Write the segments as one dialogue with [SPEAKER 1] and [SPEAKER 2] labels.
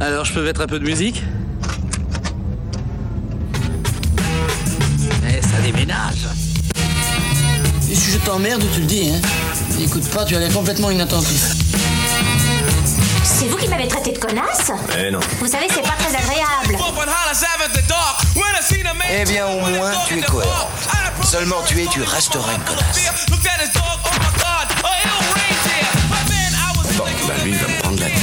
[SPEAKER 1] Alors je peux mettre un peu de musique Eh, ça déménage
[SPEAKER 2] Et si je t'emmerde, tu le dis, hein. Écoute pas, tu as l'air complètement inattentif.
[SPEAKER 3] C'est vous qui m'avez traité de connasse
[SPEAKER 4] Eh non.
[SPEAKER 3] Vous savez, c'est pas très agréable.
[SPEAKER 4] Eh bien, au moins, tu es cohérent. Seulement tu es, tu resteras une connasse. Oh, Bon, bah lui, il va me prendre la tête.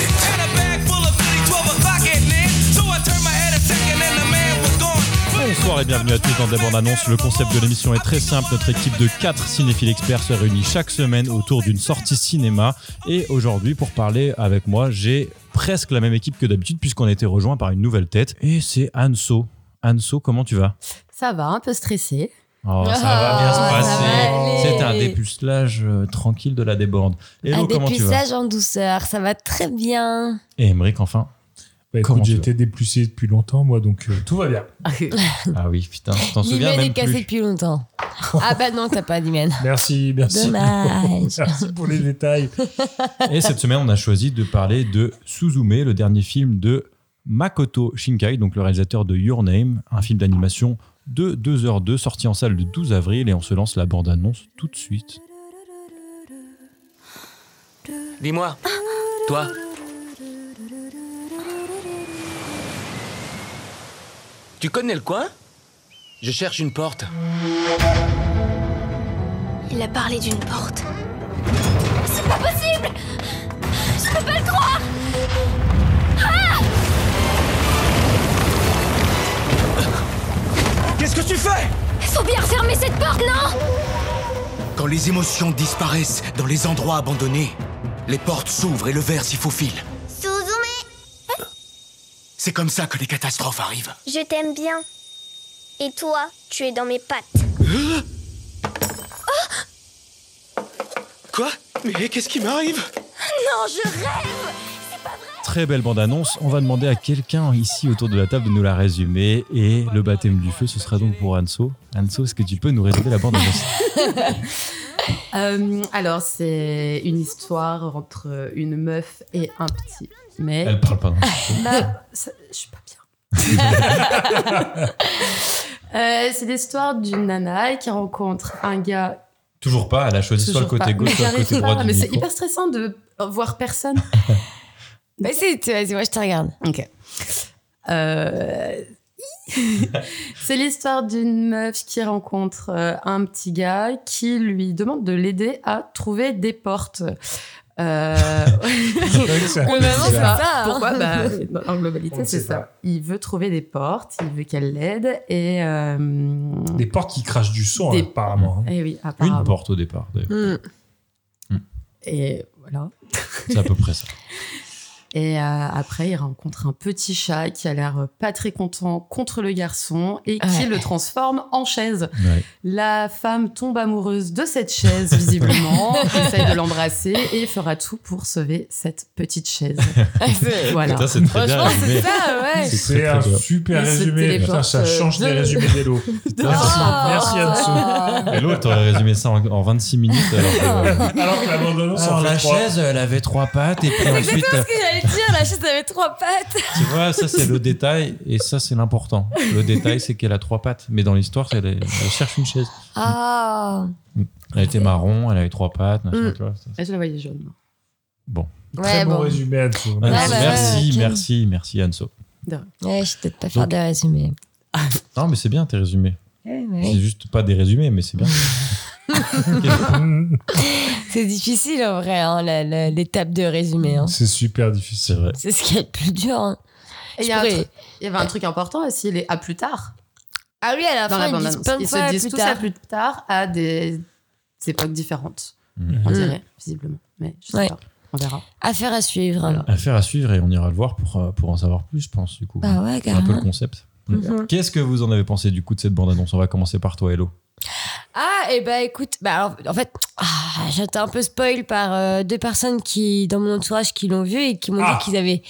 [SPEAKER 5] Bonsoir et bienvenue à tous dans Des Bandes Annonces. Le concept de l'émission est très simple. Notre équipe de 4 cinéphiles experts se réunit chaque semaine autour d'une sortie cinéma. Et aujourd'hui, pour parler avec moi, j'ai presque la même équipe que d'habitude puisqu'on a été rejoint par une nouvelle tête. Et c'est Anso. Anso, comment tu vas
[SPEAKER 6] Ça va, un peu stressé.
[SPEAKER 5] Oh, ça va
[SPEAKER 6] Ah,
[SPEAKER 5] bien
[SPEAKER 6] ça
[SPEAKER 5] se
[SPEAKER 6] va aller.
[SPEAKER 5] passer. C'est un dépucelage euh, tranquille de la déborde.
[SPEAKER 6] un
[SPEAKER 5] Hello, comment tu vas
[SPEAKER 6] dépuçage en douceur, ça va très bien.
[SPEAKER 5] Et Emmerich, enfin.
[SPEAKER 7] Bah,
[SPEAKER 5] Comment
[SPEAKER 7] écoute,
[SPEAKER 5] tu
[SPEAKER 7] j'ai
[SPEAKER 5] vas
[SPEAKER 7] été déplucé depuis longtemps, moi, donc euh, tout va bien.
[SPEAKER 5] Ah oui, putain, je t'en souviens
[SPEAKER 6] L'hymen est
[SPEAKER 5] même
[SPEAKER 6] cassé
[SPEAKER 5] plus.
[SPEAKER 6] depuis longtemps. Ah bah non, t'as pas d'hymen.
[SPEAKER 7] Merci, merci.
[SPEAKER 6] Dommage.
[SPEAKER 7] Merci pour les détails.
[SPEAKER 5] Et cette semaine, on a choisi de parler de Suzume, le dernier film de Makoto Shinkai, donc le réalisateur de Your Name, un film d'animation de 2h02 sorti en salle le 12 avril et on se lance la bande-annonce tout de suite.
[SPEAKER 1] Dis-moi, toi, tu connais le coin
[SPEAKER 4] Je cherche une porte.
[SPEAKER 3] Il a parlé d'une porte.
[SPEAKER 4] Qu'est-ce que tu fais
[SPEAKER 3] Faut bien fermer cette porte, non
[SPEAKER 4] Quand les émotions disparaissent dans les endroits abandonnés, les portes s'ouvrent et le verre s'y faufile.
[SPEAKER 8] Suzume,
[SPEAKER 4] C'est comme ça que les catastrophes arrivent.
[SPEAKER 8] je t'aime bien. Et toi, tu es dans mes pattes.
[SPEAKER 4] Quoi Mais qu'est-ce qui m'arrive
[SPEAKER 8] Non, je rêve
[SPEAKER 5] Très belle bande-annonce, on va demander à quelqu'un ici autour de la table de nous la résumer et le baptême du feu, ce sera donc pour Anso. Anso, est-ce que tu peux nous résumer la bande-annonce
[SPEAKER 9] Euh, alors, c'est une histoire entre une meuf et un petit mec.
[SPEAKER 5] Elle parle pas. hein. non.
[SPEAKER 9] Bah, ça- je suis pas bien. Euh, c'est l'histoire d'une nana qui rencontre un gars.
[SPEAKER 5] Toujours pas, elle a choisi soit le
[SPEAKER 9] toujours
[SPEAKER 5] côté
[SPEAKER 9] pas-
[SPEAKER 5] gauche,
[SPEAKER 9] Mais
[SPEAKER 5] soit le
[SPEAKER 9] j'arrive
[SPEAKER 5] côté
[SPEAKER 9] pas,
[SPEAKER 5] droit du
[SPEAKER 9] Mais c'est
[SPEAKER 5] micro.
[SPEAKER 9] hyper stressant de voir personne.
[SPEAKER 6] Bah c'est, tu- vas-y, moi je te regarde.
[SPEAKER 9] Ok. Euh, c'est l'histoire d'une meuf qui rencontre euh, un petit gars qui lui demande de l'aider à trouver des portes. Euh,
[SPEAKER 7] C'est vrai que ça-
[SPEAKER 9] On
[SPEAKER 6] vraiment,
[SPEAKER 7] c'est
[SPEAKER 6] c'est
[SPEAKER 7] ça.
[SPEAKER 6] ça. hein.
[SPEAKER 9] Pourquoi bah, En
[SPEAKER 7] On ne
[SPEAKER 9] globalité, c'est
[SPEAKER 7] sait
[SPEAKER 9] ça.
[SPEAKER 7] pas.
[SPEAKER 9] Il veut trouver des portes, il veut qu'elle l'aide et. euh,
[SPEAKER 7] Des portes qui crachent du son,
[SPEAKER 9] Des-
[SPEAKER 7] apparemment. hein.
[SPEAKER 9] et oui, apparemment.
[SPEAKER 5] Une porte au départ, d'ailleurs.
[SPEAKER 6] Hmm.
[SPEAKER 9] Et voilà.
[SPEAKER 5] c'est à peu près ça.
[SPEAKER 9] Et euh, après, il rencontre un petit chat qui a l'air pas très content contre le garçon et qui
[SPEAKER 6] Ouais.
[SPEAKER 9] le transforme en chaise.
[SPEAKER 5] Ouais.
[SPEAKER 9] La femme tombe amoureuse de cette chaise, visiblement, essaie de l'embrasser et fera tout pour sauver cette petite chaise. voilà. Ah
[SPEAKER 5] Putain, c'est très bien
[SPEAKER 6] Franchement,
[SPEAKER 5] résumé.
[SPEAKER 6] c'est ça, ouais.
[SPEAKER 5] C'est
[SPEAKER 7] C'est
[SPEAKER 5] très,
[SPEAKER 7] un
[SPEAKER 5] très bien.
[SPEAKER 7] super
[SPEAKER 9] Il se
[SPEAKER 7] résumé. Putain,
[SPEAKER 9] téléporte,
[SPEAKER 7] ça change des
[SPEAKER 9] euh,
[SPEAKER 7] résumés des lots. Merci, merci Anso.
[SPEAKER 5] Et l'autre aurait résumé ça en, en 26 minutes. Alors, que, euh,
[SPEAKER 7] Alors que la bande-annonce, en fait trois.
[SPEAKER 5] Ah, elle avait trois pattes, et puis ensuite,
[SPEAKER 6] Exactement ce que j'allais dire, la chaise avait trois pattes.
[SPEAKER 5] tu vois, ça c'est le détail, et ça c'est l'important. Le détail, c'est qu'elle a trois pattes, mais dans l'histoire, elle, est- elle cherche une chaise.
[SPEAKER 6] Ah,
[SPEAKER 5] Elle était marron, elle avait trois pattes, machin,
[SPEAKER 6] Mm.
[SPEAKER 5] tu vois, ça, c'est-
[SPEAKER 9] Et Ah, je la voyais jaune.
[SPEAKER 7] Très
[SPEAKER 6] ouais,
[SPEAKER 7] bon
[SPEAKER 6] bon.
[SPEAKER 7] résumé, Anso.
[SPEAKER 6] bah,
[SPEAKER 5] Merci,
[SPEAKER 6] ouais,
[SPEAKER 5] merci,
[SPEAKER 6] ok.
[SPEAKER 5] merci, merci, Anso.
[SPEAKER 6] Ouais, je vais peut-être pas faire de résumé.
[SPEAKER 5] Non, mais c'est bien tes résumés.
[SPEAKER 6] Eh Ouais,
[SPEAKER 5] C'est
[SPEAKER 6] ouais.
[SPEAKER 5] juste pas des résumés, mais c'est bien.
[SPEAKER 7] Mmh.
[SPEAKER 6] C'est difficile en vrai, hein, la- la- l'étape de résumé. hein.
[SPEAKER 7] C'est super
[SPEAKER 5] C'est
[SPEAKER 7] difficile.
[SPEAKER 5] vrai.
[SPEAKER 6] C'est ce qui est le plus dur. hein.
[SPEAKER 9] Et il
[SPEAKER 6] Je
[SPEAKER 9] y, a un
[SPEAKER 6] pourrais-
[SPEAKER 9] truc- il y avait un truc important aussi, les à plus tard.
[SPEAKER 6] Ah oui, à la
[SPEAKER 9] Dans
[SPEAKER 6] fin,
[SPEAKER 9] la
[SPEAKER 6] ils
[SPEAKER 9] bande
[SPEAKER 6] disent
[SPEAKER 9] annonce.
[SPEAKER 6] plein de
[SPEAKER 9] Ils
[SPEAKER 6] fois
[SPEAKER 9] se
[SPEAKER 6] plus
[SPEAKER 9] disent tous à
[SPEAKER 6] tard.
[SPEAKER 9] plus tard à des époques différentes.
[SPEAKER 7] Mhm.
[SPEAKER 5] Mm.
[SPEAKER 9] On
[SPEAKER 6] Mm.
[SPEAKER 9] dirait, visiblement. Mais je sais
[SPEAKER 6] Ouais.
[SPEAKER 9] pas. On verra.
[SPEAKER 6] Affaire à suivre.
[SPEAKER 9] Voilà.
[SPEAKER 5] Affaire à suivre, et on ira le voir pour, euh, pour en savoir plus, je pense, du coup.
[SPEAKER 6] Bah ouais,
[SPEAKER 5] C'est un peu le
[SPEAKER 6] carrément.
[SPEAKER 5] concept.
[SPEAKER 6] Mhm.
[SPEAKER 5] Qu'est-ce que vous en avez pensé du coup de cette bande-annonce On va commencer par toi, Hello.
[SPEAKER 6] Ah, et bah écoute, bah, alors, en fait, ah, j'ai été un peu spoil par euh, deux personnes qui, dans mon entourage qui l'ont vu et qui m'ont
[SPEAKER 7] Ah.
[SPEAKER 6] dit qu'ils avaient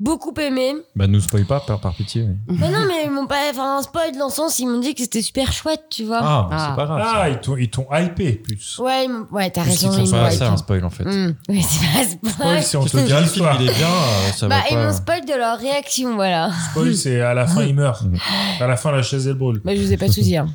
[SPEAKER 6] beaucoup aimé.
[SPEAKER 5] Bah, nous spoil pas, par, par pitié. oui.
[SPEAKER 6] Mais non, mais ils m'ont pas. Enfin, un spoil dans le sens, ils m'ont dit que c'était super chouette, tu vois.
[SPEAKER 5] Ah, bah, c'est pas grave. ça.
[SPEAKER 7] Ah, ils t'ont- ils t'ont hypé plus.
[SPEAKER 6] Ouais, ils m'ont- ouais t'as
[SPEAKER 5] Parce qu'ils
[SPEAKER 6] raison.
[SPEAKER 5] font
[SPEAKER 6] m'ont
[SPEAKER 5] pas ça,
[SPEAKER 6] hypé.
[SPEAKER 5] un spoil, en fait.
[SPEAKER 6] Mm. Oui, c'est pas
[SPEAKER 7] Spoil,
[SPEAKER 6] spoil.
[SPEAKER 7] c'est on te
[SPEAKER 5] Qu'est-ce que tu
[SPEAKER 7] dit
[SPEAKER 5] dis, le film,
[SPEAKER 7] l'histoire.
[SPEAKER 5] il est bien, euh, ça
[SPEAKER 6] Bah,
[SPEAKER 5] va
[SPEAKER 6] ils m'ont
[SPEAKER 5] pas.
[SPEAKER 6] spoil de leur réaction, voilà.
[SPEAKER 7] Spoil, c'est à la fin, il meurt.
[SPEAKER 5] Mm.
[SPEAKER 7] À la fin, la chaise, elle brûle.
[SPEAKER 6] Bah, je vous ai pas tout dit. hein.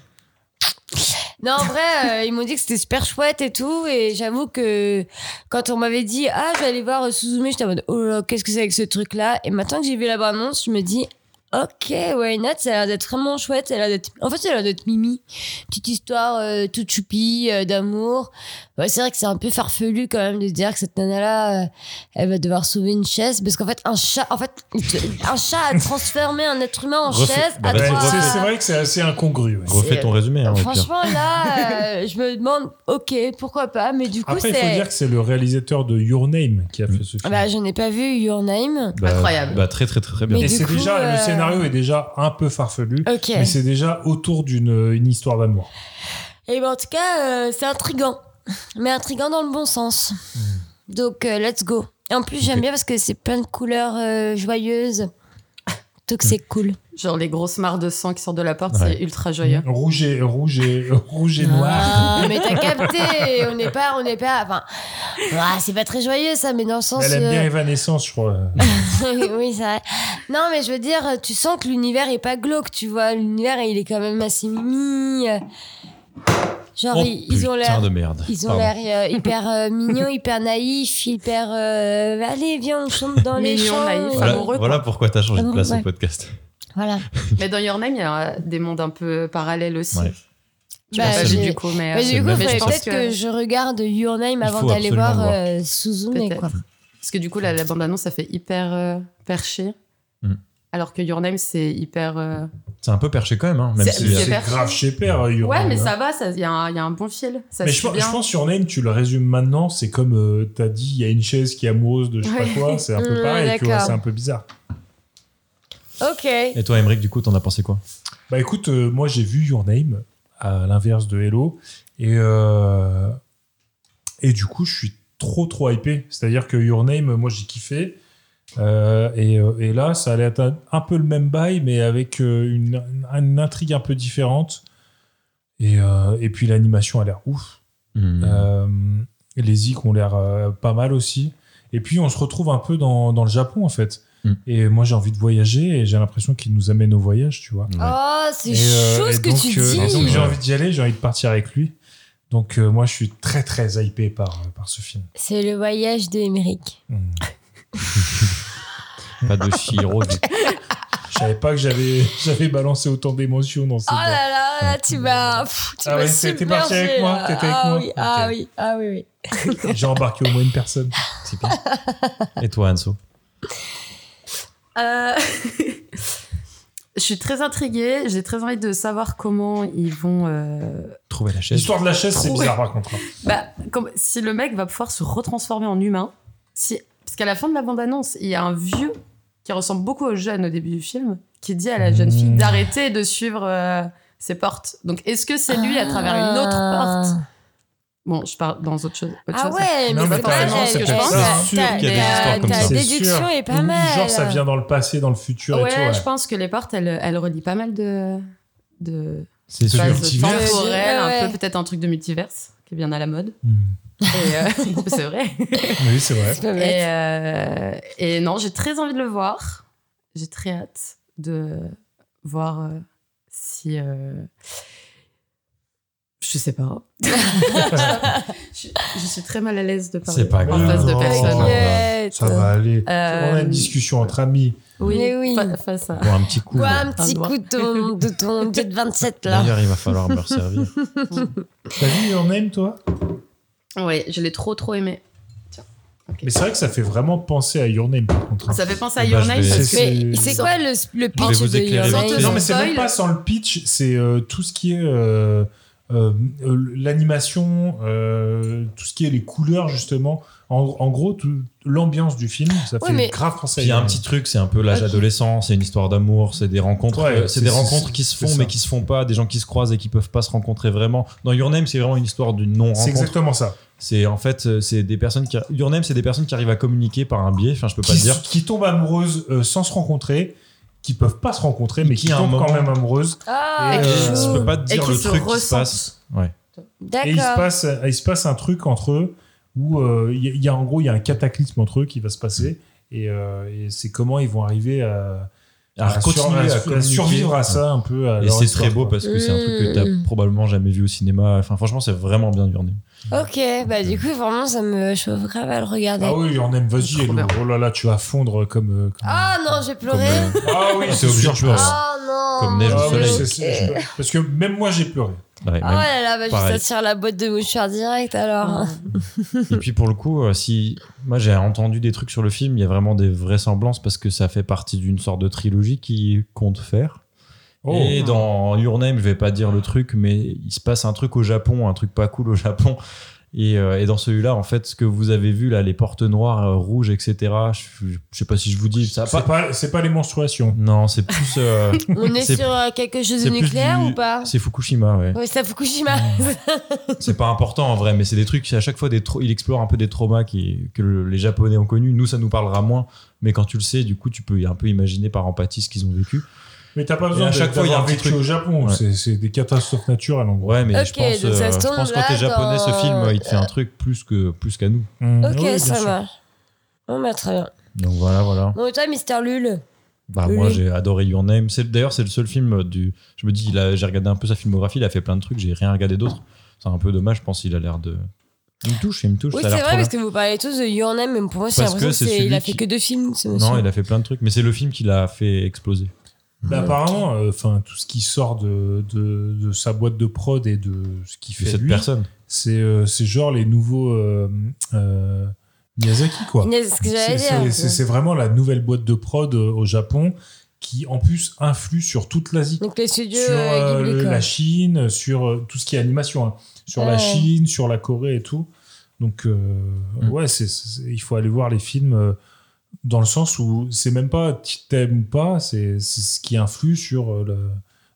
[SPEAKER 6] Non, en vrai, euh, ils m'ont dit que c'était super chouette et tout. Et j'avoue que quand on m'avait dit Ah, je vais aller voir euh, Suzume, j'étais en mode Oh là, qu'est-ce que c'est avec ce truc-là Et maintenant que j'ai vu la bande-annonce, je me dis Ok, why not Ça a l'air d'être vraiment chouette. Ça a l'air d'être... En fait, ça a l'air d'être mimi. Petite histoire euh, toute choupie, euh, d'amour. Ouais, c'est vrai que c'est un peu farfelu quand même de dire que cette nana-là, euh, elle va devoir sauver une chaise. Parce qu'en fait, un chat, en fait, un chat a transformé un être humain en
[SPEAKER 5] Refais-
[SPEAKER 6] chaise.
[SPEAKER 5] bah,
[SPEAKER 6] à
[SPEAKER 5] vas-y,
[SPEAKER 7] Ouais,
[SPEAKER 6] trois-
[SPEAKER 7] c'est c'est vrai que c'est assez incongru. ouais.
[SPEAKER 5] Refais ton résumé, hein, au pire.
[SPEAKER 6] Franchement, là, euh, je me demande, ok, pourquoi pas, mais du coup,
[SPEAKER 7] Après, il faut
[SPEAKER 6] c'est.
[SPEAKER 7] dire que c'est le réalisateur de Your Name qui a
[SPEAKER 5] Mm.
[SPEAKER 7] fait ce film.
[SPEAKER 6] Bah, je n'ai pas vu Your Name.
[SPEAKER 5] Bah,
[SPEAKER 9] Incroyable.
[SPEAKER 5] Bah, très, très, très, très bien.
[SPEAKER 6] Mais-
[SPEAKER 7] Et
[SPEAKER 6] du
[SPEAKER 7] c'est
[SPEAKER 6] coup,
[SPEAKER 7] déjà,
[SPEAKER 6] euh,
[SPEAKER 7] le scénario est déjà un peu farfelu,
[SPEAKER 6] Ok.
[SPEAKER 7] mais c'est déjà autour d'une une histoire d'amour.
[SPEAKER 6] Et ben, en tout cas, euh, c'est intrigant. Mais intrigant dans le bon sens.
[SPEAKER 7] Hmm.
[SPEAKER 6] Donc, euh, let's go. Et en plus, j'aime
[SPEAKER 5] Ok.
[SPEAKER 6] bien parce que c'est plein de couleurs euh, joyeuses. Donc, c'est cool.
[SPEAKER 9] Genre les grosses mares de sang qui sortent de la porte,
[SPEAKER 5] Ouais.
[SPEAKER 9] c'est ultra joyeux.
[SPEAKER 7] Rouge et, rouge et, rouge et noir.
[SPEAKER 6] Ah, mais t'as capté. On n'est pas. On n'est pas. Enfin. ah, c'est pas très joyeux, ça, mais dans le sens.
[SPEAKER 7] Elle aime bien
[SPEAKER 6] euh,
[SPEAKER 7] Evanescence, je crois.
[SPEAKER 6] oui, c'est vrai. Non, mais je veux dire, tu sens que l'univers est pas glauque, tu vois. L'univers, il est quand même assez mimi. Genre,
[SPEAKER 5] Oh,
[SPEAKER 6] ils, ils ont l'air.
[SPEAKER 5] Putain de merde.
[SPEAKER 6] Ils ont
[SPEAKER 5] Pardon.
[SPEAKER 6] l'air euh, hyper euh, mignons, hyper naïfs, hyper. euh, Allez, viens, on chante dans les
[SPEAKER 9] Mignons,
[SPEAKER 6] champs.
[SPEAKER 9] naïfs,
[SPEAKER 6] et-
[SPEAKER 5] Voilà,
[SPEAKER 9] amoureux, quoi.
[SPEAKER 5] voilà pourquoi t'as changé de
[SPEAKER 6] Pardon,
[SPEAKER 5] place
[SPEAKER 6] ouais.
[SPEAKER 5] au podcast.
[SPEAKER 6] Voilà.
[SPEAKER 7] Mhm.
[SPEAKER 9] Mais dans Your Name, il y a des mondes un peu parallèles aussi.
[SPEAKER 5] Ouais.
[SPEAKER 9] Je
[SPEAKER 6] Bah,
[SPEAKER 9] l'ai pas
[SPEAKER 6] j'ai-
[SPEAKER 9] vu du coup, mais.
[SPEAKER 6] Bah,
[SPEAKER 9] euh,
[SPEAKER 6] du coup,
[SPEAKER 5] même
[SPEAKER 6] il fallait
[SPEAKER 9] je pense
[SPEAKER 6] peut-être que...
[SPEAKER 9] que-
[SPEAKER 6] je regarde Your Name
[SPEAKER 5] Il
[SPEAKER 6] avant
[SPEAKER 5] faut
[SPEAKER 6] d'aller
[SPEAKER 5] absolument
[SPEAKER 6] voir
[SPEAKER 5] le voir.
[SPEAKER 6] euh, Suzume,
[SPEAKER 9] Peut-être.
[SPEAKER 6] quoi.
[SPEAKER 9] Parce que du coup, la, la bande-annonce, ça fait hyper euh, perché.
[SPEAKER 5] Mm.
[SPEAKER 7] Mhm.
[SPEAKER 9] Alors que Your Name, c'est hyper. euh,
[SPEAKER 5] C'est un peu perché quand même, hein, même
[SPEAKER 9] C'est-
[SPEAKER 5] si.
[SPEAKER 9] c'est-
[SPEAKER 7] C'est
[SPEAKER 9] perso.
[SPEAKER 7] grave chez Père, Your
[SPEAKER 9] Ouais,
[SPEAKER 7] Name,
[SPEAKER 9] mais
[SPEAKER 7] hein.
[SPEAKER 9] ça va, ça- il y, a un il y a un bon fil. Ça
[SPEAKER 7] Mais
[SPEAKER 9] se
[SPEAKER 7] je,
[SPEAKER 9] suit
[SPEAKER 7] pense-
[SPEAKER 9] bien.
[SPEAKER 7] je pense sur Name, tu le résumes maintenant, c'est comme euh, t'as dit, il y a une chaise qui est amoureuse de je sais
[SPEAKER 9] Ouais.
[SPEAKER 7] pas quoi, c'est un peu
[SPEAKER 6] Ouais,
[SPEAKER 7] pareil, tu vois,
[SPEAKER 6] d'accord.
[SPEAKER 7] c'est un peu bizarre.
[SPEAKER 6] Ok.
[SPEAKER 5] Et toi, Emmerich, du coup, t'en as pensé quoi
[SPEAKER 7] Bah écoute, euh, moi j'ai vu Your Name, à l'inverse de Hello, et, euh, et du coup je suis trop trop hypé, c'est-à-dire que Your Name, moi j'ai kiffé, Euh, et, euh, et là ça allait être un, un peu le même bail, mais avec euh, une, une intrigue un peu différente, et, euh, et puis l'animation a l'air ouf.
[SPEAKER 5] Mm. Hmm.
[SPEAKER 7] Euh, les ic ont l'air euh, pas mal aussi. Et puis on se retrouve un peu dans, dans le Japon en fait.
[SPEAKER 5] Mm.
[SPEAKER 7] Et moi j'ai envie de voyager et j'ai l'impression qu'ils nous amènent au voyage, tu vois.
[SPEAKER 5] Ouais.
[SPEAKER 6] Oh, c'est
[SPEAKER 7] Et, euh,
[SPEAKER 6] chaud ce
[SPEAKER 7] et
[SPEAKER 6] que
[SPEAKER 7] donc,
[SPEAKER 6] tu
[SPEAKER 7] euh,
[SPEAKER 6] dis.
[SPEAKER 7] donc, j'ai
[SPEAKER 5] Ouais.
[SPEAKER 7] envie d'y aller, j'ai envie de partir avec lui. Donc euh, moi je suis très très hypé par, euh, par ce film.
[SPEAKER 6] C'est le voyage de Émeric.
[SPEAKER 7] Mm.
[SPEAKER 6] Oh.
[SPEAKER 5] Pas de Shiro. du coup.
[SPEAKER 7] Je savais pas que j'avais j'avais balancé autant d'émotions dans cette.
[SPEAKER 6] Oh là là, là, tu m'as. pff, tu
[SPEAKER 7] Ah
[SPEAKER 6] m'as
[SPEAKER 7] ouais, t'es- t'es parti
[SPEAKER 6] submergée,
[SPEAKER 7] avec moi,
[SPEAKER 6] là.
[SPEAKER 7] t'étais avec
[SPEAKER 6] ah
[SPEAKER 7] moi.
[SPEAKER 6] Oui, Ah
[SPEAKER 7] Ok.
[SPEAKER 6] oui, ah oui, oui.
[SPEAKER 7] J'ai embarqué au moins une personne.
[SPEAKER 5] C'est bien. Et toi, Anso
[SPEAKER 9] Euh, je suis très intriguée. J'ai très envie de savoir comment ils vont. euh,
[SPEAKER 5] Trouver la chaise.
[SPEAKER 7] L'histoire de la chaise c'est
[SPEAKER 9] Trouvé.
[SPEAKER 7] bizarre par contre. hein.
[SPEAKER 9] Bah, comme, si le mec va pouvoir se retransformer en humain, si, parce qu'à la fin de la bande-annonce, il y a un vieux qui ressemble beaucoup au jeune au début du film, qui dit à la jeune fille
[SPEAKER 7] Mmh.
[SPEAKER 9] d'arrêter de suivre euh, ses portes. Donc, est-ce que c'est lui à travers une autre porte Bon, je parle dans autre chose. autre
[SPEAKER 6] Euh, Ah
[SPEAKER 9] chose.
[SPEAKER 6] ouais,
[SPEAKER 7] Non,
[SPEAKER 6] mais
[SPEAKER 7] mais
[SPEAKER 6] c'est
[SPEAKER 7] t'as
[SPEAKER 6] pas
[SPEAKER 7] raison,
[SPEAKER 6] mal.
[SPEAKER 7] c'est
[SPEAKER 6] elle-
[SPEAKER 9] peut-être
[SPEAKER 6] elle-
[SPEAKER 9] ça.
[SPEAKER 6] t'as-
[SPEAKER 5] C'est sûr qu'il y a des
[SPEAKER 6] t'as-
[SPEAKER 5] histoires comme
[SPEAKER 6] ta
[SPEAKER 5] ça.
[SPEAKER 7] C'est sûr.
[SPEAKER 6] déduction est pas
[SPEAKER 7] Ou
[SPEAKER 6] mal.
[SPEAKER 7] Genre ça vient dans le passé, dans le futur et
[SPEAKER 9] Ouais,
[SPEAKER 7] tout. ouais.
[SPEAKER 9] je pense que les portes, elles, elles relient pas mal de, de
[SPEAKER 5] C'est sûr.
[SPEAKER 7] Bah,
[SPEAKER 9] phases
[SPEAKER 7] multivers.
[SPEAKER 9] temporelles,
[SPEAKER 6] Ouais,
[SPEAKER 9] un
[SPEAKER 6] ouais.
[SPEAKER 9] peu peut-être un truc de multiverse qui est bien à la mode.
[SPEAKER 5] Hmm.
[SPEAKER 7] Mm.
[SPEAKER 9] Et, euh, c'est vrai.
[SPEAKER 7] Oui c'est vrai.
[SPEAKER 6] C'est pas
[SPEAKER 9] Et,
[SPEAKER 6] bête.
[SPEAKER 9] euh, et non, j'ai très envie de le voir. J'ai très hâte de voir euh, si. euh, Je sais pas. je, je suis très mal à l'aise de parler
[SPEAKER 5] C'est pas
[SPEAKER 9] en
[SPEAKER 5] grave.
[SPEAKER 9] face de
[SPEAKER 7] Non.
[SPEAKER 9] personne.
[SPEAKER 6] T'inquiète.
[SPEAKER 7] Ça va aller.
[SPEAKER 9] Euh,
[SPEAKER 7] On a une discussion entre amis.
[SPEAKER 9] Oui,
[SPEAKER 6] Mais oui.
[SPEAKER 9] fa- face à.
[SPEAKER 5] Bon, un petit coup.
[SPEAKER 6] Bois
[SPEAKER 5] là.
[SPEAKER 6] un petit
[SPEAKER 9] doigt.
[SPEAKER 6] coup de ton, de ton jet de 27 là.
[SPEAKER 5] D'ailleurs, il va falloir me resservir.
[SPEAKER 7] T'as vu Your Name, toi
[SPEAKER 9] Oui, je l'ai trop trop aimé.
[SPEAKER 7] Mais c'est vrai que ça fait vraiment penser à Your Name, par contre. hein.
[SPEAKER 9] Ça fait penser à
[SPEAKER 5] Bah,
[SPEAKER 9] Your
[SPEAKER 5] je
[SPEAKER 9] Name
[SPEAKER 5] vais-
[SPEAKER 9] parce que.
[SPEAKER 6] Mais
[SPEAKER 7] C'est-
[SPEAKER 6] c'est quoi le, le
[SPEAKER 5] Je vais
[SPEAKER 6] pitch
[SPEAKER 5] vous
[SPEAKER 6] de
[SPEAKER 5] éclairer
[SPEAKER 6] Your
[SPEAKER 5] vite
[SPEAKER 6] Name
[SPEAKER 5] fait.
[SPEAKER 7] Non, mais c'est
[SPEAKER 9] Spoil.
[SPEAKER 7] même pas sans le pitch, c'est euh, tout ce qui est euh, euh, euh, l'animation, euh, tout ce qui est les couleurs, justement. En, en gros, tout- l'ambiance du film, ça
[SPEAKER 6] Oui,
[SPEAKER 7] fait
[SPEAKER 6] mais-
[SPEAKER 7] grave penser
[SPEAKER 5] Puis il y a un petit truc, c'est un peu l'âge
[SPEAKER 9] Ah,
[SPEAKER 7] Ok.
[SPEAKER 5] adolescent, c'est une histoire d'amour, c'est des rencontres,
[SPEAKER 7] Ouais,
[SPEAKER 5] euh, c'est
[SPEAKER 7] c'est-
[SPEAKER 5] des
[SPEAKER 7] c'est-
[SPEAKER 5] rencontres qui se
[SPEAKER 7] c'est
[SPEAKER 5] font
[SPEAKER 7] ça.
[SPEAKER 5] mais qui se font pas, des gens qui se croisent et qui peuvent pas se rencontrer vraiment. Dans Your Name, c'est vraiment une histoire d'une non-rencontre.
[SPEAKER 7] C'est exactement ça.
[SPEAKER 5] C'est en fait, euh, c'est des personnes qui Your Name, c'est des personnes qui arrivent à communiquer par un biais. Enfin, je peux pas
[SPEAKER 7] qui,
[SPEAKER 5] dire.
[SPEAKER 7] qui tombent amoureuses euh, sans se rencontrer, qui peuvent pas se rencontrer, mais qui,
[SPEAKER 5] qui, à un
[SPEAKER 7] tombent quand
[SPEAKER 5] moment-
[SPEAKER 7] même amoureuses.
[SPEAKER 6] Ah,
[SPEAKER 7] Et, euh,
[SPEAKER 5] je peux pas te
[SPEAKER 9] Et
[SPEAKER 5] dire
[SPEAKER 9] qui
[SPEAKER 5] le
[SPEAKER 9] se
[SPEAKER 5] truc qui se
[SPEAKER 9] ressentent.
[SPEAKER 5] passe. Ouais.
[SPEAKER 7] Et il se
[SPEAKER 6] D'accord.
[SPEAKER 7] passe, il se passe un truc entre eux où euh, il y, a- il y a en gros il y a un cataclysme entre eux qui va se passer et, euh, et c'est comment ils vont arriver à,
[SPEAKER 5] À
[SPEAKER 7] à Ah, sur-
[SPEAKER 5] continuer à
[SPEAKER 7] à- à
[SPEAKER 5] communiquer.
[SPEAKER 7] survivre à ça un peu. à
[SPEAKER 5] Et
[SPEAKER 7] leur
[SPEAKER 5] c'est
[SPEAKER 7] histoire,
[SPEAKER 5] très beau
[SPEAKER 7] quoi.
[SPEAKER 5] parce que c'est un truc que t'as
[SPEAKER 9] Mm.
[SPEAKER 6] Mmh.
[SPEAKER 5] probablement jamais vu au cinéma. Enfin, franchement, c'est vraiment bien Your Name.
[SPEAKER 6] Ok, bah du coup, vraiment, ça me chauffe grave à le regarder.
[SPEAKER 7] Ah oui, il en aime, vas-y, Hello. Oh là là, tu vas fondre comme. euh, comme-
[SPEAKER 6] Ah non, j'ai pleuré.
[SPEAKER 7] Ah oui,
[SPEAKER 5] C'est obligé de
[SPEAKER 7] sûr.
[SPEAKER 5] pleurer.
[SPEAKER 6] Oh non.
[SPEAKER 5] Comme neige au
[SPEAKER 7] Ah oui,
[SPEAKER 5] soleil.
[SPEAKER 7] c'est- c'est- je peux- Parce que même moi j'ai pleuré.
[SPEAKER 9] Ah,
[SPEAKER 5] Ouais,
[SPEAKER 6] Oh
[SPEAKER 5] même-
[SPEAKER 6] là là, bah,
[SPEAKER 5] Pareil. Ah.
[SPEAKER 6] je t'attire la boîte de mouchoirs direct alors. Mm.
[SPEAKER 5] Et puis pour le coup, euh, si moi j'ai entendu des trucs sur le film, il y a vraiment des vraisemblances parce que ça fait partie d'une sorte de trilogie qui compte faire.
[SPEAKER 7] Oh.
[SPEAKER 5] Et dans Your Name, je vais pas dire le truc, mais il se passe un truc au Japon, un truc pas cool au Japon. Et, euh, et dans celui-là, en fait, ce que vous avez vu là, les portes noires, euh, rouges, etc. Je, je sais pas si je vous dis ça. a
[SPEAKER 7] C'est
[SPEAKER 5] Pas...
[SPEAKER 7] pas, c'est pas les menstruations.
[SPEAKER 5] Non, c'est plus. euh,
[SPEAKER 6] On est,
[SPEAKER 5] C'est-
[SPEAKER 6] sur euh, quelque chose de
[SPEAKER 5] c'est plus
[SPEAKER 6] nucléaire
[SPEAKER 5] du-
[SPEAKER 6] ou pas
[SPEAKER 5] c'est Ah. Fukushima, ouais.
[SPEAKER 6] Oui, c'est à Fukushima.
[SPEAKER 5] C'est pas important en vrai, mais c'est des trucs, c'est à chaque fois, des trau- il explore un peu des traumas qui, que le- les Japonais ont connus. Nous, ça nous parlera moins, mais quand tu le sais, du coup, tu peux un peu imaginer par empathie ce qu'ils ont vécu.
[SPEAKER 7] Mais t'as pas besoin
[SPEAKER 5] à
[SPEAKER 7] de
[SPEAKER 5] chaque fois, il y a un
[SPEAKER 7] d'avoir
[SPEAKER 5] petit
[SPEAKER 7] vécu
[SPEAKER 5] truc.
[SPEAKER 7] au Japon.
[SPEAKER 5] Ouais.
[SPEAKER 7] C'est c'est des catastrophes naturelles en gros.
[SPEAKER 5] Ouais, mais je
[SPEAKER 6] Ok,
[SPEAKER 5] pense,
[SPEAKER 6] donc ça se
[SPEAKER 5] euh, je
[SPEAKER 6] tombe
[SPEAKER 5] pense quand t'es
[SPEAKER 6] là
[SPEAKER 5] japonais, ce
[SPEAKER 6] dans-
[SPEAKER 5] film, euh, il te fait un truc plus que plus qu'à nous.
[SPEAKER 6] ok,
[SPEAKER 7] Mmh.
[SPEAKER 5] Ah
[SPEAKER 7] Oui, bien
[SPEAKER 6] ça
[SPEAKER 7] sûr.
[SPEAKER 6] marche. Bon, bah très bien.
[SPEAKER 5] Donc voilà, voilà.
[SPEAKER 6] Bon, et toi, Mister Lul
[SPEAKER 5] Bah,
[SPEAKER 6] Oui,
[SPEAKER 5] moi,
[SPEAKER 6] oui.
[SPEAKER 5] j'ai adoré Your Name. C'est d'ailleurs, c'est le seul film du. Je me dis, il a- j'ai regardé un peu sa filmographie. Il a fait plein de trucs. J'ai rien regardé d'autre. C'est un peu dommage. Je pense qu'il a l'air de. Il me touche, il me touche.
[SPEAKER 6] Oui,
[SPEAKER 5] ça a
[SPEAKER 6] c'est
[SPEAKER 5] l'air
[SPEAKER 6] vrai,
[SPEAKER 5] trop bien.
[SPEAKER 6] parce que vous parlez tous de Your Name, mais pour moi, j'ai
[SPEAKER 5] Parce
[SPEAKER 6] l'impression
[SPEAKER 5] que
[SPEAKER 6] que
[SPEAKER 5] c'est
[SPEAKER 6] c'est- il a
[SPEAKER 5] celui
[SPEAKER 6] fait
[SPEAKER 5] qui-
[SPEAKER 6] que deux films, ce
[SPEAKER 5] Non,
[SPEAKER 6] monsieur.
[SPEAKER 5] il a fait plein de trucs, mais c'est le film qui l'a fait exploser.
[SPEAKER 7] Bah, apparemment, enfin tout ce qui sort de, de, de sa boîte de prod et de ce qu'il
[SPEAKER 5] De
[SPEAKER 7] fait
[SPEAKER 5] cette
[SPEAKER 7] lui,
[SPEAKER 5] personne.
[SPEAKER 7] c'est euh, c'est genre les nouveaux euh, euh, Miyazaki quoi.
[SPEAKER 6] Mais C'est ce que j'allais
[SPEAKER 7] C'est- c'est-
[SPEAKER 6] dire.
[SPEAKER 7] C'est c'est vraiment la nouvelle boîte de prod euh, au Japon qui en plus influe sur toute l'Asie.
[SPEAKER 6] Donc, les studios
[SPEAKER 7] sur
[SPEAKER 6] euh,
[SPEAKER 7] euh,
[SPEAKER 6] Ghibli,
[SPEAKER 7] le-
[SPEAKER 6] quoi.
[SPEAKER 7] la Chine, sur euh, tout ce qui est animation, hein. sur la
[SPEAKER 6] Ouais.
[SPEAKER 7] Chine, sur la Corée et tout. Donc, euh,
[SPEAKER 5] Mm.
[SPEAKER 7] ouais, c'est- c'est- il faut aller voir les films euh, dans le sens où c'est même pas t- t'aimes ou pas, c'est c'est ce qui influe sur euh, le-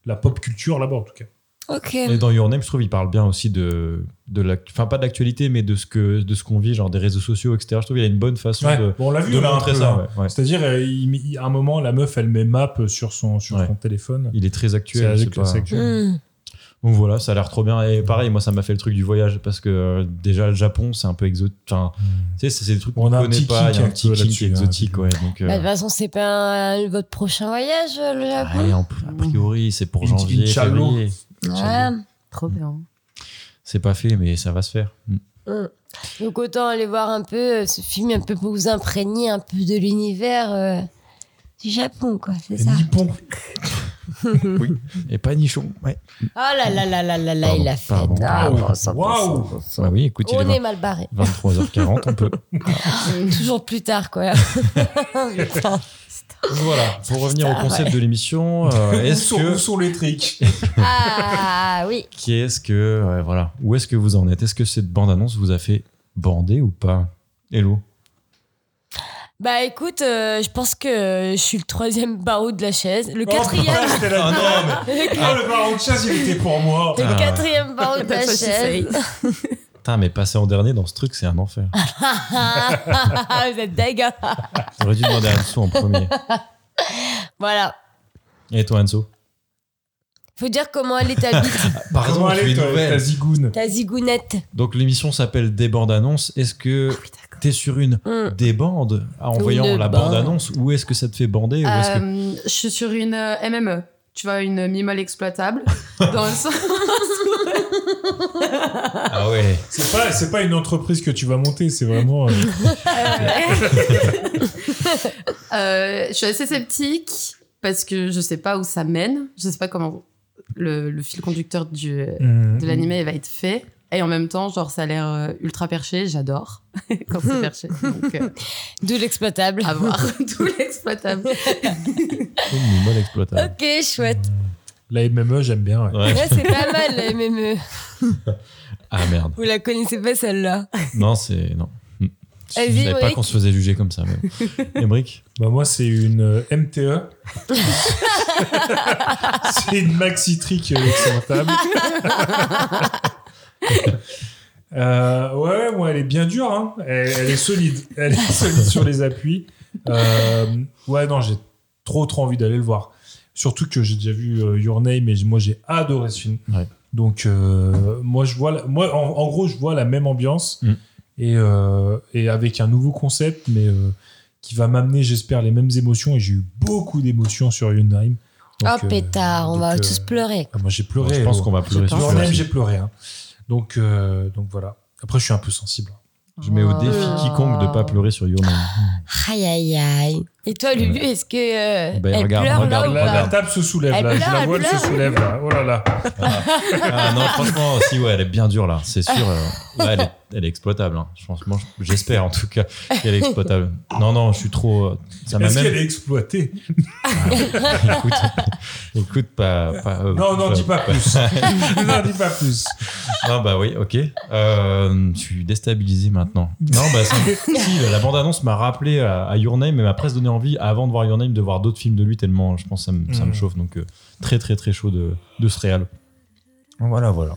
[SPEAKER 7] la pop culture là-bas en tout cas.
[SPEAKER 6] Ok.
[SPEAKER 5] Et dans Your Name, je trouve, il parle bien aussi de, de la, enfin pas de l'actualité, mais de ce que, de ce qu'on vit, genre des réseaux sociaux, etc. Je trouve qu'il y a une bonne façon
[SPEAKER 7] Ouais,
[SPEAKER 5] de,
[SPEAKER 7] bon, on l'a vu
[SPEAKER 5] de
[SPEAKER 7] là, un
[SPEAKER 5] montrer
[SPEAKER 7] peu,
[SPEAKER 5] ça.
[SPEAKER 7] hein.
[SPEAKER 5] ouais, ouais.
[SPEAKER 7] C'est-à-dire, euh, il- il- à un moment, la meuf, elle met map sur son, sur
[SPEAKER 5] Ouais.
[SPEAKER 7] son téléphone.
[SPEAKER 5] Il est très
[SPEAKER 7] C'est
[SPEAKER 5] actuel.
[SPEAKER 7] avec
[SPEAKER 5] c'est pas-
[SPEAKER 7] actuel.
[SPEAKER 6] Hmm.
[SPEAKER 5] Donc voilà, ça a l'air trop bien. Et pareil, moi, ça m'a fait le truc du voyage parce que euh, déjà le Japon, c'est un peu exotique. Enfin, tu sais, c'est c'est des trucs
[SPEAKER 7] Hmm. On
[SPEAKER 5] qu'on
[SPEAKER 7] a un
[SPEAKER 5] connaît
[SPEAKER 7] petit
[SPEAKER 5] pas. Il y
[SPEAKER 7] kick
[SPEAKER 5] a un
[SPEAKER 7] un
[SPEAKER 5] petit
[SPEAKER 7] peu
[SPEAKER 5] kick
[SPEAKER 7] là-dessus, hein,
[SPEAKER 5] exotique, ouais. Donc euh,
[SPEAKER 6] Bah, de toute façon, c'est pas un- votre prochain voyage, euh, le Japon
[SPEAKER 5] ouais, en pl- a priori, c'est pour
[SPEAKER 7] In-
[SPEAKER 5] janvier,
[SPEAKER 7] Inch'Allah.
[SPEAKER 5] février.
[SPEAKER 6] Ouais.
[SPEAKER 9] Trop bien.
[SPEAKER 5] C'est pas fait, mais ça va se faire. Mm.
[SPEAKER 6] Hmm. Donc, autant aller voir un peu euh, ce film, un peu pour vous imprégner un peu de l'univers euh, du Japon, quoi. C'est ça.
[SPEAKER 7] Nippon.
[SPEAKER 5] Et pas nichon. Ouais.
[SPEAKER 6] Ah là là là là là là,
[SPEAKER 5] Pardon,
[SPEAKER 6] il a fait.
[SPEAKER 5] pardon,
[SPEAKER 6] Ah,
[SPEAKER 5] pardon.
[SPEAKER 6] bon, ça,
[SPEAKER 7] Waouh.
[SPEAKER 6] ça, ça, ça.
[SPEAKER 5] Bah oui, écoute, il
[SPEAKER 6] On
[SPEAKER 5] est
[SPEAKER 6] est mal barré.
[SPEAKER 5] 23h40, on peut.
[SPEAKER 6] Toujours plus tard, quoi. Putain.
[SPEAKER 5] Voilà, pour revenir au
[SPEAKER 6] putain,
[SPEAKER 5] concept de l'émission, euh,
[SPEAKER 7] Où
[SPEAKER 5] est-ce
[SPEAKER 7] sont,
[SPEAKER 5] que,
[SPEAKER 7] où sont les tricks
[SPEAKER 6] Ah oui.
[SPEAKER 5] qui est-ce que, ouais, voilà, où est-ce que vous en êtes Est-ce que cette bande-annonce vous a fait bander ou pas Hello.
[SPEAKER 6] Bah écoute, euh, je pense que euh, je suis le troisième barreau de la chaise. Le quatrième.
[SPEAKER 7] Oh, c'était la-
[SPEAKER 6] le
[SPEAKER 7] Ah, le baron de chasse, il était pour moi.
[SPEAKER 6] le
[SPEAKER 5] Ah.
[SPEAKER 6] quatrième barreau de la
[SPEAKER 9] That's what she
[SPEAKER 6] chaise.
[SPEAKER 5] Putain, mais passer en dernier dans ce truc, c'est un enfer.
[SPEAKER 6] Ah. Vous êtes hein. dégueulasse.
[SPEAKER 5] J'aurais dû demander à Anso en premier.
[SPEAKER 6] Voilà.
[SPEAKER 5] Et toi, Anso
[SPEAKER 6] Faut dire comment elle est ta bite,
[SPEAKER 7] Comment allait ta, ta zigoune
[SPEAKER 6] ta zigounette.
[SPEAKER 5] Donc l'émission s'appelle Des bandes annonces. Est-ce que t'es sur une
[SPEAKER 6] Hmm.
[SPEAKER 5] des bandes en
[SPEAKER 6] Ou
[SPEAKER 5] voyant
[SPEAKER 6] Ah une
[SPEAKER 5] la
[SPEAKER 6] bande.
[SPEAKER 5] bande annonce ou est-ce que ça te fait bander ou est-ce que...
[SPEAKER 9] Euh, Je suis sur une euh, MME. Tu vois, une mimole exploitable. dans le sens.
[SPEAKER 5] Ah ouais.
[SPEAKER 7] C'est pas, c'est pas une entreprise que tu vas monter, c'est vraiment. euh,
[SPEAKER 9] Euh, je suis assez sceptique parce que je sais pas où ça mène. Je sais pas comment le, le fil conducteur du,
[SPEAKER 7] mm,
[SPEAKER 9] de l'animé va être fait. Et en même temps, genre, ça a l'air euh, ultra perché. J'adore quand c'est perché. Donc, euh,
[SPEAKER 6] De l'exploitable.
[SPEAKER 9] à voir. Tout l'exploitable.
[SPEAKER 5] Une bonne exploitable.
[SPEAKER 6] Ok, chouette.
[SPEAKER 7] La MME, j'aime bien. ouais.
[SPEAKER 5] Ouais.
[SPEAKER 6] Là, c'est pas mal, la MME.
[SPEAKER 5] Ah merde.
[SPEAKER 6] Vous la connaissez pas, celle-là.
[SPEAKER 5] Non, c'est... Non. Je
[SPEAKER 6] Vas-y,
[SPEAKER 5] savais pas
[SPEAKER 6] Emmerich.
[SPEAKER 5] qu'on se faisait juger comme ça. Mais... Emmerich
[SPEAKER 7] Bah moi c'est une euh, MTE. c'est une maxi trick table. Euh, ouais, ouais, moi, elle est bien dure. hein. Elle, elle est solide. Elle est solide sur les appuis. Euh, ouais, non, j'ai trop, trop envie d'aller le voir. Surtout que j'ai déjà vu euh, Your Name et j- moi, j'ai adoré ce film.
[SPEAKER 5] Ouais.
[SPEAKER 7] Donc, euh, moi, je vois, la- moi en, en gros, je vois la même ambiance
[SPEAKER 5] Mm.
[SPEAKER 7] et, euh, et avec un nouveau concept, mais euh, qui va m'amener, j'espère, les mêmes émotions. Et j'ai eu beaucoup d'émotions sur Your Name. Donc,
[SPEAKER 6] oh
[SPEAKER 7] euh,
[SPEAKER 6] pétard, on
[SPEAKER 7] donc,
[SPEAKER 6] va
[SPEAKER 7] euh,
[SPEAKER 6] tous pleurer.
[SPEAKER 7] ah, moi, j'ai pleuré.
[SPEAKER 5] Je pense
[SPEAKER 7] Hello.
[SPEAKER 5] qu'on va pleurer oh.
[SPEAKER 7] Sur
[SPEAKER 5] sur
[SPEAKER 7] Your Name,
[SPEAKER 5] ça.
[SPEAKER 7] j'ai pleuré. hein. Donc, euh, donc voilà. Après, je suis un peu sensible.
[SPEAKER 5] Je mets au défi
[SPEAKER 7] Ah.
[SPEAKER 9] Oh.
[SPEAKER 5] quiconque de pas pleurer sur Your Name.
[SPEAKER 6] Aïe aïe aïe. Et toi Lulu, est-ce que euh,
[SPEAKER 5] Ben,
[SPEAKER 6] elle
[SPEAKER 5] regarde,
[SPEAKER 6] pleure
[SPEAKER 5] regarde,
[SPEAKER 6] là ou
[SPEAKER 7] La,
[SPEAKER 6] pas
[SPEAKER 7] la table se soulève
[SPEAKER 6] Elle
[SPEAKER 7] là, je
[SPEAKER 6] pleure,
[SPEAKER 7] la
[SPEAKER 6] elle
[SPEAKER 7] vois, elle se
[SPEAKER 6] pleure.
[SPEAKER 7] soulève là. Oh là là.
[SPEAKER 5] Ah, non, franchement, si, ouais, elle est bien dure là, c'est sûr. euh, ouais, elle, est, elle est exploitable. hein. Je pense- moi, j'espère en tout cas qu'elle est exploitable. Non, non, je suis trop. euh, Ça m'a
[SPEAKER 7] Est-ce
[SPEAKER 5] même.
[SPEAKER 7] qu'elle est exploitée
[SPEAKER 5] écoute, écoute, pas. pas, euh,
[SPEAKER 7] Non, non,
[SPEAKER 5] pas-
[SPEAKER 7] dis pas plus. non, dis pas plus.
[SPEAKER 5] Ah bah oui, ok. Euh, je suis déstabilisé maintenant. Non, bah ça- si, la bande-annonce m'a rappelé à, à Your Name et m'a presque donné envie, avant de voir Your Name, de voir d'autres films de lui, tellement je pense que ça me, ça me
[SPEAKER 7] Mm.
[SPEAKER 5] chauffe. Donc euh, très très très chaud de, de ce réal. Voilà, voilà.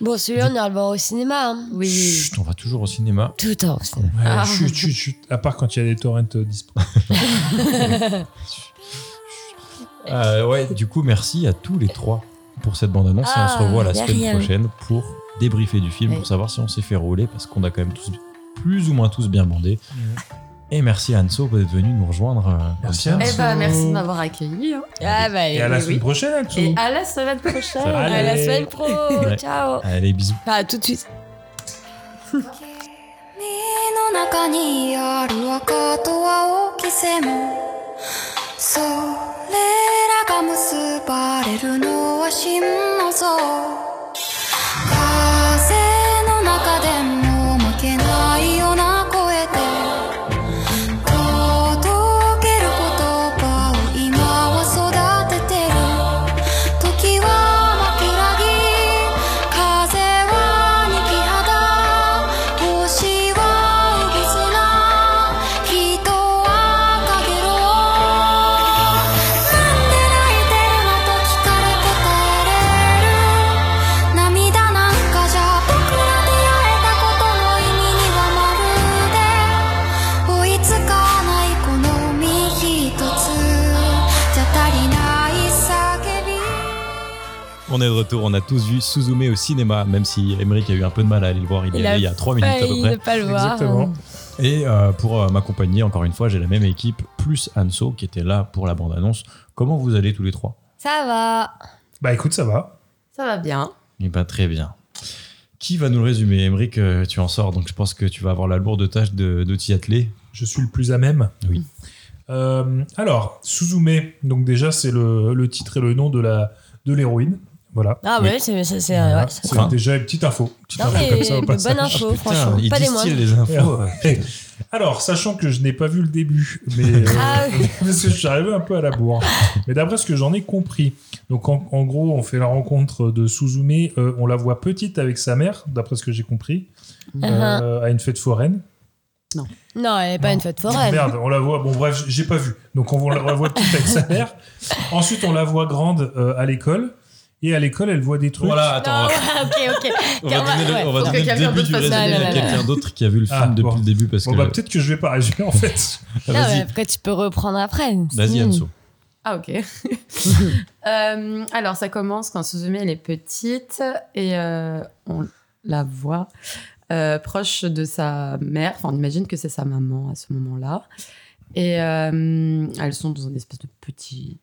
[SPEAKER 6] Bon, celui-là, on ira le voir au cinéma. hein.
[SPEAKER 9] Oui.
[SPEAKER 5] Chut, on va toujours au cinéma.
[SPEAKER 6] Tout le temps. au cinéma.
[SPEAKER 7] Ouais,
[SPEAKER 9] Ah.
[SPEAKER 7] Chut, chut, chut. À part quand il y a des torrents euh, disponibles.
[SPEAKER 5] Euh, ouais, du coup, merci à tous les trois pour cette bande-annonce et on se
[SPEAKER 6] Ah,
[SPEAKER 5] revoit la
[SPEAKER 6] de
[SPEAKER 5] semaine
[SPEAKER 6] rien.
[SPEAKER 5] prochaine pour débriefer du film,
[SPEAKER 6] Ouais.
[SPEAKER 5] pour savoir si on s'est fait rouler, parce qu'on a quand même tous plus ou moins tous bien bandé. Et merci à Anso d'être venu nous rejoindre. euh, comme
[SPEAKER 7] Merci,
[SPEAKER 5] ça.
[SPEAKER 7] Anso.
[SPEAKER 9] Eh ben, merci de m'avoir accueilli. hein.
[SPEAKER 6] Ah bah,
[SPEAKER 7] Et à la
[SPEAKER 6] oui,
[SPEAKER 7] semaine
[SPEAKER 6] oui.
[SPEAKER 7] prochaine, Atsu.
[SPEAKER 9] Et à la semaine prochaine.
[SPEAKER 5] Ça va.
[SPEAKER 6] À la
[SPEAKER 7] Allez.
[SPEAKER 6] semaine pro.
[SPEAKER 5] Ouais.
[SPEAKER 6] Ciao.
[SPEAKER 5] Allez, bisous.
[SPEAKER 6] Enfin, à tout de suite.
[SPEAKER 3] の中にある赤と青き線それらが結ばれるのは真の像風の中でも負けないような声で届ける言葉を今は育ててる時は枕木風は煮き肌星はうぶすな人はかげろなんで泣いてるのと聞かれて帰れる涙なんかじゃ僕ら出会えたことの意味にはまるで追いつかないこの身一つじゃ足りない叫び
[SPEAKER 5] On est de retour, on a tous vu Suzume au cinéma, même si Emmerich a eu un peu de mal à aller le voir, il y
[SPEAKER 6] Il
[SPEAKER 5] allait
[SPEAKER 6] a
[SPEAKER 5] il y a 3 minutes à peu
[SPEAKER 6] Failli ne
[SPEAKER 5] près.
[SPEAKER 6] pas le voir.
[SPEAKER 7] Exactement.
[SPEAKER 5] Et euh, pour euh, m'accompagner, encore une fois, j'ai la même équipe, plus Anso qui était là pour la bande-annonce. Comment vous allez tous les trois
[SPEAKER 6] Ça va.
[SPEAKER 7] Bah écoute, ça va.
[SPEAKER 9] Ça va bien.
[SPEAKER 5] Eh ben, très bien. Qui va nous le résumer Emmerich, euh, tu en sors, donc je pense que tu vas avoir la lourde tâche de, de t'y atteler.
[SPEAKER 7] Je suis le plus à même.
[SPEAKER 5] Oui.
[SPEAKER 7] Euh, alors, Suzume. Donc déjà, c'est le, le titre et le nom de la de l'héroïne. Voilà.
[SPEAKER 6] Ah
[SPEAKER 5] Oui.
[SPEAKER 6] ouais, c'est ça. C'est
[SPEAKER 7] Voilà.
[SPEAKER 6] ouais, ça-
[SPEAKER 7] c'est
[SPEAKER 5] Enfin.
[SPEAKER 7] déjà une petite info. Petite
[SPEAKER 6] Non,
[SPEAKER 7] info
[SPEAKER 6] mais
[SPEAKER 7] comme ça, au
[SPEAKER 6] de
[SPEAKER 7] passage.
[SPEAKER 6] bonnes infos, franchement.
[SPEAKER 5] Ah, il
[SPEAKER 6] Pas des
[SPEAKER 5] distille
[SPEAKER 6] moindres.
[SPEAKER 5] les infos.
[SPEAKER 7] Alors, sachant que je n'ai pas vu le début, mais euh,
[SPEAKER 6] Ah oui.
[SPEAKER 7] parce que je suis arrivé un peu à la bourre. Mais d'après ce que j'en ai compris, donc en, en gros, on fait la rencontre de Suzume. euh, on la voit petite avec sa mère, d'après ce que j'ai compris,
[SPEAKER 6] Ah Uh-huh.
[SPEAKER 7] euh, à une fête foraine.
[SPEAKER 6] Non, elle n'est pas une fête foraine.
[SPEAKER 7] Merde, on la voit. Bon, bref, j'ai pas vu. Donc on, la- on la voit petite avec sa mère. Ensuite, on la voit grande euh, à l'école. Et à l'école, elle voit des trucs.
[SPEAKER 5] Voilà, attends,
[SPEAKER 6] Non, ouais, ok, ok.
[SPEAKER 5] on va donner le, on va
[SPEAKER 9] Faut
[SPEAKER 5] donner le
[SPEAKER 9] que quelqu'un
[SPEAKER 5] début
[SPEAKER 9] d'autre
[SPEAKER 5] du
[SPEAKER 9] fasse
[SPEAKER 5] résumé
[SPEAKER 6] ça, Ah là,
[SPEAKER 5] à
[SPEAKER 6] là,
[SPEAKER 5] quelqu'un d'autre qui a vu le film
[SPEAKER 7] Ah,
[SPEAKER 5] depuis
[SPEAKER 7] bon.
[SPEAKER 5] le début. Parce
[SPEAKER 7] Bon,
[SPEAKER 5] que...
[SPEAKER 7] bah, peut-être que je vais pas résumer en fait.
[SPEAKER 5] Ah,
[SPEAKER 6] Non, mais
[SPEAKER 5] Vas-y,
[SPEAKER 6] après, tu peux reprendre après.
[SPEAKER 5] vas-y, Anso.
[SPEAKER 9] Ah, ok. Euh, alors, ça commence quand Suzume, elle est petite et euh, on la voit euh, proche de sa mère. Enfin, on imagine que c'est sa maman à ce moment-là. Et euh, elles sont dans un espèce de petit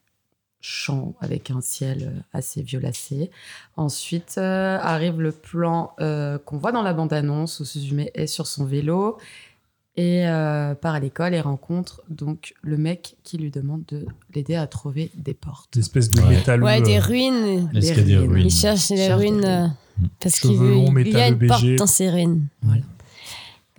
[SPEAKER 9] champ avec un ciel euh, assez violacé. Ensuite euh, arrive le plan euh, qu'on voit dans la bande-annonce où Suzume est sur son vélo et euh, part à l'école et rencontre donc le mec qui lui demande de l'aider à trouver des portes.
[SPEAKER 7] Des espèces de
[SPEAKER 5] Ouais.
[SPEAKER 7] métal. euh,
[SPEAKER 6] Ouais, des ruines.
[SPEAKER 5] Est-ce qu'il y a des
[SPEAKER 9] Berlin.
[SPEAKER 5] ruines
[SPEAKER 6] Il cherche les
[SPEAKER 9] Cherche
[SPEAKER 6] ruines
[SPEAKER 9] des-
[SPEAKER 6] euh, parce qu'il
[SPEAKER 7] Cheveux
[SPEAKER 6] veut.
[SPEAKER 7] longs,
[SPEAKER 6] Il y a
[SPEAKER 7] métal
[SPEAKER 6] une
[SPEAKER 7] EBG.
[SPEAKER 6] porte dans ces ruines.
[SPEAKER 9] Voilà.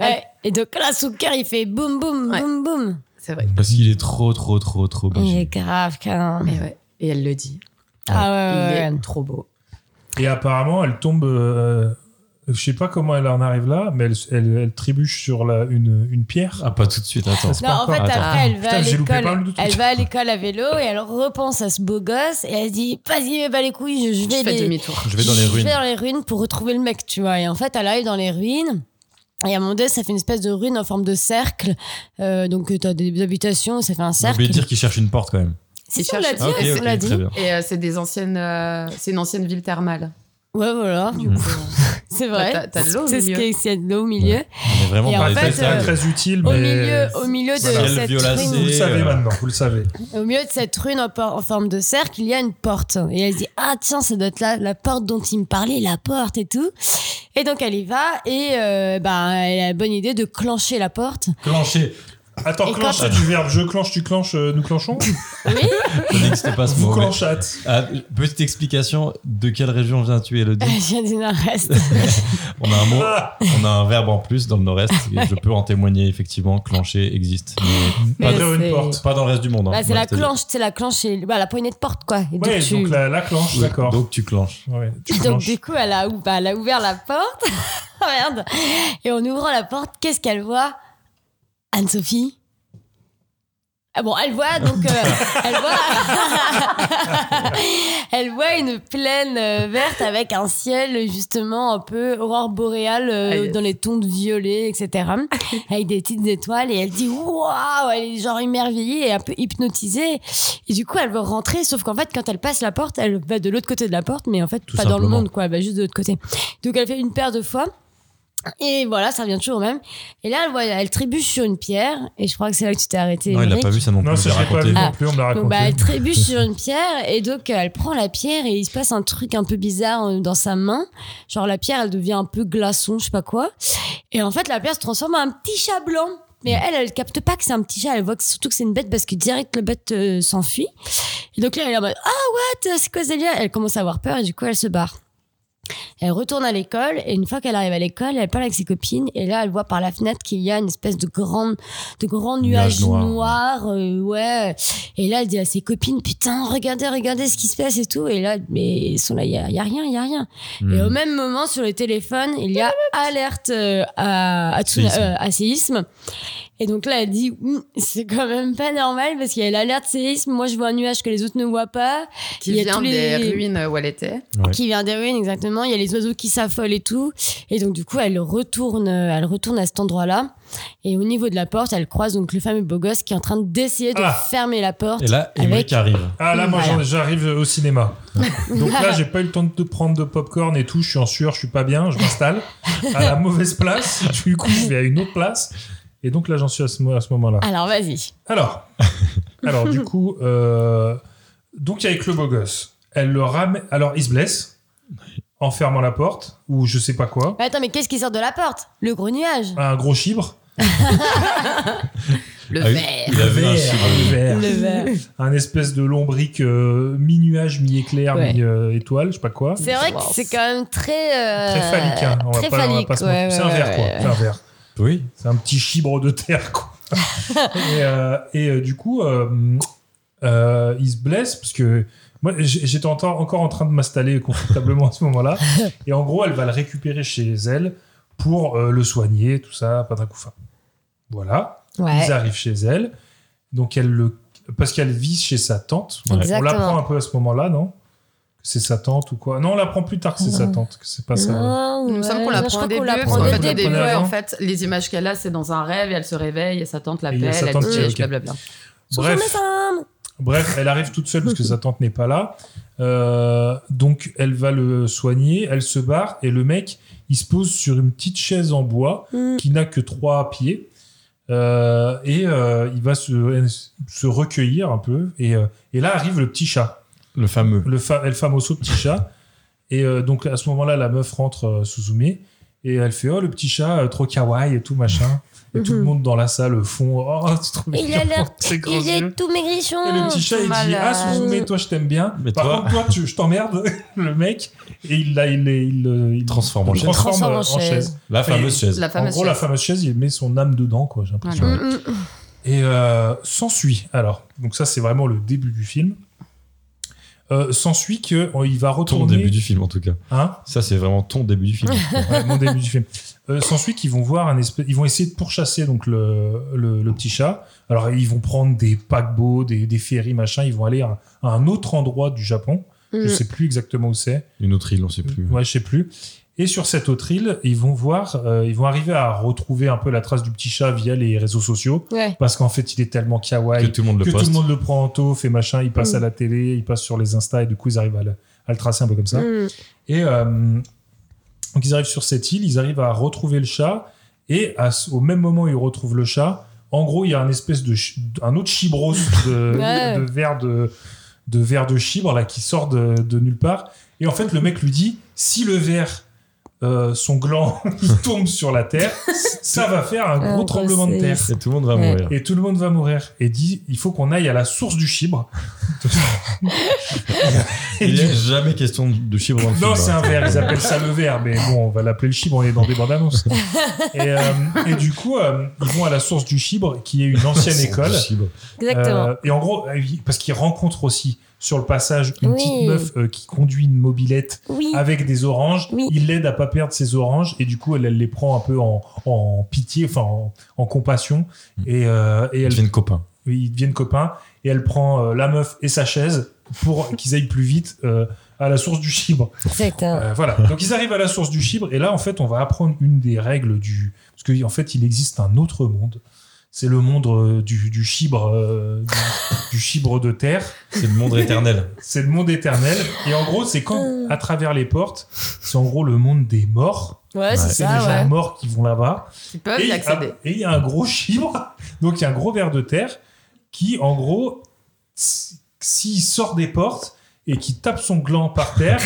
[SPEAKER 6] Ouais, Et donc là, Souker, il fait boum, boum,
[SPEAKER 9] Ouais.
[SPEAKER 6] boum, boum.
[SPEAKER 9] C'est vrai.
[SPEAKER 5] Parce qu'il est trop, trop, trop, trop
[SPEAKER 6] Il est
[SPEAKER 5] belge.
[SPEAKER 6] grave, quand même.
[SPEAKER 9] Et, Eh ouais. et elle le dit.
[SPEAKER 6] Ah ouais,
[SPEAKER 9] Il
[SPEAKER 6] ouais, ouais.
[SPEAKER 9] est trop beau.
[SPEAKER 7] Et apparemment, elle tombe euh, Je sais pas comment elle en arrive là, mais elle, elle- elle trébuche sur la- une, une pierre.
[SPEAKER 5] Ah, pas tout de suite, attends.
[SPEAKER 6] Non, en fait, après, elle va
[SPEAKER 7] Putain,
[SPEAKER 6] à
[SPEAKER 7] j'ai loupé pas mal
[SPEAKER 6] l'école.
[SPEAKER 7] de trucs.
[SPEAKER 6] Elle va à l'école à vélo et elle repense à ce beau gosse et elle se dit Vas-y, mais bah les couilles, je, je vais.
[SPEAKER 9] fais
[SPEAKER 6] les-
[SPEAKER 9] demi-tour.
[SPEAKER 5] Je vais dans les
[SPEAKER 6] Je
[SPEAKER 5] ruines.
[SPEAKER 6] vais dans les ruines pour retrouver le mec, tu vois. Et en fait, elle arrive dans les ruines. Et à mon dieu, ça fait une espèce de ruine en forme de cercle. Euh, donc, t'as des habitations, ça fait un
[SPEAKER 5] J'ai
[SPEAKER 6] cercle.
[SPEAKER 5] oublié de dire qu'il cherche une porte quand même.
[SPEAKER 6] C'est
[SPEAKER 9] Ils
[SPEAKER 6] sûr, on l'a
[SPEAKER 9] cherchent-
[SPEAKER 6] dit.
[SPEAKER 5] Ah, ok,
[SPEAKER 9] c'est-
[SPEAKER 5] ok,
[SPEAKER 9] on l'a
[SPEAKER 5] très
[SPEAKER 9] dit.
[SPEAKER 5] bien.
[SPEAKER 9] Et euh, c'est des anciennes, euh, c'est une ancienne ville thermale.
[SPEAKER 6] Ouais, voilà.
[SPEAKER 9] Du coup, euh,
[SPEAKER 6] C'est
[SPEAKER 9] T'as-
[SPEAKER 6] vrai.
[SPEAKER 9] t'as de l'eau au
[SPEAKER 6] C'est ce
[SPEAKER 9] milieu.
[SPEAKER 6] qu'il y a- c'est de l'eau au milieu.
[SPEAKER 5] On est vraiment
[SPEAKER 6] Et
[SPEAKER 5] dans
[SPEAKER 6] en
[SPEAKER 5] les
[SPEAKER 6] fait,
[SPEAKER 5] détails.
[SPEAKER 6] euh,
[SPEAKER 7] Très utile,
[SPEAKER 6] Au
[SPEAKER 7] mais.
[SPEAKER 6] milieu, au milieu de
[SPEAKER 5] Ciel
[SPEAKER 6] cette
[SPEAKER 5] violacé.
[SPEAKER 6] ruine.
[SPEAKER 7] Vous le
[SPEAKER 5] euh,
[SPEAKER 7] savez maintenant, vous le savez.
[SPEAKER 6] Au milieu de cette rune en, por- en forme de cercle, il y a une porte. Et elle se dit Ah, tiens, ça doit être la, la porte dont il me parlait, la porte et tout. Et donc, elle y va et euh, bah, elle a la bonne idée de clencher la porte.
[SPEAKER 5] Clencher.
[SPEAKER 7] Attends,
[SPEAKER 6] Et
[SPEAKER 7] clenche,
[SPEAKER 6] quand-
[SPEAKER 7] c'est du verbe je clenche, tu clenches, euh, nous clenchons
[SPEAKER 5] Ça n'existe pas ce
[SPEAKER 7] Vous
[SPEAKER 5] mot. mais-
[SPEAKER 7] clenchâtes.
[SPEAKER 5] Ah, petite explication de quelle région vient tu Elodie
[SPEAKER 6] Elle vient du nord-est.
[SPEAKER 5] On a un mot,
[SPEAKER 7] Ah,
[SPEAKER 5] on a un verbe en plus dans le Nord-Est. et je peux en témoigner effectivement. Clencher existe, mais
[SPEAKER 9] Mais
[SPEAKER 7] Ouvrir une
[SPEAKER 9] c'est-
[SPEAKER 7] porte.
[SPEAKER 5] pas dans le reste du monde. hein.
[SPEAKER 6] Bah, c'est
[SPEAKER 5] Ouais,
[SPEAKER 6] la
[SPEAKER 5] c'est-à-dire-
[SPEAKER 6] clenche, c'est la clenche, et- bah, la poignée de porte, quoi. Et
[SPEAKER 7] Ouais,
[SPEAKER 6] donc, tu-
[SPEAKER 7] donc la, la clenche,
[SPEAKER 5] Oui,
[SPEAKER 7] d'accord.
[SPEAKER 5] Donc tu clenches.
[SPEAKER 7] Ouais, tu
[SPEAKER 6] Donc,
[SPEAKER 7] clenches.
[SPEAKER 6] du coup, elle a, ou- bah, elle a ouvert la porte. Merde. Et en ouvrant la porte, qu'est-ce qu'elle voit Anne-Sophie ah bon, elle voit donc euh, elle voit elle voit une plaine euh, verte avec un ciel justement un peu aurore boréale euh,
[SPEAKER 9] Ah, yes.
[SPEAKER 6] dans les tons de violet etc avec des petites étoiles et elle dit waouh elle est genre émerveillée et un peu hypnotisée et du coup elle veut rentrer sauf qu'en fait quand elle passe la porte elle va de l'autre côté de la porte mais en fait
[SPEAKER 5] Tout
[SPEAKER 6] pas dans le
[SPEAKER 5] simplement.
[SPEAKER 6] monde quoi elle va juste de l'autre côté donc elle fait une paire de fois et voilà, ça revient toujours au même. Et là, elle, voit, elle trébuche sur une pierre. Et je crois que c'est là que tu t'es arrêté.
[SPEAKER 5] Non, il l'a
[SPEAKER 6] Émeric.
[SPEAKER 5] pas vu ça non plus.
[SPEAKER 7] Non,
[SPEAKER 5] je
[SPEAKER 7] ça
[SPEAKER 5] l'ai
[SPEAKER 7] je l'ai
[SPEAKER 5] raconté.
[SPEAKER 7] pas vu non
[SPEAKER 6] Ah.
[SPEAKER 7] plus, on me l'a
[SPEAKER 6] Donc, bah, elle
[SPEAKER 7] raconté.
[SPEAKER 6] trébuche sur une pierre et donc euh, elle prend la pierre et il se passe un truc un peu bizarre euh, dans sa main. Genre la pierre, elle devient un peu glaçon, je sais pas quoi. Et en fait, la pierre se transforme en un petit chat blanc. Mais elle, elle capte pas que c'est un petit chat. Elle voit que- surtout que c'est une bête parce que direct, la bête euh, s'enfuit. Et donc là, elle est en mode Ah, what C'est quoi ce délire Elle commence à avoir peur et du coup, elle se barre. Elle retourne à l'école et une fois qu'elle arrive à l'école, elle parle avec ses copines et là, elle voit par la fenêtre qu'il y a une espèce de grand, de grand
[SPEAKER 5] Nuage
[SPEAKER 6] nuage
[SPEAKER 5] noir,
[SPEAKER 6] noir.
[SPEAKER 5] ouais.
[SPEAKER 6] euh, ouais. Et là, elle dit à ses copines, putain, regardez, regardez ce qui se passe et tout. Et là, mais ils sont là, il y a, il y a rien, il y a rien. Et au même moment, sur le téléphone, il y a alerte euh, à, à, tsun-
[SPEAKER 5] Séisme.
[SPEAKER 6] euh, à séisme. Et donc là, elle dit, Hum, c'est quand même pas normal parce qu'il y a l'alerte séisme. Moi, je vois un nuage que les autres ne voient pas,
[SPEAKER 9] qui
[SPEAKER 6] Il y a
[SPEAKER 9] vient
[SPEAKER 6] tous
[SPEAKER 9] des
[SPEAKER 6] les-
[SPEAKER 9] ruines où elle était.
[SPEAKER 5] Ouais.
[SPEAKER 6] qui vient des ruines exactement. Il y a les oiseaux qui s'affolent et tout. Et donc, du coup, elle retourne, euh, elle retourne à cet endroit-là. Et au niveau de la porte, elle croise donc le fameux beau gosse qui est en train d'essayer de
[SPEAKER 7] Ah.
[SPEAKER 6] fermer la porte.
[SPEAKER 5] Et là,
[SPEAKER 6] Avec-
[SPEAKER 5] Émeric arrive.
[SPEAKER 7] Ah là, moi
[SPEAKER 6] Voilà.
[SPEAKER 7] j'en- j'arrive au cinéma. Donc là, j'ai pas eu le temps de prendre de popcorn et tout. Je suis en sueur, je suis pas bien, je m'installe à la mauvaise place. Du coup, je vais à une autre place. Et donc là, j'en suis à ce, mo- à ce moment-là.
[SPEAKER 6] Alors, vas-y.
[SPEAKER 7] Alors, alors du coup, euh, donc avec le beau gosse, elle le ramène. Alors, il se blesse en fermant la porte ou je sais pas quoi.
[SPEAKER 6] Mais attends, mais qu'est-ce qui sort de la porte Le gros nuage.
[SPEAKER 7] Un gros chibre.
[SPEAKER 9] Le
[SPEAKER 5] Ah oui,
[SPEAKER 9] verre.
[SPEAKER 5] Il avait un
[SPEAKER 7] Vert,
[SPEAKER 5] chibre.
[SPEAKER 7] vert.
[SPEAKER 6] Le verre.
[SPEAKER 7] Un espèce de lombric euh, mi-nuage, mi-éclair,
[SPEAKER 6] Ouais.
[SPEAKER 7] mi-étoile, je sais pas quoi.
[SPEAKER 6] C'est vrai que c'est quand même très. euh,
[SPEAKER 7] Très phallique, hein. on,
[SPEAKER 6] très
[SPEAKER 7] va pas, on va
[SPEAKER 6] phallique,
[SPEAKER 7] pas se
[SPEAKER 6] ouais,
[SPEAKER 7] mentir. C'est un
[SPEAKER 6] ouais,
[SPEAKER 7] verre, quoi.
[SPEAKER 6] ouais,
[SPEAKER 7] C'est un verre.
[SPEAKER 5] Oui.
[SPEAKER 7] C'est un petit chibre de terre, quoi. et euh, et, euh, du coup, euh, euh, il se blesse parce que moi, j- j'étais en- encore en train de m'installer confortablement à ce moment-là. Et en gros, elle va le récupérer chez elle pour euh, le soigner, tout ça, patracoufa. Voilà.
[SPEAKER 6] Ouais.
[SPEAKER 7] Ils arrivent chez elle. Donc, elle le. Parce qu'elle vit chez sa tante.
[SPEAKER 5] Ouais.
[SPEAKER 6] Exactement.
[SPEAKER 7] On l'apprend un peu à ce moment-là, non Que c'est sa tante ou quoi Non, on l'apprend plus tard que c'est sa tante, que c'est pas sa.
[SPEAKER 6] Non,
[SPEAKER 9] Il me
[SPEAKER 6] Oh, ouais,
[SPEAKER 9] semble qu'on
[SPEAKER 6] non, je
[SPEAKER 9] l'apprend
[SPEAKER 6] crois
[SPEAKER 9] au début.
[SPEAKER 6] qu'on
[SPEAKER 9] parce
[SPEAKER 6] l'apprend
[SPEAKER 9] qu'en
[SPEAKER 6] dès
[SPEAKER 7] Ouais,
[SPEAKER 6] le
[SPEAKER 9] fait, au
[SPEAKER 6] début.
[SPEAKER 9] début,
[SPEAKER 7] ouais.
[SPEAKER 9] en fait, les images qu'elle a, c'est dans un rêve et elle se réveille et sa tante
[SPEAKER 7] il y a
[SPEAKER 9] l'appelle,
[SPEAKER 7] sa
[SPEAKER 9] elle
[SPEAKER 7] tante qui-
[SPEAKER 9] dit euh,
[SPEAKER 7] ok.
[SPEAKER 9] blablabla.
[SPEAKER 7] Bref. Bref, elle arrive toute seule parce que sa tante n'est pas là. Euh, donc, elle va le soigner, elle se barre et le mec, il se pose sur une petite chaise en bois
[SPEAKER 6] Mm.
[SPEAKER 7] qui n'a que trois pieds. Euh, et euh, il va se, se recueillir un peu. Et, euh, et là arrive le petit chat,
[SPEAKER 5] Le fameux.
[SPEAKER 7] le, fa el famoso petit chat. Et euh, donc, à ce moment-là, la meuf rentre euh, Suzume et elle fait Oh, le petit chat, euh, trop kawaii et tout machin. Et tout le
[SPEAKER 6] Mhm.
[SPEAKER 7] monde dans la salle fond Oh, c'est trop
[SPEAKER 6] Il
[SPEAKER 7] mignon,
[SPEAKER 6] a l'air-
[SPEAKER 7] ses grands
[SPEAKER 6] Il
[SPEAKER 7] yeux.
[SPEAKER 6] est tout maigrichon.
[SPEAKER 7] Et le petit chat, il dit
[SPEAKER 9] malade.
[SPEAKER 7] Ah, Suzume, toi, je t'aime bien.
[SPEAKER 5] Mais
[SPEAKER 7] Par
[SPEAKER 5] toi-
[SPEAKER 7] contre, toi, tu, je t'emmerde, le mec. Et il, la- il, il, euh, il, il
[SPEAKER 5] Transforme en
[SPEAKER 7] le
[SPEAKER 5] chaise.
[SPEAKER 7] transforme
[SPEAKER 6] Transforme en
[SPEAKER 7] en
[SPEAKER 6] chaise.
[SPEAKER 7] chaise.
[SPEAKER 5] La fameuse chaise.
[SPEAKER 9] La
[SPEAKER 7] En
[SPEAKER 9] fameuse
[SPEAKER 7] gros, la
[SPEAKER 9] chaise.
[SPEAKER 7] fameuse chaise, il met son âme dedans, quoi, j'ai l'impression.
[SPEAKER 9] Voilà.
[SPEAKER 6] Mm, mm, mm.
[SPEAKER 7] Et euh, s'ensuit, alors. Donc, ça, c'est vraiment le début du film. euh, s'ensuit qu'il va
[SPEAKER 5] Ton
[SPEAKER 7] retourner.
[SPEAKER 5] début du film, en tout cas.
[SPEAKER 7] Hein
[SPEAKER 5] Ça, c'est vraiment ton début du film.
[SPEAKER 7] Ouais, mon début du film. Euh, S'ensuit qu'ils vont voir un espèce, ils vont essayer de pourchasser donc le, le, le petit chat. Alors ils vont prendre des paquebots, des, des ferries, machin. Ils vont aller à, à un autre endroit du Japon. Je
[SPEAKER 6] mm.
[SPEAKER 5] Mhm.
[SPEAKER 7] sais plus exactement où c'est.
[SPEAKER 5] Une autre île, on sait plus.
[SPEAKER 7] Ouais, je sais plus. Et sur cette autre île, ils vont voir, euh, ils vont arriver à retrouver un peu la trace du petit chat via les réseaux sociaux,
[SPEAKER 6] Ouais.
[SPEAKER 7] parce qu'en fait, il est tellement kawaii
[SPEAKER 5] Que tout le monde le
[SPEAKER 7] que
[SPEAKER 5] poste.
[SPEAKER 7] tout le monde le prend en taupe et machin. Il passe
[SPEAKER 5] Mm.
[SPEAKER 7] à la télé, il passe sur les Insta et du coup, ils arrivent à le, à le tracer un peu comme ça.
[SPEAKER 5] Mm.
[SPEAKER 7] Et euh, donc, ils arrivent sur cette île, ils arrivent à retrouver le chat et à ce- au même moment où ils retrouvent le chat, en gros, il y a un espèce de chi- un autre chibros de,
[SPEAKER 5] Ouais.
[SPEAKER 7] de verre de de verre de chibre là qui sort de, de nulle part. Et en fait, le mec lui dit si le verre euh, son gland il tombe sur la terre, ça va faire un gros
[SPEAKER 5] Ah,
[SPEAKER 7] tremblement de
[SPEAKER 5] c'est-
[SPEAKER 7] terre.
[SPEAKER 5] Et tout le monde va Ouais. mourir.
[SPEAKER 7] Et tout le monde va mourir. Et dit il faut qu'on aille à la source du chibre.
[SPEAKER 5] Il n'y a jamais question de chibre dans le film.
[SPEAKER 7] Non, c'est
[SPEAKER 5] hein.
[SPEAKER 7] un verre, ils appellent ça le verre, mais bon, on va l'appeler le chibre, on est dans des bandes annonces. Et, euh, et du coup, euh, ils vont à la source du chibre, qui est une ancienne
[SPEAKER 5] Source du
[SPEAKER 7] école. Euh,
[SPEAKER 5] chibre.
[SPEAKER 6] Exactement.
[SPEAKER 7] et en gros, euh, parce qu'ils rencontrent aussi sur le passage une
[SPEAKER 6] Oui.
[SPEAKER 7] petite meuf euh, qui conduit une mobilette
[SPEAKER 6] Oui.
[SPEAKER 5] ah,
[SPEAKER 7] avec des oranges. Il l'aide à pas perdre ses oranges et du coup, elle, elle les prend un peu en, en pitié, enfin en, en compassion. Et, euh, et elle,
[SPEAKER 5] deviennent copains.
[SPEAKER 7] oui, ils deviennent copains et elle prend euh, la meuf et sa chaise pour qu'ils aillent plus vite euh, à la source du chibre.
[SPEAKER 6] Exactement.
[SPEAKER 7] Euh, voilà. Donc ils arrivent à la source du chibre et là en fait on va apprendre une des règles du parce que en fait il existe un autre monde. C'est le monde euh, du, du chibre euh, du, du chibre de terre.
[SPEAKER 5] C'est le monde éternel.
[SPEAKER 7] C'est le monde éternel et en gros c'est quand à travers les portes c'est en gros le monde des morts.
[SPEAKER 6] Ouais, c'est
[SPEAKER 7] c'est
[SPEAKER 6] ça,
[SPEAKER 7] les gens
[SPEAKER 6] ouais.
[SPEAKER 7] morts qui vont là-bas.
[SPEAKER 9] Ils peuvent
[SPEAKER 7] et Ah.
[SPEAKER 9] y
[SPEAKER 7] il a-
[SPEAKER 9] accéder.
[SPEAKER 7] Et il y a un gros chibre, donc il y a un gros ver de terre qui, en gros, s- s'il sort des portes et qui tape son gland par terre,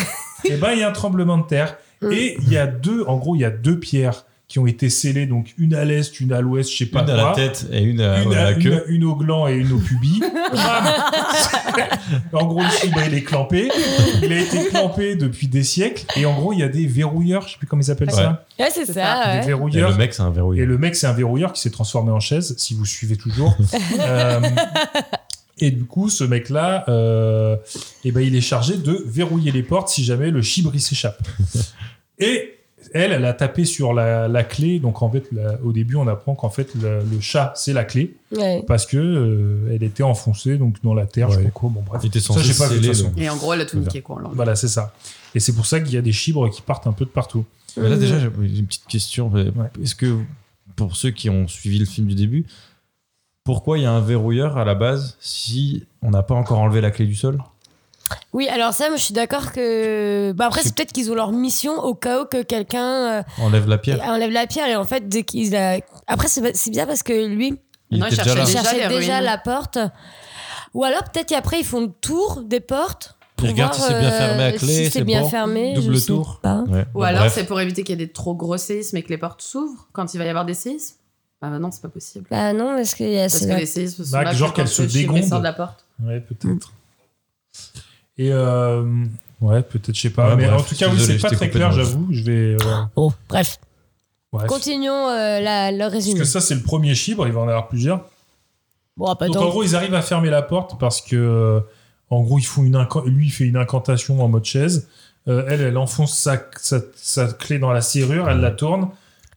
[SPEAKER 7] et ben il y a un tremblement de terre.
[SPEAKER 6] Mm.
[SPEAKER 7] Et il y a deux, en gros, il y a deux pierres qui ont été scellées, donc une à l'est, une à l'ouest, je sais pas
[SPEAKER 5] Une à
[SPEAKER 7] quoi.
[SPEAKER 5] la tête et une à,
[SPEAKER 7] Une,
[SPEAKER 5] ouais, à la
[SPEAKER 7] à- une
[SPEAKER 5] queue.
[SPEAKER 7] à- une au gland et une au pubis. en gros, le chibre, il est clampé. Il a été clampé depuis des siècles. Et en gros, il y a des verrouilleurs, je sais plus comment ils appellent ça.
[SPEAKER 6] Ouais, c'est ça.
[SPEAKER 7] Des
[SPEAKER 6] ouais.
[SPEAKER 7] verrouilleurs.
[SPEAKER 5] Et le mec, c'est un verrouilleur.
[SPEAKER 7] Et le mec, c'est un verrouilleur qui s'est transformé en chaise, si vous suivez toujours. Euh, et du coup, ce mec-là, euh, eh ben, il est chargé de verrouiller les portes si jamais le chibre il s'échappe. Et elle, elle a tapé sur la, la clé. Donc, en fait, la- au début, on apprend qu'en fait, le, le chat, c'est la clé.
[SPEAKER 6] Ouais.
[SPEAKER 7] Parce que euh, elle était enfoncée donc dans la terre, je sais pas quoi. Bon, bref.
[SPEAKER 5] Il était
[SPEAKER 7] Ça,
[SPEAKER 5] censé
[SPEAKER 7] j'ai pas vu, de toute
[SPEAKER 5] sceller,
[SPEAKER 7] façon.
[SPEAKER 5] donc.
[SPEAKER 9] Et en gros, elle a tout niqué, quoi, en l'enlevant.
[SPEAKER 7] Voilà, c'est ça. Et c'est pour ça qu'il y a des chibres qui partent un peu de partout.
[SPEAKER 5] Mais Bah là, déjà, j'ai une petite question. Est-ce que, pour ceux qui ont suivi le film du début, pourquoi il y a un verrouilleur à la base si on n'a pas encore enlevé la clé du sol
[SPEAKER 6] Oui, alors ça, moi, je suis d'accord que. Bah, après, c'est peut-être qu'ils ont leur mission au cas où que quelqu'un euh,
[SPEAKER 5] Enlève la pierre.
[SPEAKER 6] enlève la pierre et en fait, dès qu'ils a. Après, c'est c'est bizarre parce que lui,
[SPEAKER 5] Il Non, il était Bah, déjà cherchait là. déjà
[SPEAKER 6] cherchait
[SPEAKER 5] les
[SPEAKER 6] déjà
[SPEAKER 5] ruines.
[SPEAKER 6] la porte. Ou alors, peut-être qu'après, ils font le tour des portes.
[SPEAKER 5] Ils
[SPEAKER 6] pour
[SPEAKER 5] regardent si
[SPEAKER 6] voir,
[SPEAKER 5] c'est bien
[SPEAKER 6] euh,
[SPEAKER 5] fermé à clé,
[SPEAKER 6] Si c'est
[SPEAKER 5] c'est
[SPEAKER 6] bien
[SPEAKER 5] bon.
[SPEAKER 6] fermé.
[SPEAKER 5] Double
[SPEAKER 6] je sais
[SPEAKER 5] tour.
[SPEAKER 6] pas.
[SPEAKER 5] Ouais.
[SPEAKER 9] Ou
[SPEAKER 5] Bon,
[SPEAKER 9] alors,
[SPEAKER 5] bref.
[SPEAKER 9] c'est pour éviter qu'il y ait des trop gros séismes et que les portes s'ouvrent quand il va y avoir des séismes Ah bah non, c'est pas possible.
[SPEAKER 6] Bah non, parce qu'il y a.
[SPEAKER 9] Parce
[SPEAKER 6] c'est
[SPEAKER 9] que
[SPEAKER 6] la-
[SPEAKER 9] les séismes sont
[SPEAKER 7] Bah,
[SPEAKER 9] là
[SPEAKER 7] genre
[SPEAKER 9] pour
[SPEAKER 7] qu'elle
[SPEAKER 9] quand
[SPEAKER 7] se
[SPEAKER 9] le chibre, il
[SPEAKER 7] dégonde.
[SPEAKER 9] sort de la porte.
[SPEAKER 7] Ouais, peut-être. Et euh, ouais, peut-être, je sais pas.
[SPEAKER 5] Ouais,
[SPEAKER 7] mais
[SPEAKER 5] bref,
[SPEAKER 7] en tout cas,
[SPEAKER 5] je suis
[SPEAKER 7] oui, c'est
[SPEAKER 5] désolé,
[SPEAKER 7] pas
[SPEAKER 5] j'étais
[SPEAKER 7] très clair,
[SPEAKER 5] complètement-
[SPEAKER 7] j'avoue. Je vais. euh,
[SPEAKER 6] Oh, Bref.
[SPEAKER 7] bref.
[SPEAKER 6] Continuons euh, la, le
[SPEAKER 7] Parce
[SPEAKER 6] résumé.
[SPEAKER 7] que ça, c'est le premier chibre, il va en avoir plusieurs.
[SPEAKER 6] Bon, bah, pas
[SPEAKER 7] Donc, en gros, ils arrivent à fermer la porte parce que, euh, en gros, ils font une incan- lui, il fait une incantation en mode chaise. Euh, elle, elle enfonce sa, sa, sa clé dans la serrure, elle la tourne.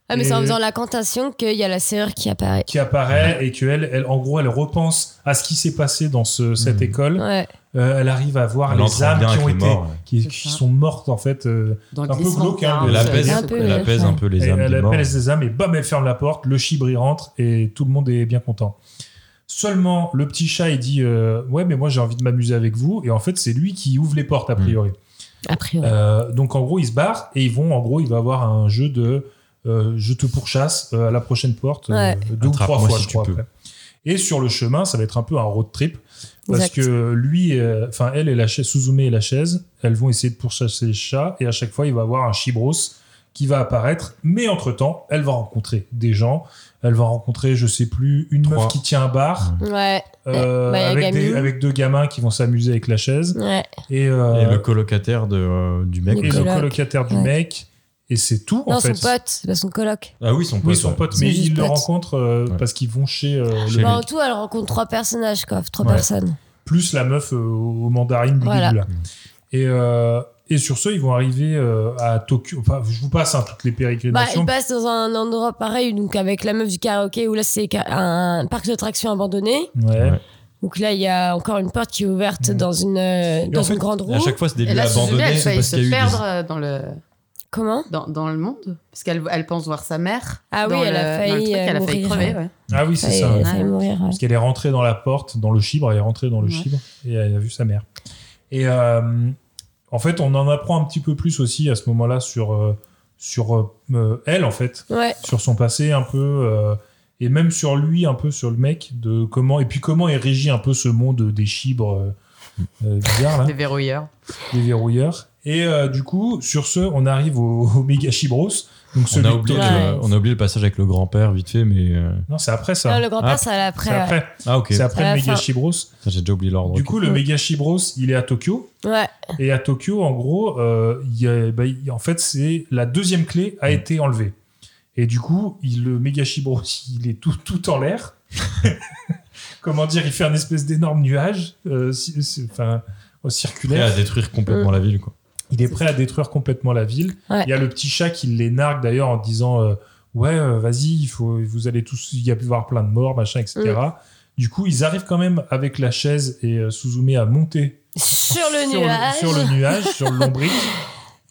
[SPEAKER 6] Ah, mais c'est en
[SPEAKER 7] Et-
[SPEAKER 6] faisant la cantation qu'il y a la serrure qui apparaît.
[SPEAKER 7] qui apparaît et que elle, elle, en gros, elle repense à ce qui s'est passé dans ce- cette école.
[SPEAKER 6] Ouais.
[SPEAKER 7] Euh, elle arrive à voir
[SPEAKER 5] Hmm. Elle entre
[SPEAKER 7] les
[SPEAKER 5] en
[SPEAKER 7] âmes
[SPEAKER 5] lien
[SPEAKER 7] qui
[SPEAKER 5] avec
[SPEAKER 7] ont
[SPEAKER 5] les
[SPEAKER 7] été,
[SPEAKER 5] morts, ouais.
[SPEAKER 7] qui, qui sont mortes en fait. euh,
[SPEAKER 5] Dans le
[SPEAKER 7] un peu
[SPEAKER 5] glissement
[SPEAKER 7] glauque.
[SPEAKER 5] de
[SPEAKER 7] hein,
[SPEAKER 5] terrain,
[SPEAKER 9] Ah,
[SPEAKER 7] le-
[SPEAKER 5] Elle apaise-
[SPEAKER 7] le-
[SPEAKER 5] Un peu, elle apaise un peu les
[SPEAKER 7] Et euh,
[SPEAKER 5] âmes
[SPEAKER 7] Elle
[SPEAKER 5] des morts.
[SPEAKER 7] apaise les âmes et bam, elle ferme la porte. Le chibre y rentre et tout le monde est bien content. Seulement, le petit chat, il dit euh, ouais, mais moi j'ai envie de m'amuser avec vous. Et en fait, c'est lui qui ouvre les portes a
[SPEAKER 5] Hmm.
[SPEAKER 7] priori.
[SPEAKER 6] A priori.
[SPEAKER 7] Euh, donc en gros, ils se barrent et ils vont, en gros, il va avoir un jeu de euh, je te pourchasse euh, à la prochaine porte euh,
[SPEAKER 5] Ouais.
[SPEAKER 7] deux ou trois
[SPEAKER 5] Attrape-moi
[SPEAKER 7] fois,
[SPEAKER 5] si
[SPEAKER 7] je
[SPEAKER 5] tu
[SPEAKER 7] crois.
[SPEAKER 5] peux.
[SPEAKER 7] après. Et sur le chemin, ça va être un peu un road trip parce
[SPEAKER 5] Exact.
[SPEAKER 7] que lui, euh, enfin elle et la chaise, Suzume et la chaise, elles vont essayer de pourchasser le chat et à chaque fois, il va avoir un chibros qui va apparaître, mais entre temps, elle va rencontrer des gens. Elle va rencontrer, je sais plus, une meuf qui tient un bar.
[SPEAKER 6] Ouais.
[SPEAKER 7] euh,
[SPEAKER 6] Bah, il y a
[SPEAKER 7] avec, des-
[SPEAKER 6] Gamine.
[SPEAKER 7] avec deux gamins qui vont s'amuser avec la chaise
[SPEAKER 6] Ouais.
[SPEAKER 7] et, euh,
[SPEAKER 5] Et le colocataire de, euh, du mec.
[SPEAKER 7] et le colocataire du
[SPEAKER 6] Ouais.
[SPEAKER 7] mec. Et c'est tout, en
[SPEAKER 6] Non,
[SPEAKER 7] fait.
[SPEAKER 6] son pote, c'est pas son coloc.
[SPEAKER 5] Ah oui, son pote.
[SPEAKER 7] Oui, son
[SPEAKER 5] ouais.
[SPEAKER 7] pote,
[SPEAKER 6] Son
[SPEAKER 7] mais ils
[SPEAKER 6] juste
[SPEAKER 7] le
[SPEAKER 6] pote.
[SPEAKER 7] rencontrent euh, parce qu'ils vont chez euh, le
[SPEAKER 6] Bah, en
[SPEAKER 7] mec.
[SPEAKER 6] tout, elle rencontre trois personnages, quoi. Trois
[SPEAKER 7] Ouais.
[SPEAKER 6] personnes.
[SPEAKER 7] plus la meuf euh, aux mandarines du
[SPEAKER 6] Voilà.
[SPEAKER 7] début là. Et, euh, et sur ce, ils vont arriver euh, à Tokyo. Enfin, je vous passe hein, toutes les
[SPEAKER 6] Bah,
[SPEAKER 7] pérégrinations.
[SPEAKER 6] il passe dans un endroit pareil, donc avec la meuf du karaoké, où là c'est ca- un parc d'attractions abandonné.
[SPEAKER 7] Ouais.
[SPEAKER 6] Donc là, il y a encore une porte qui est ouverte dans une, euh, dans
[SPEAKER 5] en
[SPEAKER 6] une
[SPEAKER 5] fait,
[SPEAKER 6] grande roue.
[SPEAKER 5] à chaque fois, ce début
[SPEAKER 9] Et là,
[SPEAKER 5] abandonné,
[SPEAKER 9] Suzume, elle
[SPEAKER 5] c'est
[SPEAKER 9] faillit
[SPEAKER 5] parce
[SPEAKER 9] se
[SPEAKER 5] qu'il y a eu des-
[SPEAKER 9] perdre euh, dans le.
[SPEAKER 6] Comment
[SPEAKER 9] dans, dans le monde. Parce qu'elle elle pense voir sa mère.
[SPEAKER 6] Ah
[SPEAKER 9] dans
[SPEAKER 6] oui, elle
[SPEAKER 9] le-
[SPEAKER 6] a
[SPEAKER 9] dans le
[SPEAKER 6] failli,
[SPEAKER 9] truc,
[SPEAKER 6] euh,
[SPEAKER 9] elle a failli
[SPEAKER 6] mourir,
[SPEAKER 9] crever,
[SPEAKER 6] ouais.
[SPEAKER 9] ouais.
[SPEAKER 7] Ah oui, c'est
[SPEAKER 6] Failli-
[SPEAKER 7] ça. ouais.
[SPEAKER 6] failli mourir, ouais.
[SPEAKER 7] Parce qu'elle est rentrée dans la porte, dans le chibre, elle est rentrée dans le
[SPEAKER 9] Ouais.
[SPEAKER 7] chibre et elle a vu sa mère. Et euh, en fait, on en apprend un petit peu plus aussi à ce moment-là sur, euh, sur euh, euh, elle, en fait.
[SPEAKER 6] Ouais.
[SPEAKER 7] Sur son passé un peu. euh, et même sur lui, un peu sur le mec, de comment. Et puis comment est régi un peu ce monde des chibres euh, euh, bizarres, là.
[SPEAKER 5] Hein
[SPEAKER 9] Des verrouilleurs.
[SPEAKER 7] Des verrouilleurs. Et euh, du coup, sur ce, on arrive au, au méga chibros. Donc
[SPEAKER 5] on,
[SPEAKER 7] celui
[SPEAKER 5] a
[SPEAKER 7] de
[SPEAKER 5] oublié
[SPEAKER 7] Tokyo.
[SPEAKER 5] le, on a oublié le passage avec le grand-père, vite fait, mais. euh,
[SPEAKER 7] Non, c'est après Hein. ça.
[SPEAKER 6] Non, le grand-père,
[SPEAKER 5] Ah,
[SPEAKER 6] ça l'a après.
[SPEAKER 7] C'est
[SPEAKER 6] ouais.
[SPEAKER 7] après.
[SPEAKER 5] Ah, ok.
[SPEAKER 7] C'est
[SPEAKER 6] À
[SPEAKER 7] après
[SPEAKER 6] la
[SPEAKER 7] le méga
[SPEAKER 6] fin.
[SPEAKER 7] chibros.
[SPEAKER 5] Ça, J'ai déjà oublié l'ordre.
[SPEAKER 7] Du
[SPEAKER 5] ok.
[SPEAKER 7] coup, le méga chibros, il est à Tokyo.
[SPEAKER 6] Ouais.
[SPEAKER 7] Et à Tokyo, en gros, euh, il y a- bah, il- en fait, c'est la deuxième clé
[SPEAKER 5] Mm.
[SPEAKER 7] a été enlevée. Et du coup, il, le méga chibros, il est tout, tout en l'air. Comment dire Il fait un espèce d'énorme nuage euh, ci- ci- enfin, au
[SPEAKER 5] Prêt
[SPEAKER 7] circulaire.
[SPEAKER 5] à détruire complètement la ville, quoi.
[SPEAKER 7] Il est prêt à détruire complètement la ville.
[SPEAKER 6] Ouais.
[SPEAKER 7] Il y a le petit chat qui les nargue d'ailleurs en disant euh, Ouais, euh, vas-y, il faut, vous allez tous, il y a pu y avoir plein de morts, machin, etc.
[SPEAKER 6] Mm.
[SPEAKER 7] Du coup, ils arrivent quand même avec la chaise et euh, Suzume à monter
[SPEAKER 6] Sur le nuage.
[SPEAKER 7] sur le nuage, sur le lombric.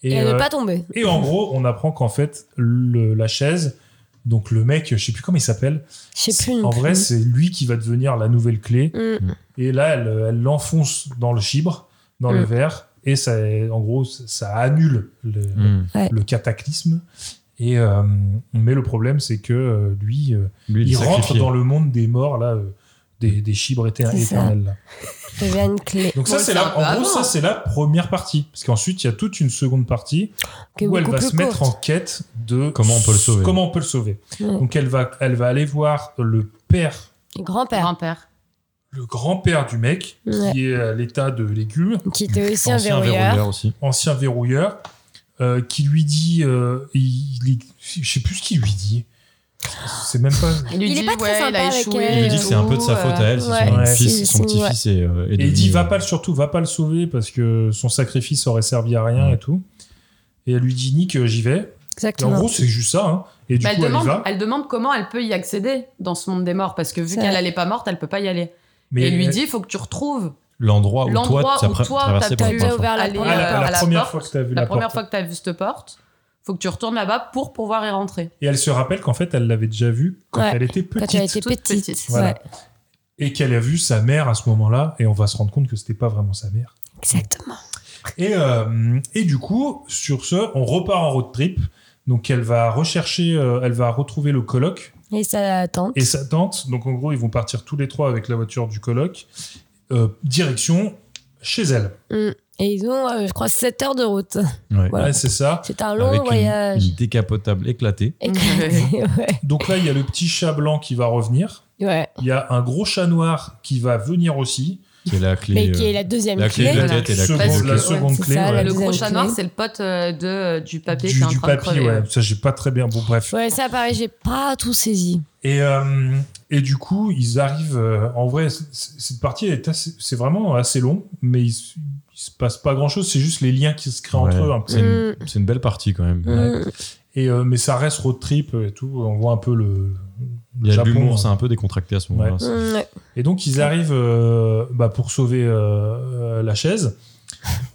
[SPEAKER 6] Et, à
[SPEAKER 7] euh,
[SPEAKER 6] ne pas tomber.
[SPEAKER 7] et en gros, on apprend qu'en fait, le- la chaise, donc le mec, je sais plus comment il s'appelle,
[SPEAKER 6] Je sais plus.
[SPEAKER 7] en vrai, c'est lui qui va devenir la nouvelle clé.
[SPEAKER 6] Mm.
[SPEAKER 7] Et là, elle elle l'enfonce dans le chibre, dans le
[SPEAKER 6] Mm.
[SPEAKER 7] verre, et ça, en gros, ça- ça annule le,
[SPEAKER 5] Mm.
[SPEAKER 6] Ouais.
[SPEAKER 7] le cataclysme. Et euh, mais le problème, c'est que euh, lui, euh,
[SPEAKER 5] Lui,
[SPEAKER 7] il,
[SPEAKER 5] est
[SPEAKER 7] rentre
[SPEAKER 5] sacrifié.
[SPEAKER 7] dans le monde des morts là, euh, des, des chibres éter-
[SPEAKER 6] C'est ça.
[SPEAKER 7] éternels. là.
[SPEAKER 6] Il y a une clé.
[SPEAKER 7] Donc ça,
[SPEAKER 9] Bon,
[SPEAKER 7] c'est
[SPEAKER 9] c'est un
[SPEAKER 7] la,
[SPEAKER 9] peu
[SPEAKER 7] en gros,
[SPEAKER 9] avant.
[SPEAKER 6] hein.
[SPEAKER 7] ça c'est la première partie, parce qu'ensuite il y a toute une seconde partie
[SPEAKER 6] Qui est
[SPEAKER 7] où elle
[SPEAKER 6] beaucoup
[SPEAKER 7] va
[SPEAKER 6] plus
[SPEAKER 7] se mettre en
[SPEAKER 6] courte.
[SPEAKER 7] quête de
[SPEAKER 5] Comment on peut le sauver.
[SPEAKER 7] Comment on peut le sauver.
[SPEAKER 6] Ouais.
[SPEAKER 7] Donc elle va, elle va aller voir le père
[SPEAKER 6] Grand-père.
[SPEAKER 9] Grand-père.
[SPEAKER 7] le grand-père du mec,
[SPEAKER 6] Ouais.
[SPEAKER 7] qui est à l'état de légumes,
[SPEAKER 6] Qui était aussi un
[SPEAKER 5] Ancien
[SPEAKER 6] verrouilleur.
[SPEAKER 5] aussi.
[SPEAKER 7] ancien verrouilleur, euh, qui lui dit, euh, il, il- je sais plus ce qu'il lui dit. C'est même pas.
[SPEAKER 6] Il est
[SPEAKER 9] dit,
[SPEAKER 6] pas très
[SPEAKER 9] ouais,
[SPEAKER 6] sympa
[SPEAKER 9] il a
[SPEAKER 6] avec
[SPEAKER 9] échoué
[SPEAKER 6] elle.
[SPEAKER 5] Il lui dit que c'est un peu de sa
[SPEAKER 9] tout, euh,
[SPEAKER 5] faute à elle, c'est
[SPEAKER 6] ouais.
[SPEAKER 5] son
[SPEAKER 7] Ouais.
[SPEAKER 6] C'est-
[SPEAKER 5] fils, son
[SPEAKER 6] c'est-
[SPEAKER 5] petit-fils et, euh, est
[SPEAKER 7] Et il dit,
[SPEAKER 5] devenu,
[SPEAKER 7] va
[SPEAKER 5] euh,
[SPEAKER 7] pas le surtout, va pas le sauver parce que son sacrifice aurait servi à rien
[SPEAKER 5] Ouais.
[SPEAKER 7] et tout. Et elle lui dit, Nick, euh, j'y vais. Et en
[SPEAKER 6] Exactement.
[SPEAKER 7] gros, c'est juste ça. hein. Et du
[SPEAKER 9] Bah,
[SPEAKER 7] coup,
[SPEAKER 9] elle,
[SPEAKER 7] elle y
[SPEAKER 9] demande,
[SPEAKER 7] va.
[SPEAKER 9] elle demande comment elle peut y accéder dans ce monde des morts, parce que vu
[SPEAKER 6] C'est
[SPEAKER 9] qu'elle
[SPEAKER 6] vrai.
[SPEAKER 9] elle est pas morte, elle peut pas y aller.
[SPEAKER 7] Mais
[SPEAKER 9] et lui dit, il faut que tu retrouves
[SPEAKER 5] l'endroit où Ah, toi
[SPEAKER 9] l'endroit
[SPEAKER 5] tu as
[SPEAKER 9] où toi,
[SPEAKER 5] traversé
[SPEAKER 9] t'as
[SPEAKER 5] pour la
[SPEAKER 6] T'as
[SPEAKER 9] pu
[SPEAKER 5] première fois.
[SPEAKER 6] ouvert la
[SPEAKER 9] aller,
[SPEAKER 7] Ah, la,
[SPEAKER 6] première
[SPEAKER 9] euh,
[SPEAKER 7] la
[SPEAKER 6] porte.
[SPEAKER 9] à la
[SPEAKER 7] première
[SPEAKER 9] porte,
[SPEAKER 7] fois que tu as vu
[SPEAKER 9] la,
[SPEAKER 7] la,
[SPEAKER 9] première
[SPEAKER 7] porte.
[SPEAKER 9] fois que tu as vu cette porte, faut que tu retournes là-bas pour pouvoir y rentrer.
[SPEAKER 7] Et elle se rappelle qu'en fait, elle l'avait déjà vu quand
[SPEAKER 6] Ouais.
[SPEAKER 7] elle était
[SPEAKER 6] Quand elle
[SPEAKER 7] petite.
[SPEAKER 6] était
[SPEAKER 9] toute
[SPEAKER 6] petite.
[SPEAKER 9] petite.
[SPEAKER 7] Voilà.
[SPEAKER 6] Ouais,
[SPEAKER 7] Et qu'elle a vu sa mère à ce moment-là. Et on va se rendre compte que c'était pas vraiment sa mère.
[SPEAKER 6] Exactement.
[SPEAKER 7] Et, euh, et du coup, sur ce, on repart en road trip. Donc, elle va rechercher, euh, elle va retrouver le coloc
[SPEAKER 6] Et ça attend.
[SPEAKER 7] et sa tante. Donc, en gros, ils vont partir tous les trois avec la voiture du coloc. euh, direction chez elle.
[SPEAKER 6] Mm. Et ils ont, euh, je crois, 7 heures de route.
[SPEAKER 5] Ouais.
[SPEAKER 6] Voilà.
[SPEAKER 7] Ouais, c'est ça.
[SPEAKER 6] C'est un long
[SPEAKER 5] Avec une,
[SPEAKER 7] Mm.
[SPEAKER 6] voyage.
[SPEAKER 5] une décapotable éclatée.
[SPEAKER 6] Éclaté, ouais.
[SPEAKER 7] Donc là, il y a le petit chat blanc qui va revenir.
[SPEAKER 6] Ouais.
[SPEAKER 7] Il y a un gros chat noir qui va venir aussi.
[SPEAKER 5] Qui est la clé.
[SPEAKER 6] Mais qui
[SPEAKER 5] euh,
[SPEAKER 6] est la deuxième
[SPEAKER 5] la clé
[SPEAKER 6] clé.
[SPEAKER 5] de la
[SPEAKER 9] voilà.
[SPEAKER 5] tête et la clé
[SPEAKER 7] Seconde-
[SPEAKER 5] de
[SPEAKER 7] la
[SPEAKER 5] queue.
[SPEAKER 7] seconde
[SPEAKER 6] c'est
[SPEAKER 7] clé.
[SPEAKER 6] ça,
[SPEAKER 7] ouais.
[SPEAKER 6] la
[SPEAKER 9] le gros
[SPEAKER 6] deuxième
[SPEAKER 9] chat
[SPEAKER 6] clé.
[SPEAKER 9] noir, c'est le pote euh, de, euh, du papier qui
[SPEAKER 7] Du,
[SPEAKER 9] est en
[SPEAKER 7] du
[SPEAKER 9] train de
[SPEAKER 7] papier,
[SPEAKER 9] crever.
[SPEAKER 7] ouais. Ça, j'ai pas très bien. Bon, bref.
[SPEAKER 6] Ouais, ça pareil, j'ai pas tout saisi.
[SPEAKER 7] Et, euh, et du coup, ils arrivent. euh, en vrai, c- c- cette partie est assez- c'est vraiment assez long, mais il, s- il se passe pas grand chose. C'est juste les liens qui se créent entre
[SPEAKER 5] Ouais.
[SPEAKER 7] eux. un peu.
[SPEAKER 5] C'est une, c'est une belle partie quand même.
[SPEAKER 7] Ouais.
[SPEAKER 6] Mm.
[SPEAKER 7] Et euh, mais ça reste road trip et tout. On voit un peu le.
[SPEAKER 5] Il y a de
[SPEAKER 7] Japon,
[SPEAKER 5] l'humour, c'est
[SPEAKER 7] hein.
[SPEAKER 5] un peu décontracté à ce moment-là.
[SPEAKER 7] Ouais.
[SPEAKER 5] c'est-
[SPEAKER 6] Mm, ouais.
[SPEAKER 7] Et donc ils arrivent euh, bah, pour sauver euh, euh, la chaise.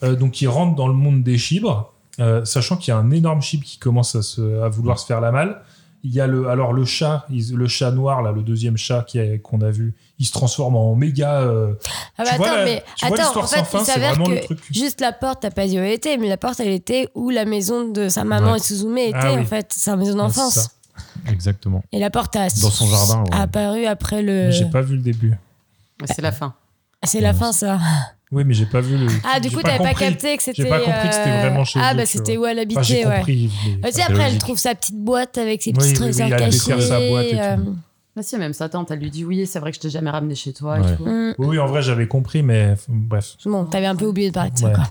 [SPEAKER 7] Euh, donc ils rentrent dans le monde des chibres, euh, sachant qu'il y a un énorme chibre qui commence à, se- à vouloir se faire la malle. Il y a le, alors le chat, il- le chat noir là, le deuxième chat qui a- qu'on a, vu, il se transforme en méga. euh,
[SPEAKER 6] Ah bah
[SPEAKER 7] Tu vois
[SPEAKER 6] attends,
[SPEAKER 7] la-
[SPEAKER 6] mais
[SPEAKER 7] tu vois
[SPEAKER 6] attends,
[SPEAKER 7] l'histoire
[SPEAKER 6] en
[SPEAKER 7] sans
[SPEAKER 6] fait,
[SPEAKER 7] fin,
[SPEAKER 6] il
[SPEAKER 7] c'est
[SPEAKER 6] s'avère
[SPEAKER 7] vraiment le
[SPEAKER 6] que
[SPEAKER 7] truc.
[SPEAKER 6] juste la porte, t'as pas dit où elle était, mais la porte, elle était où la maison de sa maman
[SPEAKER 5] Ouais.
[SPEAKER 6] et Suzume était,
[SPEAKER 7] Ah oui.
[SPEAKER 6] en fait, sa maison
[SPEAKER 7] Ouais, c'est
[SPEAKER 6] d'enfance.
[SPEAKER 7] ça.
[SPEAKER 5] Exactement.
[SPEAKER 6] et la porte a,
[SPEAKER 5] Dans son jardin, ouais.
[SPEAKER 6] a apparu après le. Ah,
[SPEAKER 7] J'ai pas vu le début.
[SPEAKER 9] Mais C'est la fin.
[SPEAKER 6] C'est la
[SPEAKER 5] Ouais,
[SPEAKER 6] fin, ça.
[SPEAKER 7] Oui, mais j'ai pas vu le.
[SPEAKER 6] Ah, du
[SPEAKER 7] j'ai
[SPEAKER 6] coup, t'avais pas
[SPEAKER 7] compris.
[SPEAKER 6] capté que c'était.
[SPEAKER 7] J'ai pas compris que c'était
[SPEAKER 6] euh,
[SPEAKER 7] vraiment chez
[SPEAKER 6] Ah,
[SPEAKER 7] eux,
[SPEAKER 6] bah,
[SPEAKER 7] tu
[SPEAKER 6] c'était où
[SPEAKER 7] vois.
[SPEAKER 6] elle
[SPEAKER 7] Enfin, j'ai
[SPEAKER 6] habitait, ouais.
[SPEAKER 7] compris. mais-
[SPEAKER 6] Aussi,
[SPEAKER 5] c'est
[SPEAKER 6] après, elle
[SPEAKER 5] logique.
[SPEAKER 6] trouve sa petite boîte avec ses
[SPEAKER 7] Oui,
[SPEAKER 6] petits
[SPEAKER 7] oui, oui,
[SPEAKER 6] trésors
[SPEAKER 7] elle
[SPEAKER 6] cachés.
[SPEAKER 7] dessert sa boîte et
[SPEAKER 6] euh,
[SPEAKER 9] Ah si, même sa tante, elle lui dit oui, c'est vrai que je t'ai jamais ramené chez toi.
[SPEAKER 5] Ouais.
[SPEAKER 9] Et tout.
[SPEAKER 6] mm.
[SPEAKER 7] Oui, oui, en vrai, j'avais compris, mais enfin, bref.
[SPEAKER 6] Bon, t'avais un peu oublié de parler de ça,
[SPEAKER 7] Ouais.
[SPEAKER 6] quoi.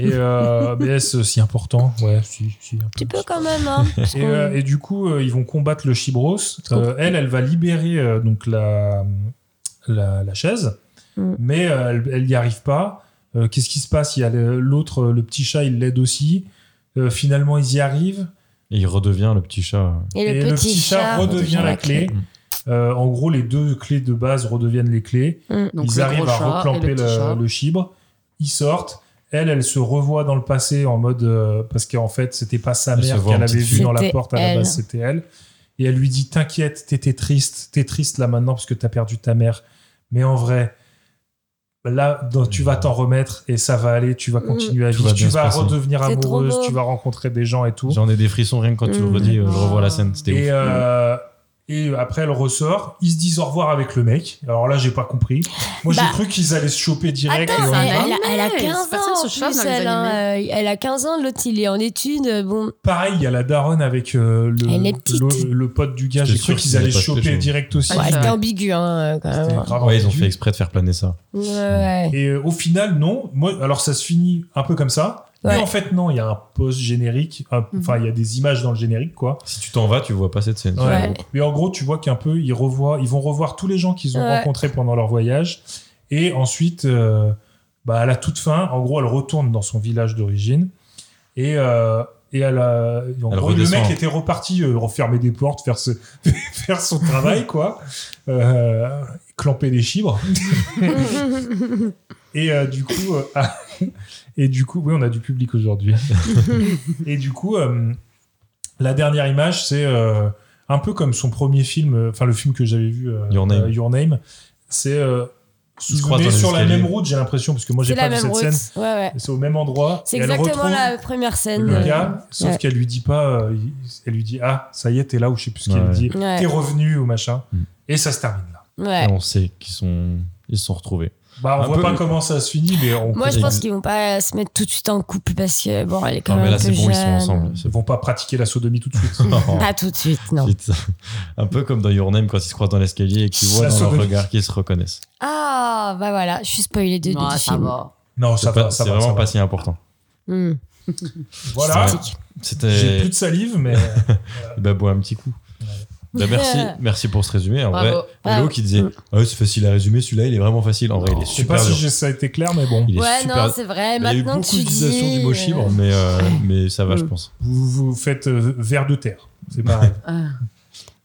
[SPEAKER 7] Et euh, mais c'est aussi important Ouais, si, si, un peu.
[SPEAKER 6] Tu peux quand même, hein. parce
[SPEAKER 7] Et,
[SPEAKER 6] qu'on-
[SPEAKER 7] euh, et du coup, euh, ils vont combattre le Chibros. Euh, elle, elle va libérer euh, donc la, la, la chaise.
[SPEAKER 6] Mm.
[SPEAKER 7] mais euh, elle- elle n'y arrive pas. Euh, Qu'est-ce qui se passe Il y a le- l'autre, euh, le petit chat, il l'aide aussi. Euh, finalement, ils y arrivent.
[SPEAKER 5] Et il redevient le petit chat.
[SPEAKER 6] Et le petit chat
[SPEAKER 7] redevient la clé. Euh, en gros, les deux clés de base redeviennent les clés.
[SPEAKER 9] Mm. Donc le
[SPEAKER 7] Ils
[SPEAKER 9] gros
[SPEAKER 7] arrivent à
[SPEAKER 9] chat et le
[SPEAKER 7] replamper
[SPEAKER 9] petit chat.
[SPEAKER 7] le, le chibre. Ils sortent. Elle, elle se revoit dans le passé en mode. euh, parce qu'en fait, c'était pas sa
[SPEAKER 5] Elle se
[SPEAKER 7] mère
[SPEAKER 5] voit en
[SPEAKER 7] qu'elle avait
[SPEAKER 5] petite
[SPEAKER 7] vue
[SPEAKER 5] fille.
[SPEAKER 7] dans la
[SPEAKER 5] C'était
[SPEAKER 7] porte à la
[SPEAKER 5] elle.
[SPEAKER 7] base, c'était elle. Et elle lui dit T'inquiète, t'étais triste. T'es triste là maintenant parce que t'as perdu ta mère. Mais en vrai. Là, dans- tu vas t'en remettre et ça va aller, tu vas continuer à
[SPEAKER 5] Tout
[SPEAKER 7] vivre,
[SPEAKER 5] va
[SPEAKER 7] tu
[SPEAKER 5] bien se
[SPEAKER 7] vas
[SPEAKER 5] passer.
[SPEAKER 7] redevenir
[SPEAKER 5] C'est trop
[SPEAKER 7] amoureuse,
[SPEAKER 5] beau.
[SPEAKER 7] tu vas rencontrer des gens et tout.
[SPEAKER 5] J'en ai des frissons rien que quand tu le
[SPEAKER 6] Mm.
[SPEAKER 5] redis, euh, je revois la scène. C'était
[SPEAKER 7] Oh. Et,
[SPEAKER 5] ouf.
[SPEAKER 7] euh, et après, elle ressort. Ils se disent au revoir avec le mec. Alors là, j'ai pas compris. Moi,
[SPEAKER 6] Bah.
[SPEAKER 7] j'ai cru qu'ils allaient se choper direct. et
[SPEAKER 6] Attends,
[SPEAKER 7] on y
[SPEAKER 6] elle,
[SPEAKER 7] va.
[SPEAKER 6] elle a- elle a
[SPEAKER 9] animé,
[SPEAKER 6] 15 ans.
[SPEAKER 9] personne se
[SPEAKER 6] en
[SPEAKER 9] chope
[SPEAKER 6] plus,
[SPEAKER 9] dans les
[SPEAKER 6] elle, hein,
[SPEAKER 9] animés.
[SPEAKER 6] euh, elle a 15 ans, l'autre il est en études. Bon,
[SPEAKER 7] Pareil, il y a la daronne avec euh, le,
[SPEAKER 6] Elle est petite.
[SPEAKER 7] le, le pote du gars.
[SPEAKER 5] J'étais
[SPEAKER 7] J'ai cru
[SPEAKER 5] sûr
[SPEAKER 7] qu'ils
[SPEAKER 5] qu'ils
[SPEAKER 7] allaient
[SPEAKER 5] allaient pas
[SPEAKER 7] se
[SPEAKER 5] se
[SPEAKER 7] choper
[SPEAKER 5] pécho.
[SPEAKER 7] direct aussi.
[SPEAKER 6] ouais, Ah, c'était ambigu hein, euh, quand
[SPEAKER 7] C'était
[SPEAKER 6] même.
[SPEAKER 7] grave
[SPEAKER 5] ouais, ils ont
[SPEAKER 7] ambigu.
[SPEAKER 5] fait exprès de faire planer ça.
[SPEAKER 6] Ouais.
[SPEAKER 7] Et euh, au final, non. Moi, alors ça se finit un peu comme ça. Mais
[SPEAKER 6] Ouais. Mm.
[SPEAKER 7] en fait, non, il y a un post générique. un- Enfin, il y a des images dans le générique, quoi.
[SPEAKER 5] Si tu t'en vas, tu vois pas cette scène.
[SPEAKER 7] Ouais. Mais en gros, tu vois qu'un peu, ils, revoient, ils vont revoir tous les gens qu'ils ont
[SPEAKER 5] Ouais.
[SPEAKER 7] rencontrés pendant leur voyage. Et ensuite, euh, bah, à la toute fin, en gros, elle retourne dans son village d'origine. Et, euh, et elle a- en
[SPEAKER 5] Elle
[SPEAKER 7] gros, le
[SPEAKER 5] redescend.
[SPEAKER 7] mec était reparti euh, refermer des portes, faire, ce, faire son travail, quoi. Euh, clamper des chibres. Et euh, du coup, euh, ah, et du coup, oui, on a du public aujourd'hui. et du coup, euh, la dernière image, c'est euh, un peu comme son premier film, euh, enfin le film que j'avais vu, euh,
[SPEAKER 5] Your Name.
[SPEAKER 7] euh, Name. C'est euh,
[SPEAKER 5] Ils se croisent dans
[SPEAKER 7] Suzume
[SPEAKER 5] les
[SPEAKER 7] sur la
[SPEAKER 5] escaliers.
[SPEAKER 7] même route, j'ai l'impression, parce que moi
[SPEAKER 6] C'est
[SPEAKER 7] j'ai
[SPEAKER 6] la
[SPEAKER 7] pas vu
[SPEAKER 6] même
[SPEAKER 7] cette
[SPEAKER 6] route.
[SPEAKER 7] scène.
[SPEAKER 6] Ouais, ouais.
[SPEAKER 7] C'est au même endroit.
[SPEAKER 6] C'est
[SPEAKER 7] et elle
[SPEAKER 6] exactement
[SPEAKER 7] retrouve
[SPEAKER 6] la première scène.
[SPEAKER 7] le
[SPEAKER 6] euh,
[SPEAKER 7] gars, sauf
[SPEAKER 6] ouais.
[SPEAKER 7] qu'elle lui dit pas, euh, il- elle lui dit ah ça y est t'es là ou je sais plus ce qu'elle
[SPEAKER 5] Ouais. Mm.
[SPEAKER 7] lui dit,
[SPEAKER 6] Ouais.
[SPEAKER 7] t'es revenu ou machin, et ça se termine là.
[SPEAKER 6] Ouais.
[SPEAKER 5] Et on sait qu'ils sont... Ils se sont retrouvés.
[SPEAKER 7] Bah on
[SPEAKER 5] Un
[SPEAKER 7] voit
[SPEAKER 5] peu-
[SPEAKER 7] pas comment ça se finit, mais on
[SPEAKER 6] Moi, je pense
[SPEAKER 7] qu'ils
[SPEAKER 6] qu'ils vont pas se mettre tout de suite en couple parce Ah, que bon, elle est quand
[SPEAKER 5] Non, mais
[SPEAKER 6] même
[SPEAKER 5] là,
[SPEAKER 6] un peu
[SPEAKER 5] c'est bon, ils sont
[SPEAKER 6] jeune.
[SPEAKER 5] ensemble. C'est
[SPEAKER 7] Ils vont pas pratiquer la sodomie tout de suite.
[SPEAKER 6] Pas tout de suite, non.
[SPEAKER 5] Vite. Un peu comme dans Your Name quand ils se croisent dans l'escalier et qu'ils voient
[SPEAKER 7] Ça
[SPEAKER 5] dans leur
[SPEAKER 7] sauve-
[SPEAKER 5] regard qu'ils se reconnaissent.
[SPEAKER 6] Ah, bah voilà, je suis spoilée de,
[SPEAKER 9] Non,
[SPEAKER 6] du
[SPEAKER 9] ça
[SPEAKER 6] film.
[SPEAKER 9] va.
[SPEAKER 7] Non,
[SPEAKER 5] C'est
[SPEAKER 7] ça
[SPEAKER 5] pas-
[SPEAKER 7] va, ça
[SPEAKER 5] c'est
[SPEAKER 7] va.
[SPEAKER 5] vraiment
[SPEAKER 7] ça va.
[SPEAKER 5] pas si important.
[SPEAKER 6] Hmm.
[SPEAKER 7] Voilà. J'ai
[SPEAKER 5] C'était.
[SPEAKER 7] plus de salive, mais
[SPEAKER 5] Bah, bois un petit coup. Bah, merci, merci pour ce résumé. En
[SPEAKER 9] Bravo.
[SPEAKER 5] vrai, Léo
[SPEAKER 9] Bravo.
[SPEAKER 5] qui disait Ah, c'est facile à résumer, celui-là il est vraiment facile. En vrai, il est
[SPEAKER 7] euh, je sais
[SPEAKER 5] super
[SPEAKER 7] pas si
[SPEAKER 5] dur.
[SPEAKER 7] j'ai- ça a été clair, mais bon.
[SPEAKER 5] Il est
[SPEAKER 6] Ouais,
[SPEAKER 5] super-
[SPEAKER 6] non, c'est vrai.
[SPEAKER 5] Il y a eu
[SPEAKER 6] Maintenant
[SPEAKER 5] beaucoup
[SPEAKER 6] que tu
[SPEAKER 5] d'utilisation
[SPEAKER 6] dis.
[SPEAKER 5] du mot chibre, mais, euh, mais ça va, je pense.
[SPEAKER 7] Vous vous faites euh, verre de terre. C'est pareil.
[SPEAKER 9] Ah.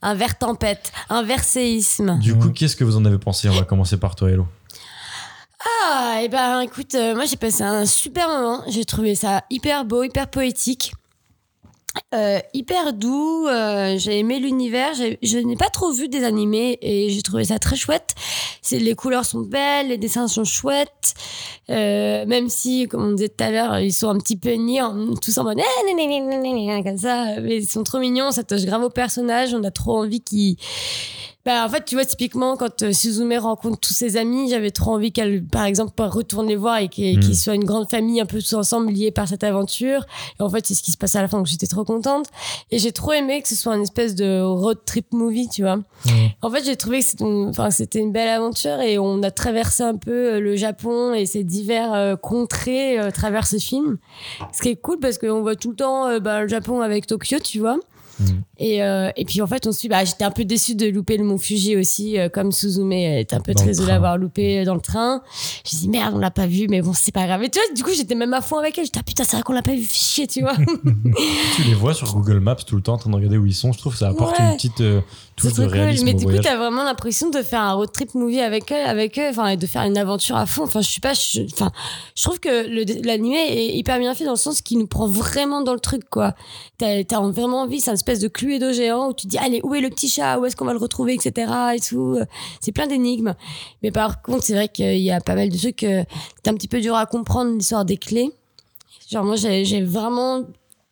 [SPEAKER 6] Un verre tempête, un verre séisme.
[SPEAKER 5] Du coup, qu'est-ce que vous en avez pensé On va commencer par toi, Hello.
[SPEAKER 6] Ah, et ben écoute, euh, moi j'ai passé un super moment. J'ai trouvé ça hyper beau, hyper poétique, euh, hyper doux. euh, j'ai aimé l'univers. J'ai- Je n'ai pas trop vu des animés et j'ai trouvé ça très chouette. C'est, les couleurs sont belles, les dessins sont chouettes. euh, même si, comme on disait tout à l'heure, ils sont un petit peu niais, en- tous en mode Ah, nan, nan, nan, nan, nan, comme ça. Mais ils sont trop mignons, ça touche grave au personnage. On a trop envie qu'ils bah, en fait, tu vois, typiquement, quand euh, Suzume rencontre tous ses amis, j'avais trop envie qu'elle, par exemple, pas retourne les voir et qu'il-
[SPEAKER 5] Mm.
[SPEAKER 6] qu'ils soient une grande famille un peu tous ensemble liés par cette aventure. Et en fait, c'est ce qui se passe à la fin, donc j'étais trop contente. Et j'ai trop aimé que ce soit une espèce de road trip movie, tu vois.
[SPEAKER 5] Mm.
[SPEAKER 6] En fait, j'ai trouvé que c'était une, enfin, que c'était une belle aventure et on a traversé un peu euh, le Japon et ses divers euh, contrées euh, à travers ce film. Ce qui est cool parce qu'on voit tout le temps euh, bah, le Japon avec Tokyo, tu vois.
[SPEAKER 5] Mm.
[SPEAKER 6] Et, euh, et puis en fait, on suit. Bah, j'étais un peu déçue de louper le Mont Fuji aussi, euh, comme Suzume est un peu
[SPEAKER 5] Dans le
[SPEAKER 6] triste de
[SPEAKER 5] train.
[SPEAKER 6] l'avoir loupé euh, dans le train. J'ai dit merde, on l'a pas vu, mais bon, c'est pas grave. Et tu vois, du coup, j'étais même à fond avec elle. J'étais ah, putain, c'est vrai qu'on l'a pas vu, fichier, tu vois.
[SPEAKER 5] Tu les vois sur Google Maps tout le temps en train de regarder où ils sont. Je trouve que ça apporte
[SPEAKER 6] Ouais.
[SPEAKER 5] une petite euh, touche
[SPEAKER 6] C'est
[SPEAKER 5] de
[SPEAKER 6] trop cool.
[SPEAKER 5] réalisme.
[SPEAKER 6] Mais
[SPEAKER 5] au
[SPEAKER 6] du coup,
[SPEAKER 5] voyage.
[SPEAKER 6] t'as vraiment l'impression de faire un road trip movie avec eux, avec eux, enfin, et de faire une aventure à fond. Enfin, je sais pas, je, enfin, je trouve que le- l'animé est hyper bien fait dans le sens qu'il nous prend vraiment dans le truc, quoi. T'as t'as vraiment envie, c'est un espèce de cluedo géant où tu te dis, allez, où est le petit chat, où est-ce qu'on va le retrouver, etc. et tout. C'est plein d'énigmes. Mais par contre, c'est vrai qu'il y a pas mal de trucs, euh, c'est un petit peu dur à comprendre l'histoire des clés. Genre, moi, j'ai j'ai vraiment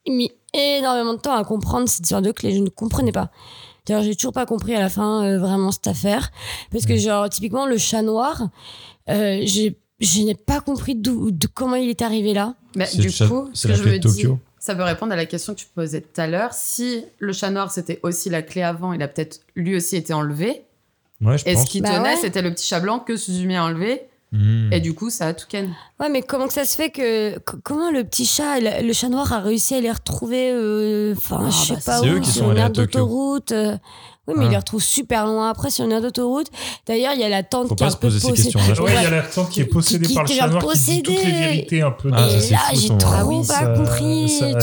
[SPEAKER 6] mis énormément de temps à comprendre cette histoire de clé. Je ne comprenais pas. D'ailleurs, j'ai toujours pas compris à la fin euh, vraiment cette affaire. Parce
[SPEAKER 5] Mm.
[SPEAKER 6] que, genre, typiquement, le chat noir, euh, j'ai- je n'ai pas compris d'où- de comment il est arrivé là.
[SPEAKER 9] Mais
[SPEAKER 5] C'est
[SPEAKER 9] du
[SPEAKER 5] le chat-
[SPEAKER 9] coup,
[SPEAKER 5] c'est
[SPEAKER 9] ce que
[SPEAKER 5] la
[SPEAKER 9] je
[SPEAKER 5] clé
[SPEAKER 9] me
[SPEAKER 5] de Tokyo.
[SPEAKER 9] dis, ça veut répondre à la question que tu posais tout à l'heure. Si le chat noir, c'était aussi la clé avant, il a peut-être lui aussi été enlevé.
[SPEAKER 5] Ouais, je
[SPEAKER 9] Et
[SPEAKER 5] pense.
[SPEAKER 9] ce qui
[SPEAKER 6] Bah
[SPEAKER 9] tenait,
[SPEAKER 6] ouais.
[SPEAKER 9] c'était le petit chat blanc que Suzume a enlevé.
[SPEAKER 5] Mm.
[SPEAKER 9] Et du coup, ça a tout ken.
[SPEAKER 6] Ouais, mais comment que ça se fait que. co- Comment le petit chat, le, le chat noir a réussi à les retrouver euh, Enfin,
[SPEAKER 9] Ah,
[SPEAKER 6] je sais
[SPEAKER 9] bah,
[SPEAKER 6] pas
[SPEAKER 5] c'est eux
[SPEAKER 6] où,
[SPEAKER 5] qui
[SPEAKER 6] sur
[SPEAKER 5] sont
[SPEAKER 6] une
[SPEAKER 5] allés à
[SPEAKER 6] aire
[SPEAKER 5] Tokyo.
[SPEAKER 6] d'autoroute. euh, Oui, mais
[SPEAKER 5] Hein.
[SPEAKER 6] il les retrouve super loin après sur une aire d'autoroute. D'ailleurs, il y a la tante
[SPEAKER 5] Faut
[SPEAKER 6] qui est
[SPEAKER 5] pas
[SPEAKER 6] un
[SPEAKER 5] se
[SPEAKER 6] peu
[SPEAKER 5] poser ces
[SPEAKER 6] possédée.
[SPEAKER 5] questions-là, je
[SPEAKER 7] Ouais, il y a
[SPEAKER 6] Ouais.
[SPEAKER 7] la tante qui est possédée
[SPEAKER 6] qui-
[SPEAKER 7] par le
[SPEAKER 6] qui
[SPEAKER 7] chat
[SPEAKER 6] vient
[SPEAKER 7] noir qui dit toutes les
[SPEAKER 6] posséder.
[SPEAKER 7] vérités un peu. de-
[SPEAKER 5] Ah, ça,
[SPEAKER 6] Et
[SPEAKER 5] c'est
[SPEAKER 6] là,
[SPEAKER 5] fou,
[SPEAKER 6] j'ai
[SPEAKER 5] ton-
[SPEAKER 6] trop
[SPEAKER 7] sa-
[SPEAKER 6] pas compris
[SPEAKER 7] sa-
[SPEAKER 6] et tout.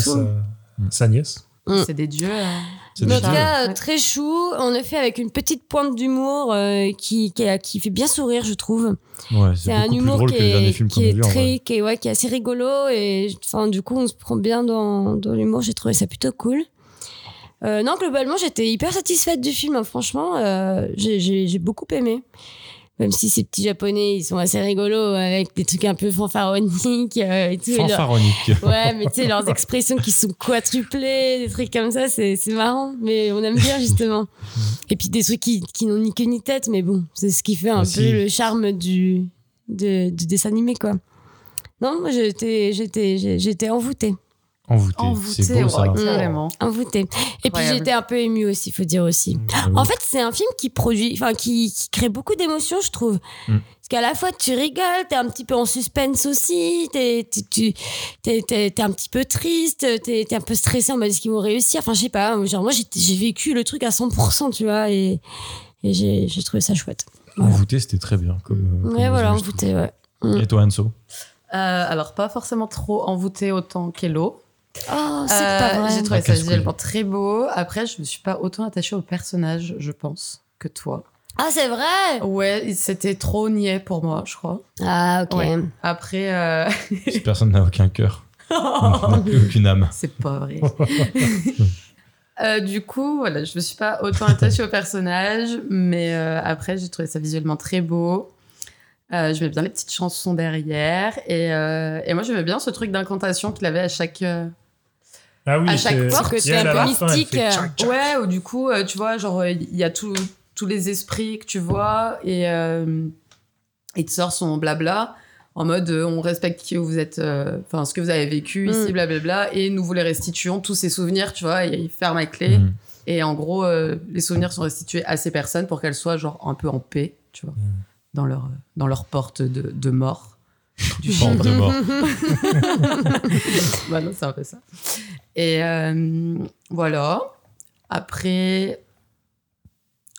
[SPEAKER 7] sa- Sa nièce.
[SPEAKER 6] Mm.
[SPEAKER 9] C'est des dieux. hein.
[SPEAKER 5] C'est
[SPEAKER 6] En
[SPEAKER 5] des
[SPEAKER 6] tout cas,
[SPEAKER 9] Ouais.
[SPEAKER 6] euh, très chou, en effet, avec une petite pointe d'humour euh, qui, qui, a- qui fait bien sourire, je trouve.
[SPEAKER 5] Ouais,
[SPEAKER 6] C'est un
[SPEAKER 5] beaucoup plus
[SPEAKER 6] humour
[SPEAKER 5] drôle
[SPEAKER 6] qui
[SPEAKER 5] que les derniers
[SPEAKER 6] est,
[SPEAKER 5] films qu'on
[SPEAKER 6] qui
[SPEAKER 5] a
[SPEAKER 6] est
[SPEAKER 5] vus. en vrai.
[SPEAKER 6] très, qui est, ouais, qui est assez rigolo et enfin du coup on se prend bien dans, dans l'humour. J'ai trouvé ça plutôt cool. Euh, non, globalement, j'étais hyper satisfaite du film. hein. Franchement, euh, j'ai j'ai- j'ai beaucoup aimé. Même si ces petits japonais, ils sont assez rigolos avec des trucs un peu fanfaroniques euh, et tout. et leur-
[SPEAKER 5] Fanfaronique.
[SPEAKER 6] Ouais, mais tu sais, leurs expressions qui sont quadruplées, des trucs comme ça, c'est c'est marrant. Mais on aime bien, justement. Et puis des trucs qui, qui n'ont ni queue ni tête, mais bon, c'est ce qui fait un
[SPEAKER 5] Ah,
[SPEAKER 6] peu
[SPEAKER 5] si.
[SPEAKER 6] le charme du, de- du dessin animé, quoi. Non, moi, j'étais- j'étais j'ai- j'étais envoûtée.
[SPEAKER 5] Envoûté. C'est
[SPEAKER 9] Envoûté,
[SPEAKER 5] beau, ça.
[SPEAKER 9] ouais, carrément.
[SPEAKER 6] Envoûtée. Et puis
[SPEAKER 9] Incroyable.
[SPEAKER 6] j'étais un peu émue aussi, faut dire aussi.
[SPEAKER 5] Ah oui.
[SPEAKER 7] Mm.
[SPEAKER 6] En fait, c'est un film qui produit, enfin, qui, qui crée beaucoup d'émotions, je trouve.
[SPEAKER 5] Mm.
[SPEAKER 6] Parce qu'à la fois, tu rigoles, t'es un petit peu en suspense aussi, t'es tu- tu- t'es- t'es- t'es un petit peu triste, t'es t'es un peu stressé en mode est-ce qu'ils vont réussir Enfin, je sais pas, genre moi, j'ai- j'ai vécu le truc à 100%, tu vois, et, et j'ai j'ai trouvé ça chouette.
[SPEAKER 5] Envoûté, c'était très bien. Comme, euh,
[SPEAKER 6] Ouais,
[SPEAKER 5] comme résumé,
[SPEAKER 6] voilà, on
[SPEAKER 5] je trouve.
[SPEAKER 6] voûtait, ouais.
[SPEAKER 5] Et toi, Anso
[SPEAKER 6] Mm.
[SPEAKER 9] Euh, alors, pas forcément trop envoûté autant qu'Elo.
[SPEAKER 6] Oh, c'est
[SPEAKER 9] Euh,
[SPEAKER 6] pas vrai.
[SPEAKER 9] J'ai trouvé
[SPEAKER 5] Ah,
[SPEAKER 9] ça
[SPEAKER 5] casse-couille.
[SPEAKER 9] visuellement très beau. Après, je me suis pas autant attachée au personnage, je pense, que toi.
[SPEAKER 6] Ah, c'est vrai
[SPEAKER 9] Ouais, c'était trop niais pour moi, je crois.
[SPEAKER 6] Ah, ok.
[SPEAKER 9] Ouais. Après, euh,
[SPEAKER 5] Cette personne n'a aucun cœur,
[SPEAKER 6] Oh.
[SPEAKER 5] n'a plus aucune âme.
[SPEAKER 9] c'est pas vrai. Euh, du coup, voilà, je me suis pas autant attachée au personnage, mais euh, après, j'ai trouvé ça visuellement très beau. Euh, je mets bien les petites chansons derrière. Et, euh, et moi, j'aimais bien ce truc d'incantation qu'il avait à chaque. euh,
[SPEAKER 7] Ah oui,
[SPEAKER 9] À chaque
[SPEAKER 7] c'est-
[SPEAKER 9] porte,
[SPEAKER 7] et
[SPEAKER 6] c'est
[SPEAKER 7] elle,
[SPEAKER 6] un
[SPEAKER 7] à
[SPEAKER 6] peu
[SPEAKER 7] la fin, elle
[SPEAKER 6] mystique. euh,
[SPEAKER 7] fait tchac, tchac.
[SPEAKER 9] Ouais, ou du coup, euh, tu vois, genre, euh, il y a tout- tous les esprits que tu vois et euh, il te sort son blabla en mode euh, on respecte qui vous êtes, euh, enfin, ce que vous avez vécu
[SPEAKER 6] Mm.
[SPEAKER 9] ici, blablabla, et nous vous les restituons, tous ces souvenirs, tu vois, et il ferme la clé.
[SPEAKER 5] Mm.
[SPEAKER 9] Et en gros, euh, les souvenirs sont restitués à ces personnes pour qu'elles soient, genre, un peu en paix, tu vois, dans, leur, dans leur porte de, de mort. Du
[SPEAKER 5] Porte de mort.
[SPEAKER 9] bah non, c'est un peu ça. Et euh, voilà. Après,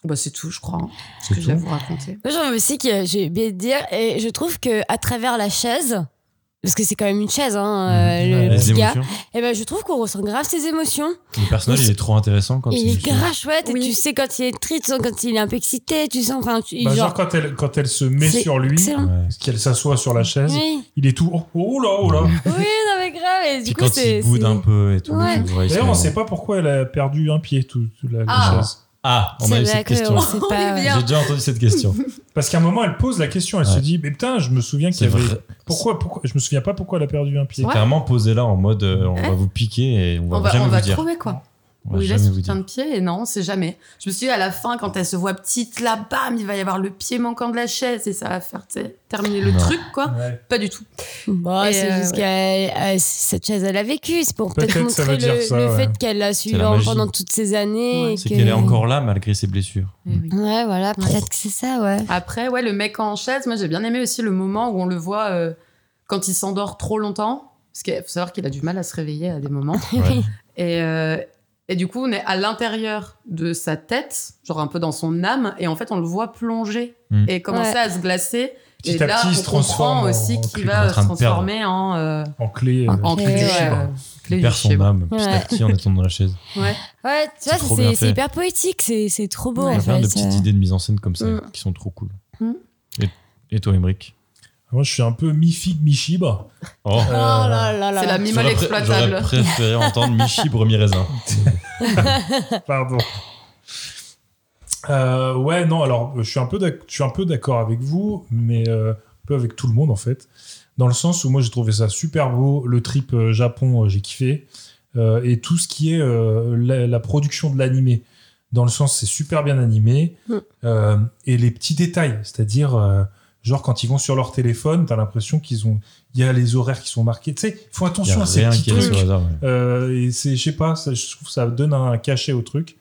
[SPEAKER 9] bah c'est tout, je crois, hein, ce
[SPEAKER 5] C'est
[SPEAKER 9] que je vais
[SPEAKER 5] tout.
[SPEAKER 9] vous raconter.
[SPEAKER 6] Moi, j'en veux aussi que j'ai oublié de dire, et je trouve que à travers la chaise, parce que c'est quand même une chaise, hein, euh,
[SPEAKER 5] Mhm. Ouais,
[SPEAKER 6] le
[SPEAKER 5] les
[SPEAKER 6] petit gars,
[SPEAKER 5] émotions.
[SPEAKER 6] et ben, je trouve qu'on ressent grave ses émotions.
[SPEAKER 5] Le personnage, il est trop intéressant quand
[SPEAKER 6] il
[SPEAKER 5] Oh, c'est
[SPEAKER 6] est
[SPEAKER 5] juste-
[SPEAKER 6] grave chouette,
[SPEAKER 9] Oui.
[SPEAKER 6] et tu sais quand il est triste, tu sens quand il est un peu excité, tu sens, enfin, tu,
[SPEAKER 7] Bah,
[SPEAKER 6] genre,
[SPEAKER 7] genre, quand elle, quand elle se met
[SPEAKER 6] c'est
[SPEAKER 7] sur lui,
[SPEAKER 6] excellent.
[SPEAKER 5] Ouais.
[SPEAKER 7] qu'elle s'assoit sur la chaise,
[SPEAKER 6] Oui,
[SPEAKER 7] il est tout. Oh, oh là, oh là.
[SPEAKER 6] oui, non mais grave, et
[SPEAKER 5] Puis
[SPEAKER 6] du coup,
[SPEAKER 5] quand
[SPEAKER 6] c'est.
[SPEAKER 5] il boude
[SPEAKER 6] c'est-
[SPEAKER 5] un peu et tout.
[SPEAKER 6] Ouais.
[SPEAKER 5] tu vois, il se
[SPEAKER 7] D'ailleurs, on
[SPEAKER 5] met-
[SPEAKER 7] sait pas pourquoi elle a perdu un pied, tout, tout la, la
[SPEAKER 9] Ah.
[SPEAKER 7] chaise.
[SPEAKER 5] Ah, on a
[SPEAKER 6] C'est
[SPEAKER 5] eu
[SPEAKER 6] vrai
[SPEAKER 5] cette
[SPEAKER 6] que
[SPEAKER 5] question.
[SPEAKER 6] on sait
[SPEAKER 9] On
[SPEAKER 6] pas.
[SPEAKER 9] est
[SPEAKER 6] ouais.
[SPEAKER 9] bien.
[SPEAKER 5] J'ai déjà entendu cette question.
[SPEAKER 7] Parce qu'à un moment, elle pose la question, elle
[SPEAKER 5] Ouais.
[SPEAKER 7] se dit Mais putain, je me souviens qu'il
[SPEAKER 5] C'est
[SPEAKER 7] y avait.
[SPEAKER 5] vrai.
[SPEAKER 7] Pourquoi, pourquoi Je me souviens pas pourquoi elle a perdu un pied.
[SPEAKER 5] C'est clairement posé là en mode euh, on va vous piquer et on va,
[SPEAKER 9] on va,
[SPEAKER 5] jamais
[SPEAKER 9] on
[SPEAKER 5] vous
[SPEAKER 9] va
[SPEAKER 5] dire.
[SPEAKER 9] trouver quoi.
[SPEAKER 5] On va
[SPEAKER 9] Où il
[SPEAKER 5] jamais
[SPEAKER 9] laisse
[SPEAKER 5] vous
[SPEAKER 9] putain
[SPEAKER 5] dire.
[SPEAKER 9] de pied et non, c'est jamais. Je me suis dit à la fin, quand elle se voit petite, là, bam, il va y avoir le pied manquant de la chaise et ça va faire tu sais, terminer le
[SPEAKER 5] Non.
[SPEAKER 9] truc, quoi.
[SPEAKER 7] Ouais.
[SPEAKER 9] Pas du tout.
[SPEAKER 6] Bon,
[SPEAKER 9] Et
[SPEAKER 6] c'est
[SPEAKER 9] euh,
[SPEAKER 6] juste
[SPEAKER 9] ouais.
[SPEAKER 6] qu'elle- elle- cette chaise, elle a vécu, c'est pour peut-être
[SPEAKER 7] Peut-être ça veut
[SPEAKER 6] montrer le,
[SPEAKER 7] dire ça,
[SPEAKER 6] le
[SPEAKER 7] ouais.
[SPEAKER 6] fait qu'elle l'a suivi
[SPEAKER 5] la magie.
[SPEAKER 6] pendant toutes ces années.
[SPEAKER 9] Ouais.
[SPEAKER 6] et
[SPEAKER 5] C'est
[SPEAKER 6] que-
[SPEAKER 5] qu'elle est encore là malgré ses blessures.
[SPEAKER 6] Ouais, voilà, peut-être que c'est ça, ouais.
[SPEAKER 9] Après, ouais, le mec en chaise, moi j'ai bien aimé aussi le moment où on le voit euh, quand il s'endort trop longtemps. Parce qu'il faut savoir qu'il a du mal à se réveiller à des moments.
[SPEAKER 5] Ouais.
[SPEAKER 9] Et, euh, et du coup, on est à l'intérieur de sa tête, genre un peu dans son âme, et en fait, on le voit plonger
[SPEAKER 5] Mm.
[SPEAKER 9] et commencer
[SPEAKER 6] Ouais.
[SPEAKER 9] à se glacer.
[SPEAKER 7] Petit
[SPEAKER 9] et
[SPEAKER 7] à
[SPEAKER 9] là,
[SPEAKER 7] petit, il
[SPEAKER 9] on
[SPEAKER 7] se transforme
[SPEAKER 9] comprend
[SPEAKER 7] en-
[SPEAKER 9] aussi
[SPEAKER 7] en
[SPEAKER 9] qu'il
[SPEAKER 7] clé
[SPEAKER 5] qu'on est
[SPEAKER 9] va
[SPEAKER 5] en
[SPEAKER 9] se
[SPEAKER 5] train de
[SPEAKER 9] transformer en, euh,
[SPEAKER 7] En clé. euh,
[SPEAKER 9] en
[SPEAKER 6] clé
[SPEAKER 9] clé
[SPEAKER 6] du
[SPEAKER 9] du
[SPEAKER 6] chèvre.
[SPEAKER 9] chèvre. Clé
[SPEAKER 5] Il
[SPEAKER 9] du
[SPEAKER 5] perd son
[SPEAKER 9] chèvre.
[SPEAKER 5] âme petit à
[SPEAKER 6] Ouais.
[SPEAKER 5] petit en étant dans la chaise.
[SPEAKER 9] Ouais.
[SPEAKER 6] Ouais, tu vois,
[SPEAKER 5] trop
[SPEAKER 6] c'est-
[SPEAKER 5] bien
[SPEAKER 6] c'est
[SPEAKER 5] fait.
[SPEAKER 6] hyper poétique, c'est c'est trop beau
[SPEAKER 5] Il y
[SPEAKER 6] en
[SPEAKER 5] a plein
[SPEAKER 6] fait.
[SPEAKER 5] de petites idées de mise en scène comme ça
[SPEAKER 6] Mm.
[SPEAKER 5] qui sont trop cool.
[SPEAKER 9] Mm.
[SPEAKER 5] Et, et toi, Emric
[SPEAKER 7] Moi, je suis un peu mi-figue, mi-chibre.
[SPEAKER 5] Oh.
[SPEAKER 7] euh,
[SPEAKER 6] Oh là là là.
[SPEAKER 9] C'est la
[SPEAKER 6] là.
[SPEAKER 9] mimole
[SPEAKER 5] J'aurais pré-
[SPEAKER 9] exploitable.
[SPEAKER 5] J'aurais préféré entendre mi-chibre, mi-raisin.
[SPEAKER 7] Pardon. Euh, ouais, non, alors euh, je suis un peu d'ac- je suis un peu d'accord avec vous, mais euh, un peu avec tout le monde en fait. Dans le sens où moi j'ai trouvé ça super beau, le trip euh, Japon, euh, j'ai kiffé, Euh, et tout ce qui est euh, la, la production de l'animé. Dans le sens, c'est super bien animé,
[SPEAKER 6] Mm.
[SPEAKER 7] Euh, et les petits détails, c'est-à-dire, euh, genre quand ils vont sur leur téléphone, t'as l'impression qu'ils ont. Il y a les horaires qui sont marqués, tu sais, ils font
[SPEAKER 5] Il y
[SPEAKER 7] attention
[SPEAKER 5] a
[SPEAKER 7] à ces
[SPEAKER 5] rien
[SPEAKER 7] petits
[SPEAKER 5] qui est laissé
[SPEAKER 7] trucs.
[SPEAKER 5] au hasard. ouais.
[SPEAKER 7] Euh, et c'est, je sais pas, ça, je trouve que ça donne un cachet au truc.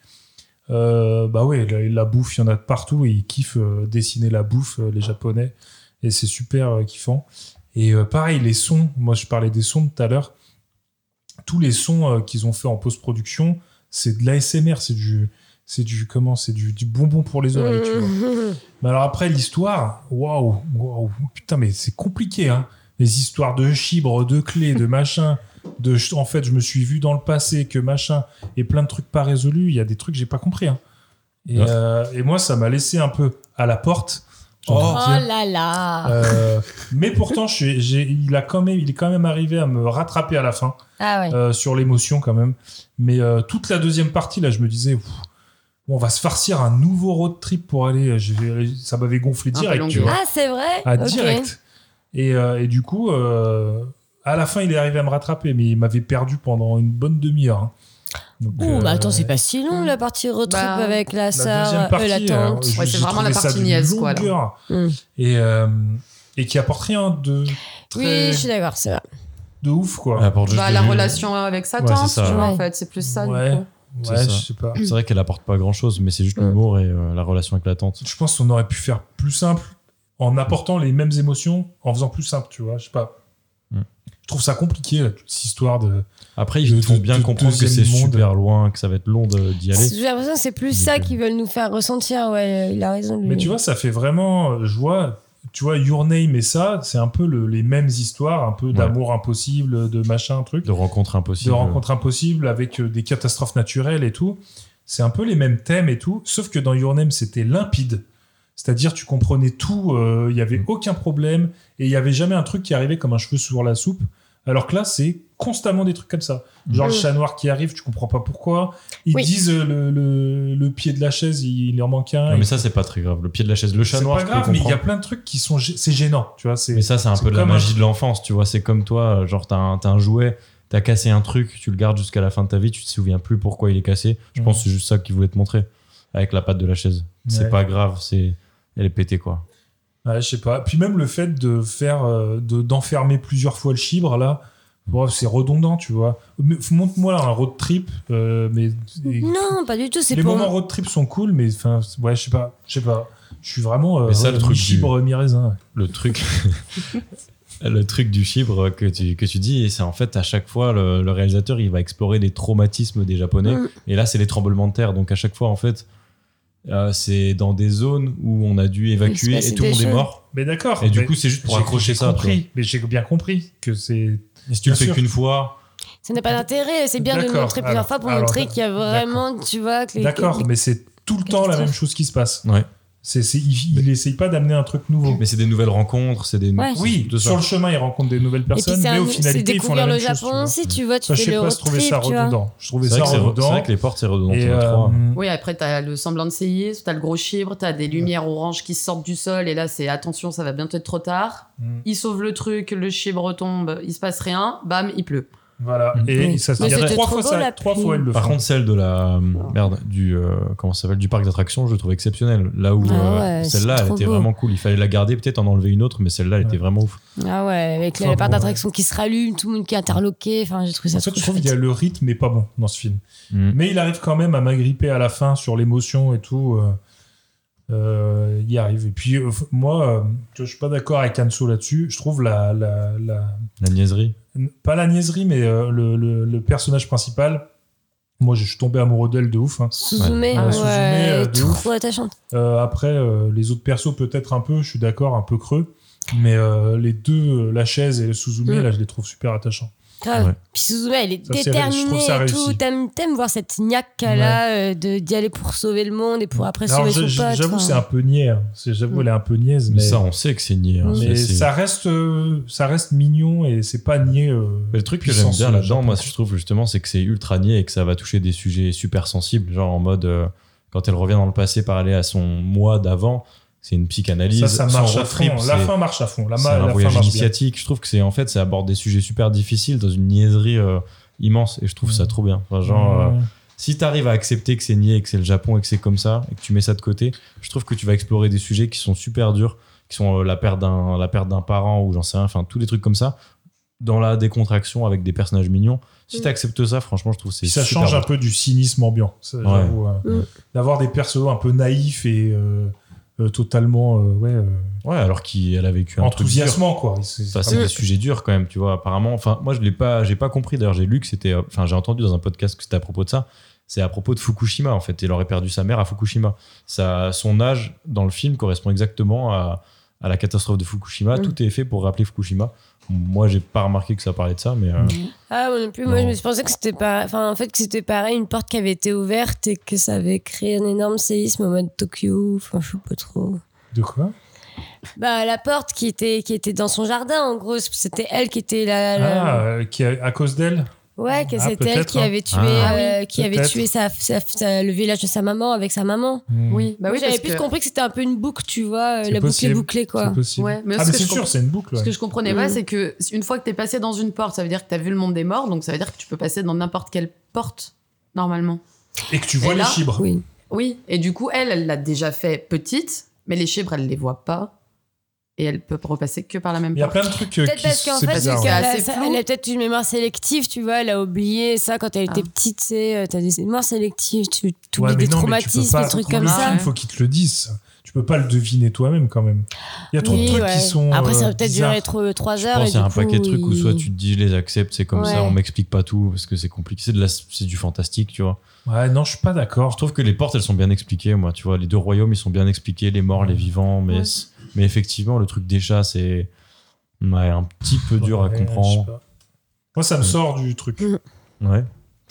[SPEAKER 7] Euh, bah ouais, la, la bouffe, il y en a de partout et ils kiffent euh, dessiner la bouffe, euh, les Japonais. et c'est super euh, kiffant. Et euh, pareil, les sons, moi je parlais des sons de tout à l'heure, tous les sons euh, qu'ils ont fait en post-production, c'est de l'ASMR, c'est du, c'est du, comment, c'est du, du bonbon pour les oreilles,
[SPEAKER 6] Mmh.
[SPEAKER 7] tu vois. Mais alors après, l'histoire, waouh, waouh, putain, mais c'est compliqué, hein. Les histoires de chibres, de clés, de machin, de ch- en fait, je me suis vu dans le passé que machin, et plein de trucs pas résolus. Il y a des trucs que j'ai pas compris, hein. Et,
[SPEAKER 5] Ouais.
[SPEAKER 7] euh, et moi, ça m'a laissé un peu à la porte. J'ai
[SPEAKER 6] Oh,
[SPEAKER 7] envie de dire.
[SPEAKER 6] là là.
[SPEAKER 7] Euh, mais pourtant, je suis- j'ai- il, a quand même, il est quand même arrivé à me rattraper à la fin
[SPEAKER 6] Ah ouais.
[SPEAKER 7] euh, sur l'émotion quand même. Mais euh, toute la deuxième partie, là, je me disais, Ouf, on va se farcir un nouveau road trip pour aller. je vais- ça m'avait gonflé
[SPEAKER 6] peu
[SPEAKER 7] direct, tu
[SPEAKER 6] longue.
[SPEAKER 7] vois.
[SPEAKER 6] Ah, c'est vrai
[SPEAKER 7] Ah,
[SPEAKER 6] Ok.
[SPEAKER 7] direct. Et, euh, et du coup, euh, à la fin, il est arrivé à me rattraper, mais il m'avait perdu pendant une bonne demi-heure. hein. Donc,
[SPEAKER 6] Oh, bah
[SPEAKER 7] euh,
[SPEAKER 6] attends, c'est pas si long la partie road trip
[SPEAKER 9] Bah,
[SPEAKER 6] avec la
[SPEAKER 7] deuxième
[SPEAKER 6] sœur, euh,
[SPEAKER 7] partie,
[SPEAKER 6] la Hmm. tante.
[SPEAKER 7] euh, je- j'ai trouvé ça d'une longueur. Et, euh, et qui apporte rien de très-
[SPEAKER 9] je suis
[SPEAKER 6] d'accord, c'est vrai.
[SPEAKER 7] de ouf quoi.
[SPEAKER 5] Ah,
[SPEAKER 9] Bah, la relation avec sa
[SPEAKER 5] Ouais,
[SPEAKER 9] tante,
[SPEAKER 5] c'est ça.
[SPEAKER 9] tu vois,
[SPEAKER 5] Ouais.
[SPEAKER 9] en fait, c'est plus ça. du
[SPEAKER 7] Ouais.
[SPEAKER 9] coup.
[SPEAKER 5] C'est
[SPEAKER 7] Ouais,
[SPEAKER 5] ça.
[SPEAKER 7] je sais pas.
[SPEAKER 5] C'est vrai qu'elle apporte pas grand chose, mais c'est juste l'humour et euh, la relation avec la tante.
[SPEAKER 7] Je pense qu'on aurait pu faire plus simple en apportant les mêmes émotions, en faisant plus simple, tu vois. Je sais pas.
[SPEAKER 5] Mm.
[SPEAKER 7] Je trouve ça compliqué là, toute cette histoire de.
[SPEAKER 5] Après, ils
[SPEAKER 7] de-
[SPEAKER 5] font
[SPEAKER 7] de-
[SPEAKER 5] bien
[SPEAKER 7] de
[SPEAKER 5] comprendre que c'est
[SPEAKER 7] deuxième monde.
[SPEAKER 5] super loin, que ça va être long de- d'y aller.
[SPEAKER 6] J'ai l'impression que c'est plus
[SPEAKER 5] Donc,
[SPEAKER 6] ça
[SPEAKER 5] euh,
[SPEAKER 6] qu'ils veulent nous faire ressentir. Ouais, il a raison. Lui.
[SPEAKER 7] Mais tu vois, ça fait vraiment. euh, Je vois, tu vois, Your Name et ça, c'est un peu le- les mêmes histoires, un peu d'amour impossible, de machin, truc.
[SPEAKER 5] De rencontre impossible.
[SPEAKER 7] de rencontres impossibles avec euh, des catastrophes naturelles et tout. C'est un peu les mêmes thèmes et tout, sauf que dans Your Name, c'était limpide. C'est-à-dire, tu comprenais tout, euh, il y n'y
[SPEAKER 5] Mm.
[SPEAKER 7] avait aucun problème et il n'y avait jamais un truc qui arrivait comme un cheveu sur la soupe. Alors que là, c'est constamment des trucs comme ça. Genre
[SPEAKER 5] Mm.
[SPEAKER 7] le chat noir qui arrive, tu comprends pas pourquoi. Ils
[SPEAKER 5] Oui.
[SPEAKER 7] disent euh, le, le- le pied de la chaise, il, il en manque un.
[SPEAKER 5] Non, mais ça, c'est pas très grave. Le pied de la chaise, le chat
[SPEAKER 7] c'est
[SPEAKER 5] noir.
[SPEAKER 7] pas
[SPEAKER 5] je peux
[SPEAKER 7] grave, mais il y a
[SPEAKER 5] comprendre.
[SPEAKER 7] plein de trucs qui sont. gê- C'est gênant, tu vois. c'est-
[SPEAKER 5] Mais ça, c'est un
[SPEAKER 7] c'est
[SPEAKER 5] peu de la
[SPEAKER 7] comme un-
[SPEAKER 5] magie de l'enfance, tu vois. C'est comme toi, euh, genre, t'as un, t'as un jouet, t'as cassé un truc, tu le gardes jusqu'à la fin de ta vie, tu te souviens plus pourquoi il est cassé. Je
[SPEAKER 7] Mhm.
[SPEAKER 5] pense que c'est juste ça qu'ils voulaient te montrer avec la patte de la chaise.
[SPEAKER 7] Ouais.
[SPEAKER 5] C'est pas grave, c'est elle est pétée, quoi.
[SPEAKER 7] Ouais, je sais pas. Puis même le fait de faire, euh, de- d'enfermer plusieurs fois le chibre, là, bon, c'est redondant, tu vois. Mais f- Montre-moi un road trip, euh, mais et-
[SPEAKER 6] Non, pas du tout. C'est
[SPEAKER 7] les
[SPEAKER 6] pour.
[SPEAKER 7] moments road trip sont cool, mais enfin, c'est- ouais, je sais pas, je sais pas. Je suis vraiment euh,
[SPEAKER 5] Mais ça, le truc du-
[SPEAKER 7] chibre mi-raisin.
[SPEAKER 5] le truc le truc du chibre que tu, que tu dis et c'est en fait à chaque fois le, le réalisateur il va explorer les traumatismes des japonais
[SPEAKER 7] Mm.
[SPEAKER 5] et là c'est les tremblements de terre donc à chaque fois en fait euh, c'est dans des zones où on a dû évacuer et tout le monde est mort
[SPEAKER 7] Mais d'accord.
[SPEAKER 5] et du
[SPEAKER 7] mais
[SPEAKER 5] coup c'est juste pour
[SPEAKER 7] j'ai-
[SPEAKER 5] accrocher
[SPEAKER 7] j'ai
[SPEAKER 5] ça tu vois.
[SPEAKER 7] compris, mais j'ai bien compris que c'est.
[SPEAKER 5] Et si tu le
[SPEAKER 7] Bien
[SPEAKER 5] fais
[SPEAKER 7] sûr.
[SPEAKER 5] qu'une fois
[SPEAKER 6] Ça n'a pas d'intérêt. C'est bien de le
[SPEAKER 7] D'accord,
[SPEAKER 6] montrer plusieurs
[SPEAKER 7] alors-
[SPEAKER 6] fois pour
[SPEAKER 7] alors,
[SPEAKER 6] montrer qu'il y a vraiment, tu vois, que les.
[SPEAKER 7] D'accord,
[SPEAKER 6] que-
[SPEAKER 7] mais c'est tout le temps la même chose qui se passe.
[SPEAKER 5] Ouais.
[SPEAKER 7] C'est, c'est- il, il essaye pas d'amener un truc nouveau.
[SPEAKER 5] mais c'est des nouvelles rencontres c'est des
[SPEAKER 6] Ouais.
[SPEAKER 7] Oui,
[SPEAKER 5] tout ça.
[SPEAKER 7] sur le chemin, ils rencontrent des nouvelles
[SPEAKER 6] Et puis
[SPEAKER 7] personnes,
[SPEAKER 6] c'est
[SPEAKER 7] mais
[SPEAKER 6] un-
[SPEAKER 7] au
[SPEAKER 6] c'est
[SPEAKER 7] final, ils font la
[SPEAKER 6] découvrir
[SPEAKER 7] même
[SPEAKER 6] le
[SPEAKER 7] chose. tu vois.
[SPEAKER 6] Japon aussi, tu vois, tu
[SPEAKER 7] Ça, je
[SPEAKER 6] fais
[SPEAKER 7] sais
[SPEAKER 6] le
[SPEAKER 7] pas,
[SPEAKER 6] road
[SPEAKER 7] je trouvais
[SPEAKER 6] trip,
[SPEAKER 7] ça
[SPEAKER 6] tu vois.
[SPEAKER 7] redondant. Je trouvais
[SPEAKER 5] C'est
[SPEAKER 7] ça
[SPEAKER 5] vrai que c'est re-
[SPEAKER 7] redondant.
[SPEAKER 5] c'est vrai que les portes, c'est redondant,
[SPEAKER 7] Et,
[SPEAKER 5] on a
[SPEAKER 7] euh,
[SPEAKER 5] trois.
[SPEAKER 10] Oui, après, t'as le semblant de séisme, t'as le gros chibre, t'as des lumières oranges qui sortent du sol, et là, c'est attention, ça va bientôt être trop tard.
[SPEAKER 5] Hmm.
[SPEAKER 7] Mm.
[SPEAKER 10] Il sauve le truc, le chibre retombe, il se passe rien, bam, il pleut.
[SPEAKER 7] Voilà.
[SPEAKER 6] Mm.
[SPEAKER 7] Et ça,
[SPEAKER 10] Mais
[SPEAKER 7] il y a
[SPEAKER 10] c'était
[SPEAKER 7] trois
[SPEAKER 10] trop
[SPEAKER 7] fois
[SPEAKER 10] beau,
[SPEAKER 7] ça,
[SPEAKER 10] la
[SPEAKER 7] trois fois
[SPEAKER 10] pluie.
[SPEAKER 7] ils le
[SPEAKER 5] Par
[SPEAKER 7] font.
[SPEAKER 5] contre, celle de la
[SPEAKER 6] Ah.
[SPEAKER 5] merde du euh, comment ça s'appelle du parc d'attractions, je le trouve exceptionnelle. Là où
[SPEAKER 6] Ah
[SPEAKER 5] euh,
[SPEAKER 6] ouais,
[SPEAKER 5] celle-là,
[SPEAKER 6] c'est
[SPEAKER 5] elle
[SPEAKER 6] trop
[SPEAKER 5] était
[SPEAKER 6] beau.
[SPEAKER 5] vraiment cool. Il fallait la garder, peut-être en enlever une autre, mais celle-là, elle était vraiment ouf.
[SPEAKER 6] Ah ouais, avec
[SPEAKER 7] Enfin,
[SPEAKER 6] la part
[SPEAKER 7] bon,
[SPEAKER 6] d'attraction qui se rallume, tout le monde qui est interloqué. Enfin, j'ai trouvé ça
[SPEAKER 7] En fait,
[SPEAKER 6] trop
[SPEAKER 7] je trouve
[SPEAKER 6] chouette.
[SPEAKER 7] qu'il y a le rythme n'est pas bon dans ce film. Mais il arrive quand même à m'agripper à la fin sur l'émotion et tout. euh, euh, il y arrive. Et puis, euh, f- moi, euh, tu vois, je suis pas d'accord avec Anso là-dessus. Je trouve la, la, la-
[SPEAKER 5] La niaiserie.
[SPEAKER 7] Pas la niaiserie, mais euh, le, le- le personnage principal. Moi, je suis tombé amoureux d'elle de ouf. hein.
[SPEAKER 6] Suzume, ouais,
[SPEAKER 7] Ah, Suzume, euh, de ouf.
[SPEAKER 6] trop attachante.
[SPEAKER 7] Euh, après, euh, les autres persos, peut-être un peu, je suis d'accord, un peu creux. Mais euh, les deux, euh, la chaise et le Suzume,
[SPEAKER 6] Mm.
[SPEAKER 7] là, je les trouve super attachants.
[SPEAKER 6] Grave.
[SPEAKER 5] Ouais.
[SPEAKER 6] Puis Suzume, elle est
[SPEAKER 7] Ça, c'est- je trouve
[SPEAKER 6] déterminée
[SPEAKER 7] ça
[SPEAKER 6] et tout.
[SPEAKER 7] réussi.
[SPEAKER 6] T'aimes t'aimes voir cette niaque qu'elle a euh, de- d'y aller pour sauver le monde et pour après
[SPEAKER 7] Alors,
[SPEAKER 6] sauver
[SPEAKER 7] je-
[SPEAKER 6] son
[SPEAKER 7] je-
[SPEAKER 6] pote.
[SPEAKER 7] j'avoue,
[SPEAKER 6] enfin.
[SPEAKER 7] c'est un peu niais. hein. C'est- J'avoue,
[SPEAKER 6] Mm.
[SPEAKER 7] elle est un peu niaise,
[SPEAKER 5] Mais,
[SPEAKER 7] mais,
[SPEAKER 5] ça, on sait que c'est niais. hein.
[SPEAKER 7] mais
[SPEAKER 5] C'est- c'est-
[SPEAKER 7] ça reste, euh, ça reste mignon et c'est pas niais. euh,
[SPEAKER 5] Mais le truc que j'aime
[SPEAKER 7] puissance,
[SPEAKER 5] bien
[SPEAKER 7] euh,
[SPEAKER 5] là-dedans,
[SPEAKER 7] Japon.
[SPEAKER 5] moi, je trouve justement, c'est que c'est ultra niais et que ça va toucher des sujets super sensibles, genre en mode euh, quand elle revient dans le passé parler à son moi d'avant, c'est une psychanalyse.
[SPEAKER 7] ça, ça
[SPEAKER 5] sans
[SPEAKER 7] marche à
[SPEAKER 5] road
[SPEAKER 7] fond.
[SPEAKER 5] trip,
[SPEAKER 7] La
[SPEAKER 5] c'est-
[SPEAKER 7] fin marche à fond. La,
[SPEAKER 5] C'est
[SPEAKER 7] ma-
[SPEAKER 5] un
[SPEAKER 7] la fin
[SPEAKER 5] voyage
[SPEAKER 7] marche bien.
[SPEAKER 5] initiatique. Je trouve que c'est en fait, ça aborde des sujets super difficiles dans une niaiserie euh, immense et je trouve ça trop bien. Enfin, genre,
[SPEAKER 7] Mmh.
[SPEAKER 5] euh, si t'arrives à accepter que c'est niais et que c'est le Japon et que c'est comme ça et que tu mets ça de côté, je trouve que tu vas explorer des sujets qui sont super durs, qui sont euh, la perte d'un la perte d'un parent ou j'en sais rien, enfin tous des trucs comme ça dans la décontraction avec des personnages mignons. Si
[SPEAKER 6] Mmh.
[SPEAKER 5] t'acceptes ça, franchement, je trouve que c'est
[SPEAKER 7] Puis ça
[SPEAKER 5] super
[SPEAKER 7] change un
[SPEAKER 5] bon.
[SPEAKER 7] peu du cynisme ambiant. ça,
[SPEAKER 5] Ouais.
[SPEAKER 7] j'avoue, euh,
[SPEAKER 6] Mm.
[SPEAKER 7] D'avoir des persos un peu naïfs et euh, euh, totalement. euh, ouais, euh,
[SPEAKER 5] Ouais, alors qu'elle a vécu un
[SPEAKER 7] Enthousiasmant,
[SPEAKER 5] truc
[SPEAKER 7] quoi.
[SPEAKER 5] Enfin,
[SPEAKER 6] Ah
[SPEAKER 5] c'est
[SPEAKER 7] Mm.
[SPEAKER 5] des sujets durs quand même, tu vois. Apparemment, enfin, moi je l'ai pas, j'ai pas compris. D'ailleurs, j'ai lu que c'était, euh, enfin, j'ai entendu dans un podcast que c'était à propos de ça. C'est à propos de Fukushima en fait. Il aurait perdu sa mère à Fukushima. Ça, son âge dans le film correspond exactement à, à la catastrophe de Fukushima.
[SPEAKER 6] Mm.
[SPEAKER 5] Tout est fait pour rappeler Fukushima. Moi, j'ai pas remarqué que ça parlait de ça, mais euh,
[SPEAKER 6] Ah, moi non plus. Moi, je
[SPEAKER 5] Non.
[SPEAKER 6] me suis pensé que c'était pas. Enfin, en fait, que c'était pareil, une porte qui avait été ouverte et que ça avait créé un énorme séisme en mode Tokyo. Enfin, je sais pas trop.
[SPEAKER 7] De quoi
[SPEAKER 6] Bah, la porte qui était, qui était dans son jardin, en gros, c'était elle qui était la. la-
[SPEAKER 7] Ah, euh, qui a- à cause d'elle
[SPEAKER 6] Ouais, que
[SPEAKER 7] Ah,
[SPEAKER 6] c'était elle
[SPEAKER 7] peut-être,
[SPEAKER 6] qui
[SPEAKER 7] hein.
[SPEAKER 6] avait tué,
[SPEAKER 7] Ah,
[SPEAKER 6] euh,
[SPEAKER 7] oui.
[SPEAKER 6] qui avait
[SPEAKER 7] Peut-être.
[SPEAKER 6] tué sa, sa- sa- le village de sa maman avec sa maman.
[SPEAKER 5] Mm.
[SPEAKER 7] Hmm.
[SPEAKER 10] Oui, bah
[SPEAKER 6] Moi,
[SPEAKER 10] oui,
[SPEAKER 6] J'avais
[SPEAKER 10] parce
[SPEAKER 6] plus
[SPEAKER 10] que-
[SPEAKER 6] compris que c'était un peu une boucle, tu vois, euh,
[SPEAKER 7] C'est
[SPEAKER 6] la boucle est
[SPEAKER 7] possible,
[SPEAKER 6] bouclée, quoi.
[SPEAKER 7] c'est possible.
[SPEAKER 10] Ouais,
[SPEAKER 7] Ah,
[SPEAKER 10] ce
[SPEAKER 7] mais
[SPEAKER 10] que
[SPEAKER 7] c'est
[SPEAKER 10] je
[SPEAKER 7] sûr,
[SPEAKER 10] comp-
[SPEAKER 7] c'est une boucle,
[SPEAKER 10] Ce
[SPEAKER 7] ouais.
[SPEAKER 10] que je comprenais pas,
[SPEAKER 6] Mhm.
[SPEAKER 10] c'est que une fois que t'es passé dans une porte, ça veut dire que t'as vu le monde des morts, donc ça veut dire que tu peux passer dans n'importe quelle porte, normalement.
[SPEAKER 7] Et que tu vois
[SPEAKER 10] Et
[SPEAKER 7] les
[SPEAKER 10] là-
[SPEAKER 7] chibres.
[SPEAKER 6] Oui.
[SPEAKER 10] Oui, et du coup, elle, elle l'a déjà fait petite, mais les chèvres, elle les voit pas. Et elle peut repasser que par la même
[SPEAKER 7] Il y a
[SPEAKER 10] porte.
[SPEAKER 7] plein de trucs euh,
[SPEAKER 6] Peut-être
[SPEAKER 7] qui
[SPEAKER 6] parce qu'en
[SPEAKER 7] c'est
[SPEAKER 6] fait,
[SPEAKER 7] bizarre,
[SPEAKER 6] elle,
[SPEAKER 7] ouais.
[SPEAKER 6] a,
[SPEAKER 10] assez
[SPEAKER 6] ça-
[SPEAKER 10] flou.
[SPEAKER 6] elle a peut-être une mémoire sélective, tu vois, elle a oublié ça quand elle était petite, c'est euh, t'as des mémoires sélectives, tu oublies
[SPEAKER 7] Ouais,
[SPEAKER 6] des
[SPEAKER 7] mais non, mais tu peux
[SPEAKER 6] traumatismes,
[SPEAKER 7] pas-
[SPEAKER 6] des trucs
[SPEAKER 7] pour
[SPEAKER 6] comme
[SPEAKER 7] le
[SPEAKER 6] ça.
[SPEAKER 7] film, faut qu'ils te le disent. Tu peux pas le deviner toi-même quand même. Il y a trop
[SPEAKER 6] Oui,
[SPEAKER 7] de trucs
[SPEAKER 6] ouais.
[SPEAKER 7] qui sont.
[SPEAKER 6] Après, ça va
[SPEAKER 7] euh,
[SPEAKER 6] peut-être
[SPEAKER 7] bizarres.
[SPEAKER 6] durer trop, 3
[SPEAKER 5] je
[SPEAKER 6] heures.
[SPEAKER 5] pense
[SPEAKER 6] et
[SPEAKER 5] qu'il y a
[SPEAKER 6] Ah, du
[SPEAKER 5] un paquet de
[SPEAKER 6] coup,
[SPEAKER 5] trucs où
[SPEAKER 6] il-
[SPEAKER 5] soit tu te dis je les accepte, c'est comme ça,
[SPEAKER 6] Ouais.
[SPEAKER 5] on m'explique pas tout parce que c'est compliqué. C'est de la, c'est du fantastique, tu vois.
[SPEAKER 7] Ouais, non, je suis pas d'accord.
[SPEAKER 5] Je trouve que les portes, elles sont bien expliquées, moi. Tu vois, les deux royaumes, ils sont bien expliqués, les morts, les vivants. Mais,
[SPEAKER 10] Ouais.
[SPEAKER 5] c- mais effectivement, le truc des chats, c'est ouais, un petit peu dur à
[SPEAKER 7] Ouais, je sais
[SPEAKER 5] comprendre.
[SPEAKER 7] pas. Moi, ça me sort du
[SPEAKER 6] Mmh.
[SPEAKER 7] truc.
[SPEAKER 5] Ouais,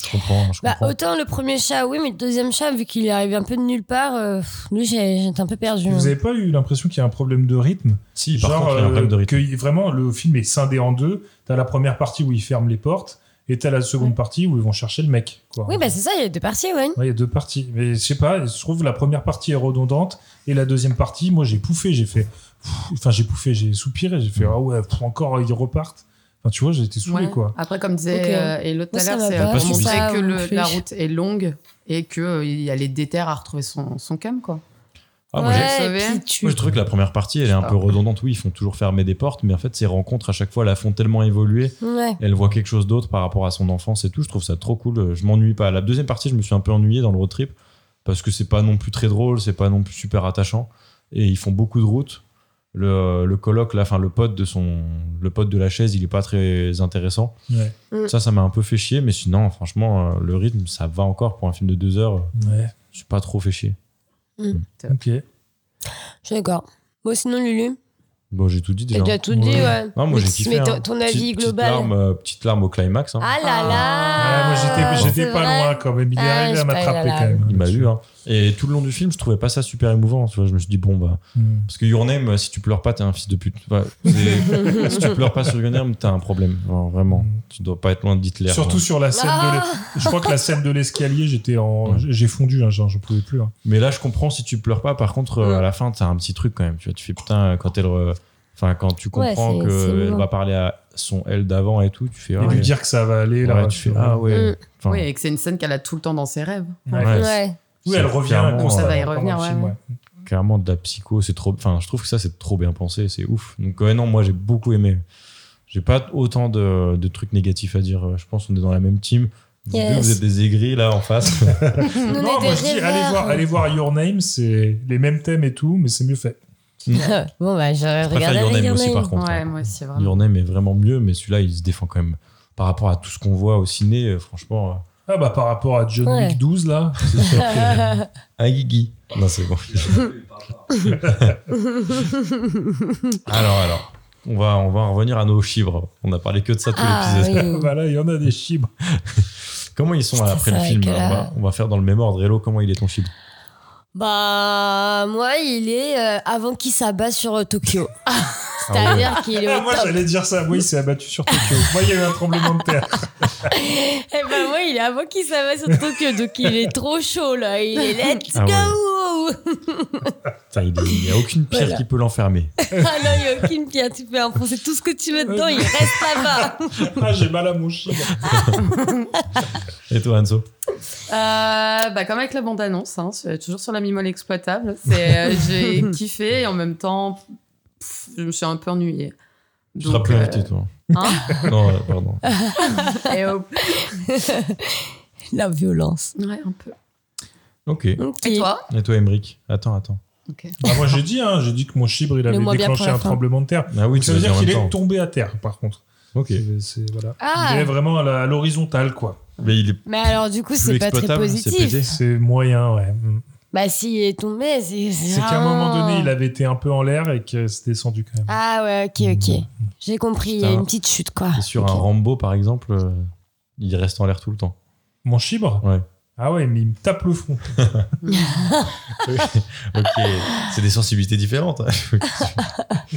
[SPEAKER 5] je comprends. Je
[SPEAKER 6] Bah,
[SPEAKER 5] comprends.
[SPEAKER 6] autant le premier chat, oui, mais le deuxième chat, vu qu'il est arrivé un peu de nulle part, euh, pff, lui, j'ai- j'étais un peu hein. perdu.
[SPEAKER 7] Vous avez pas eu l'impression qu'il y a un problème de rythme
[SPEAKER 5] si, par contre, il y a un
[SPEAKER 7] euh,
[SPEAKER 5] problème de rythme.
[SPEAKER 7] que y- vraiment, le film est scindé en deux. T'as la première partie où ils ferment les portes et t'as la seconde partie où ils vont chercher le mec. quoi.
[SPEAKER 6] Oui, bah c'est ça, il y a deux parties, ouais.
[SPEAKER 7] Ouais, il y a deux parties. Mais je sais pas, je trouve la première partie est redondante et la deuxième partie, moi j'ai pouffé, j'ai fait. Pff, Enfin, j'ai pouffé, j'ai soupiré, j'ai fait Ah ouais, pff, encore ils repartent. Enfin, tu vois, j'ai été saoulé
[SPEAKER 10] Ouais.
[SPEAKER 7] quoi.
[SPEAKER 10] Après, comme disait
[SPEAKER 6] Ok.
[SPEAKER 10] euh, et l'autre tout
[SPEAKER 6] Moi,
[SPEAKER 10] à
[SPEAKER 6] ça
[SPEAKER 10] l'heure,
[SPEAKER 6] m'a
[SPEAKER 10] c'est
[SPEAKER 6] pas
[SPEAKER 10] pour
[SPEAKER 5] subi.
[SPEAKER 10] montrer
[SPEAKER 6] ça,
[SPEAKER 10] que le-
[SPEAKER 6] non plus.
[SPEAKER 10] la route est longue et qu'il y a les déterres à retrouver son, son cum, quoi.
[SPEAKER 5] Ah, moi,
[SPEAKER 6] ouais,
[SPEAKER 5] j'ai-
[SPEAKER 6] et
[SPEAKER 10] Sauvé.
[SPEAKER 6] puis tu-
[SPEAKER 5] moi, je trouve que la première partie, elle est un
[SPEAKER 10] Ah.
[SPEAKER 5] peu redondante. Oui, ils font toujours fermer des portes, mais en fait, ces rencontres, à chaque fois, la font tellement évoluer.
[SPEAKER 6] Ouais.
[SPEAKER 5] Elle voit quelque chose d'autre par rapport à son enfance et tout. Je trouve ça trop cool. Je m'ennuie pas. La deuxième partie, je me suis un peu ennuyé dans le road trip parce que c'est pas non plus très drôle, c'est pas non plus super attachant. Et ils font beaucoup de routes. Le, le coloc, là, enfin, le pote de son, le pote de la chaise, il est pas très intéressant.
[SPEAKER 7] Ouais.
[SPEAKER 6] Mm.
[SPEAKER 5] Ça, ça m'a un peu fait chier, mais sinon, franchement, euh, le rythme, ça va encore pour un film de deux heures.
[SPEAKER 7] Ouais.
[SPEAKER 5] Je suis pas trop fait chier.
[SPEAKER 7] Ok.
[SPEAKER 6] Je suis d'accord. Moi, sinon, Lulu,
[SPEAKER 5] Bon, j'ai tout dit
[SPEAKER 6] t'as
[SPEAKER 5] déjà. hein.
[SPEAKER 6] déjà tout dit,
[SPEAKER 7] Ouais.
[SPEAKER 6] ouais.
[SPEAKER 5] Non, moi, j'ai
[SPEAKER 6] Mais-
[SPEAKER 5] kiffé.
[SPEAKER 6] Mais
[SPEAKER 5] hein.
[SPEAKER 6] ton- ton avis
[SPEAKER 5] Petite- petite
[SPEAKER 6] global.
[SPEAKER 5] larme, euh, petite larme au climax. hein.
[SPEAKER 6] Ah là là
[SPEAKER 7] Ouais, moi j'étais- j'étais
[SPEAKER 6] Ah, c'est
[SPEAKER 7] pas
[SPEAKER 6] vrai.
[SPEAKER 7] loin quand même, il est
[SPEAKER 6] Ah,
[SPEAKER 7] arrivé
[SPEAKER 6] je-
[SPEAKER 7] à m'attraper
[SPEAKER 6] ah là
[SPEAKER 7] quand
[SPEAKER 6] là.
[SPEAKER 7] même.
[SPEAKER 5] Il m'a eu. Hein. Et tout le long du film, je trouvais pas ça super émouvant. Tu vois, je me suis dit, bon, bah.
[SPEAKER 7] Hmm.
[SPEAKER 5] Parce que Your Name, si tu pleures pas, t'es un fils de pute. Enfin, c'est- si tu pleures pas sur Your Name, t'as un problème. Genre, vraiment. Tu dois pas être loin d'Hitler.
[SPEAKER 7] Mm. Surtout
[SPEAKER 5] genre.
[SPEAKER 7] sur la scène de
[SPEAKER 6] Ah.
[SPEAKER 7] l'es- Je crois que la scène de l'escalier, j'étais en.
[SPEAKER 5] Ouais.
[SPEAKER 7] J'ai fondu, hein, genre, je pouvais plus. hein.
[SPEAKER 5] Mais là, je comprends si tu pleures pas. Par contre,
[SPEAKER 6] Mm.
[SPEAKER 5] euh, à la fin, t'as un petit truc quand même. Tu vois, tu fais putain, euh, quand elle. re- Enfin, quand tu
[SPEAKER 6] Ouais,
[SPEAKER 5] comprends
[SPEAKER 6] c'est- c'est
[SPEAKER 5] qu'elle
[SPEAKER 6] lourd.
[SPEAKER 5] va parler à son elle d'avant et tout, tu fais.
[SPEAKER 7] Et
[SPEAKER 5] Ah,
[SPEAKER 7] lui
[SPEAKER 5] ouais.
[SPEAKER 7] dire que ça va aller, là.
[SPEAKER 5] Ouais, tu fais, ah ouais.
[SPEAKER 6] Mm.
[SPEAKER 5] Enfin,
[SPEAKER 10] Oui, et que c'est une scène qu'elle a tout le temps dans ses rêves.
[SPEAKER 7] Ouais.
[SPEAKER 5] Ouais.
[SPEAKER 6] Ouais.
[SPEAKER 7] Oui,
[SPEAKER 5] C'est
[SPEAKER 7] elle revient.
[SPEAKER 5] clairement, euh,
[SPEAKER 10] Ça va y
[SPEAKER 7] constamment
[SPEAKER 10] revenir,
[SPEAKER 7] dans le
[SPEAKER 10] ouais,
[SPEAKER 7] film,
[SPEAKER 10] ouais.
[SPEAKER 5] clairement de la psycho c'est trop enfin je trouve que ça c'est trop bien pensé c'est ouf donc ouais non moi j'ai beaucoup aimé j'ai pas autant de, de trucs négatifs à dire je pense qu'on est dans la même team vous,
[SPEAKER 6] Yes.
[SPEAKER 5] deux, vous êtes des aigris là en face
[SPEAKER 6] Nous, on
[SPEAKER 7] Non,
[SPEAKER 6] est
[SPEAKER 7] moi
[SPEAKER 6] des
[SPEAKER 7] je dis, allez
[SPEAKER 6] rêveurs.
[SPEAKER 7] voir, allez voir Your Name, c'est les mêmes thèmes et tout, mais c'est mieux fait.
[SPEAKER 6] bon, bah, j'aurais
[SPEAKER 5] je préfère
[SPEAKER 6] regardé
[SPEAKER 5] Your
[SPEAKER 6] avec
[SPEAKER 5] Name aussi
[SPEAKER 6] Your
[SPEAKER 5] par
[SPEAKER 6] Name.
[SPEAKER 5] contre hein.
[SPEAKER 10] Ouais, moi aussi, vraiment.
[SPEAKER 5] Your Name est vraiment mieux mais celui-là il se défend quand même par rapport à tout ce qu'on voit au ciné euh, franchement euh,
[SPEAKER 7] Ah bah par rapport à John
[SPEAKER 6] Ouais.
[SPEAKER 7] Wick 12 là, c'est sûr que-
[SPEAKER 5] un guigui non c'est bon alors alors on va on va en revenir à nos chibres on a parlé que de ça tout
[SPEAKER 6] Ah,
[SPEAKER 5] l'épisode
[SPEAKER 6] oui.
[SPEAKER 7] bah là il y en a des chibres.
[SPEAKER 5] Comment ils sont
[SPEAKER 6] Putain,
[SPEAKER 5] après le
[SPEAKER 6] c'est vrai
[SPEAKER 5] film
[SPEAKER 6] que
[SPEAKER 5] on
[SPEAKER 6] là-
[SPEAKER 5] va, on va faire dans le même ordre. Hello, comment il est ton film
[SPEAKER 6] Bah, moi, il est euh, avant qu'il s'abat sur euh, Tokyo.
[SPEAKER 5] Ah
[SPEAKER 6] C'est-à-dire qu'il est
[SPEAKER 7] Ah,
[SPEAKER 6] au
[SPEAKER 7] moi
[SPEAKER 6] top.
[SPEAKER 7] j'allais dire ça, oui c'est abattu sur Tokyo. moi il y a eu un tremblement de terre.
[SPEAKER 6] Eh ben, moi, il est avant qu'il s'abat sur Tokyo. Donc, il est trop chaud, là. Il est let's
[SPEAKER 5] Ah ouais.
[SPEAKER 6] go!
[SPEAKER 5] Putain, il est- il n'y a aucune pierre
[SPEAKER 6] Voilà.
[SPEAKER 5] qui peut l'enfermer.
[SPEAKER 6] Ah non, il n'y a aucune pierre. Tu peux enfoncer tout ce que tu veux dedans, il reste là-bas.
[SPEAKER 7] Ah j'ai mal à mon chibre.
[SPEAKER 5] Et toi, Anso
[SPEAKER 10] Euh, bah, comme avec la bande-annonce, hein, sur- toujours sur la mimole exploitable. C'est, euh, j'ai kiffé et en même temps, pff, je me suis un peu ennuyée.
[SPEAKER 5] Tu seras
[SPEAKER 10] Donc,
[SPEAKER 5] plus
[SPEAKER 10] euh,
[SPEAKER 5] invité, toi.
[SPEAKER 10] hein
[SPEAKER 5] Non, euh, pardon.
[SPEAKER 10] Et au-
[SPEAKER 6] La violence.
[SPEAKER 10] ouais, un peu.
[SPEAKER 5] Ok. Et
[SPEAKER 6] Ok.
[SPEAKER 10] Et toi
[SPEAKER 5] toi, Emric Attends, attends.
[SPEAKER 7] Bah, moi j'ai dit, hein, j'ai dit que mon chibre il
[SPEAKER 6] Le
[SPEAKER 7] avait
[SPEAKER 6] moins bien pour
[SPEAKER 7] déclenché
[SPEAKER 6] la
[SPEAKER 7] un
[SPEAKER 6] fin.
[SPEAKER 7] tremblement de terre.
[SPEAKER 5] Ah oui,
[SPEAKER 7] Donc,
[SPEAKER 5] tu
[SPEAKER 7] ça veut
[SPEAKER 5] l'as
[SPEAKER 7] dire
[SPEAKER 5] dit en
[SPEAKER 7] qu'il
[SPEAKER 5] même temps.
[SPEAKER 7] est tombé à terre par contre.
[SPEAKER 5] Ok.
[SPEAKER 7] C'est- c'est- voilà.
[SPEAKER 6] Ah.
[SPEAKER 7] Il est vraiment à la- à l'horizontale quoi.
[SPEAKER 5] Mais il est
[SPEAKER 6] Mais alors, du coup,
[SPEAKER 5] Plus
[SPEAKER 6] c'est pas très
[SPEAKER 5] exploitable, c'est pété.
[SPEAKER 6] positif.
[SPEAKER 7] C'est moyen, ouais. Mm.
[SPEAKER 6] Bah, s'il est tombé, c'est.
[SPEAKER 7] C'est qu'à un moment donné, il avait été un peu en l'air et que c'est descendu quand même.
[SPEAKER 6] Ah ouais, ok, ok. J'ai compris, il y a
[SPEAKER 5] Putain.
[SPEAKER 6] une petite chute, quoi.
[SPEAKER 5] Et sur
[SPEAKER 6] Ok.
[SPEAKER 5] un Rambo, par exemple, euh, il reste en l'air tout le temps.
[SPEAKER 7] Mon chibre
[SPEAKER 5] Ouais.
[SPEAKER 7] Ah ouais, mais il me tape le front.
[SPEAKER 5] ok, c'est des sensibilités différentes. hein.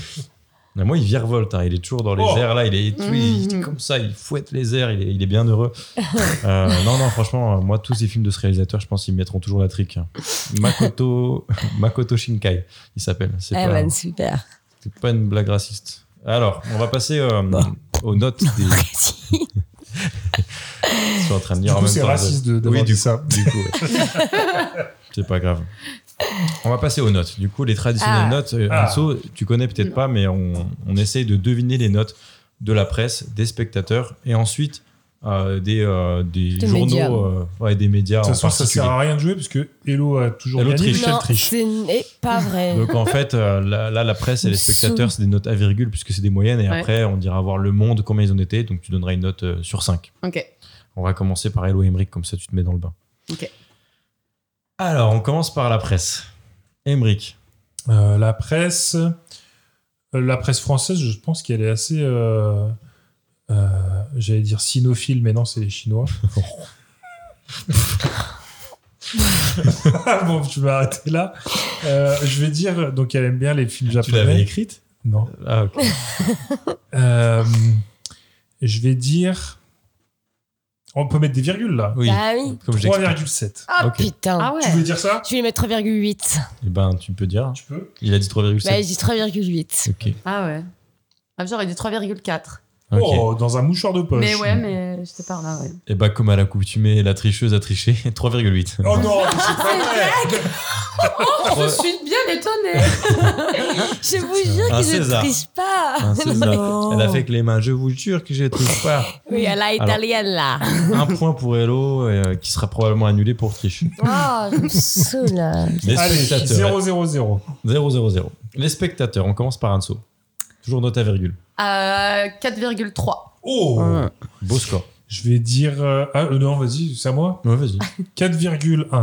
[SPEAKER 5] Mais moi, il virevolte, hein. il est toujours dans les
[SPEAKER 7] Oh.
[SPEAKER 5] airs, là, il est,
[SPEAKER 6] Mm.
[SPEAKER 5] tout- il est comme ça, il fouette les airs, il est, il est bien heureux. Euh, non, non, franchement, euh, moi, tous ces films de ce réalisateur, je pense qu'ils me mettront toujours la trique. hein. Makoto, Makoto Shinkai, il s'appelle. C'est
[SPEAKER 6] Eh
[SPEAKER 5] pas-
[SPEAKER 6] ben, super.
[SPEAKER 5] c'est pas une blague raciste. Alors, on va passer euh, aux notes des. je suis en train de
[SPEAKER 7] Du
[SPEAKER 5] dire en
[SPEAKER 7] coup,
[SPEAKER 5] même
[SPEAKER 7] c'est
[SPEAKER 5] temps,
[SPEAKER 7] raciste de- d'avoir
[SPEAKER 5] oui, du
[SPEAKER 7] dit ça.
[SPEAKER 5] Du coup, ouais. c'est pas grave. On va passer aux notes. Du coup, les traditionnelles
[SPEAKER 6] Ah.
[SPEAKER 5] notes. euh,
[SPEAKER 7] Ah.
[SPEAKER 5] Anso, tu connais peut-être pas, mais on, on essaye de deviner les notes de la presse, des spectateurs, et ensuite euh, des, euh, des,
[SPEAKER 6] Des
[SPEAKER 5] journaux,
[SPEAKER 6] médias.
[SPEAKER 5] euh, ouais, des médias.
[SPEAKER 7] De toute façon,
[SPEAKER 5] en
[SPEAKER 7] ça sert
[SPEAKER 5] particulier.
[SPEAKER 7] à rien de jouer parce que Hello a toujours
[SPEAKER 5] Hello
[SPEAKER 7] gagné.
[SPEAKER 5] triche.
[SPEAKER 7] Michel
[SPEAKER 6] Non,
[SPEAKER 7] triche.
[SPEAKER 6] c'est n'est pas vrai.
[SPEAKER 5] Donc en fait, euh, là, là, la presse et les
[SPEAKER 6] Sous-
[SPEAKER 5] spectateurs, c'est des notes à virgule puisque c'est des moyennes. Et
[SPEAKER 10] Ouais.
[SPEAKER 5] après, on dira voir le monde, combien ils en étaient. Donc tu donneras une note euh, sur 5.
[SPEAKER 10] Ok.
[SPEAKER 5] On va commencer par Hello Emmerich, comme ça tu te mets dans le bain.
[SPEAKER 10] Ok.
[SPEAKER 5] Alors, on commence par la presse. Emmerich.
[SPEAKER 7] Euh, la presse, euh, la presse française, je pense qu'elle est assez, euh, euh, j'allais dire sinophile, mais non, c'est les Chinois. bon, je vais arrêter là. Euh, je vais dire, donc elle aime bien les films
[SPEAKER 5] Tu l'avais
[SPEAKER 7] japonais.
[SPEAKER 5] écrite
[SPEAKER 7] Non.
[SPEAKER 5] Ah, ok.
[SPEAKER 7] Euh, je vais dire, on peut mettre des virgules là.
[SPEAKER 5] Oui.
[SPEAKER 6] Bah oui.
[SPEAKER 5] Comme je l'explique.
[SPEAKER 7] 3,7.
[SPEAKER 6] Ah
[SPEAKER 5] Ok.
[SPEAKER 6] putain.
[SPEAKER 10] Ah ouais.
[SPEAKER 7] Tu veux dire ça
[SPEAKER 6] Je vais mettre 3,8.
[SPEAKER 5] Eh ben, tu peux dire.
[SPEAKER 7] Tu peux
[SPEAKER 5] Il a dit
[SPEAKER 6] Bah,
[SPEAKER 5] 3,7.
[SPEAKER 6] je dis 3,8.
[SPEAKER 5] Ok.
[SPEAKER 10] Ah ouais. Ah, j'aurais dit 3,4.
[SPEAKER 5] ok.
[SPEAKER 7] Oh, dans un mouchoir de poche.
[SPEAKER 10] Mais ouais, mais j'étais par là, ouais.
[SPEAKER 5] Et bah, comme à l'accoutumée, la tricheuse a triché. 3,8.
[SPEAKER 7] Oh non, mais c'est pas vrai.
[SPEAKER 5] Trois-
[SPEAKER 10] Oh, Je suis bien étonnée.
[SPEAKER 6] Je vous jure
[SPEAKER 5] Un
[SPEAKER 6] qu'ils ne
[SPEAKER 5] César.
[SPEAKER 6] trichent pas.
[SPEAKER 5] Un César. Elle a fait avec les mains. Je vous jure que je ne triche pas.
[SPEAKER 6] Oui, à la italienne là.
[SPEAKER 5] Un point pour Hello, euh, qui sera probablement annulé pour triche.
[SPEAKER 6] Oh, je me saoule.
[SPEAKER 5] Les
[SPEAKER 7] Allez,
[SPEAKER 5] spectateurs.
[SPEAKER 7] 0, 0, 0.
[SPEAKER 5] 0, 0, 0. Les spectateurs, on commence par Anso. Toujours note à virgule.
[SPEAKER 10] Euh, 4,3.
[SPEAKER 7] Oh
[SPEAKER 5] Beau score.
[SPEAKER 7] Je vais dire. euh, ah, euh, non, vas-y, c'est à moi.
[SPEAKER 5] Ouais, vas-y.
[SPEAKER 7] 4,1.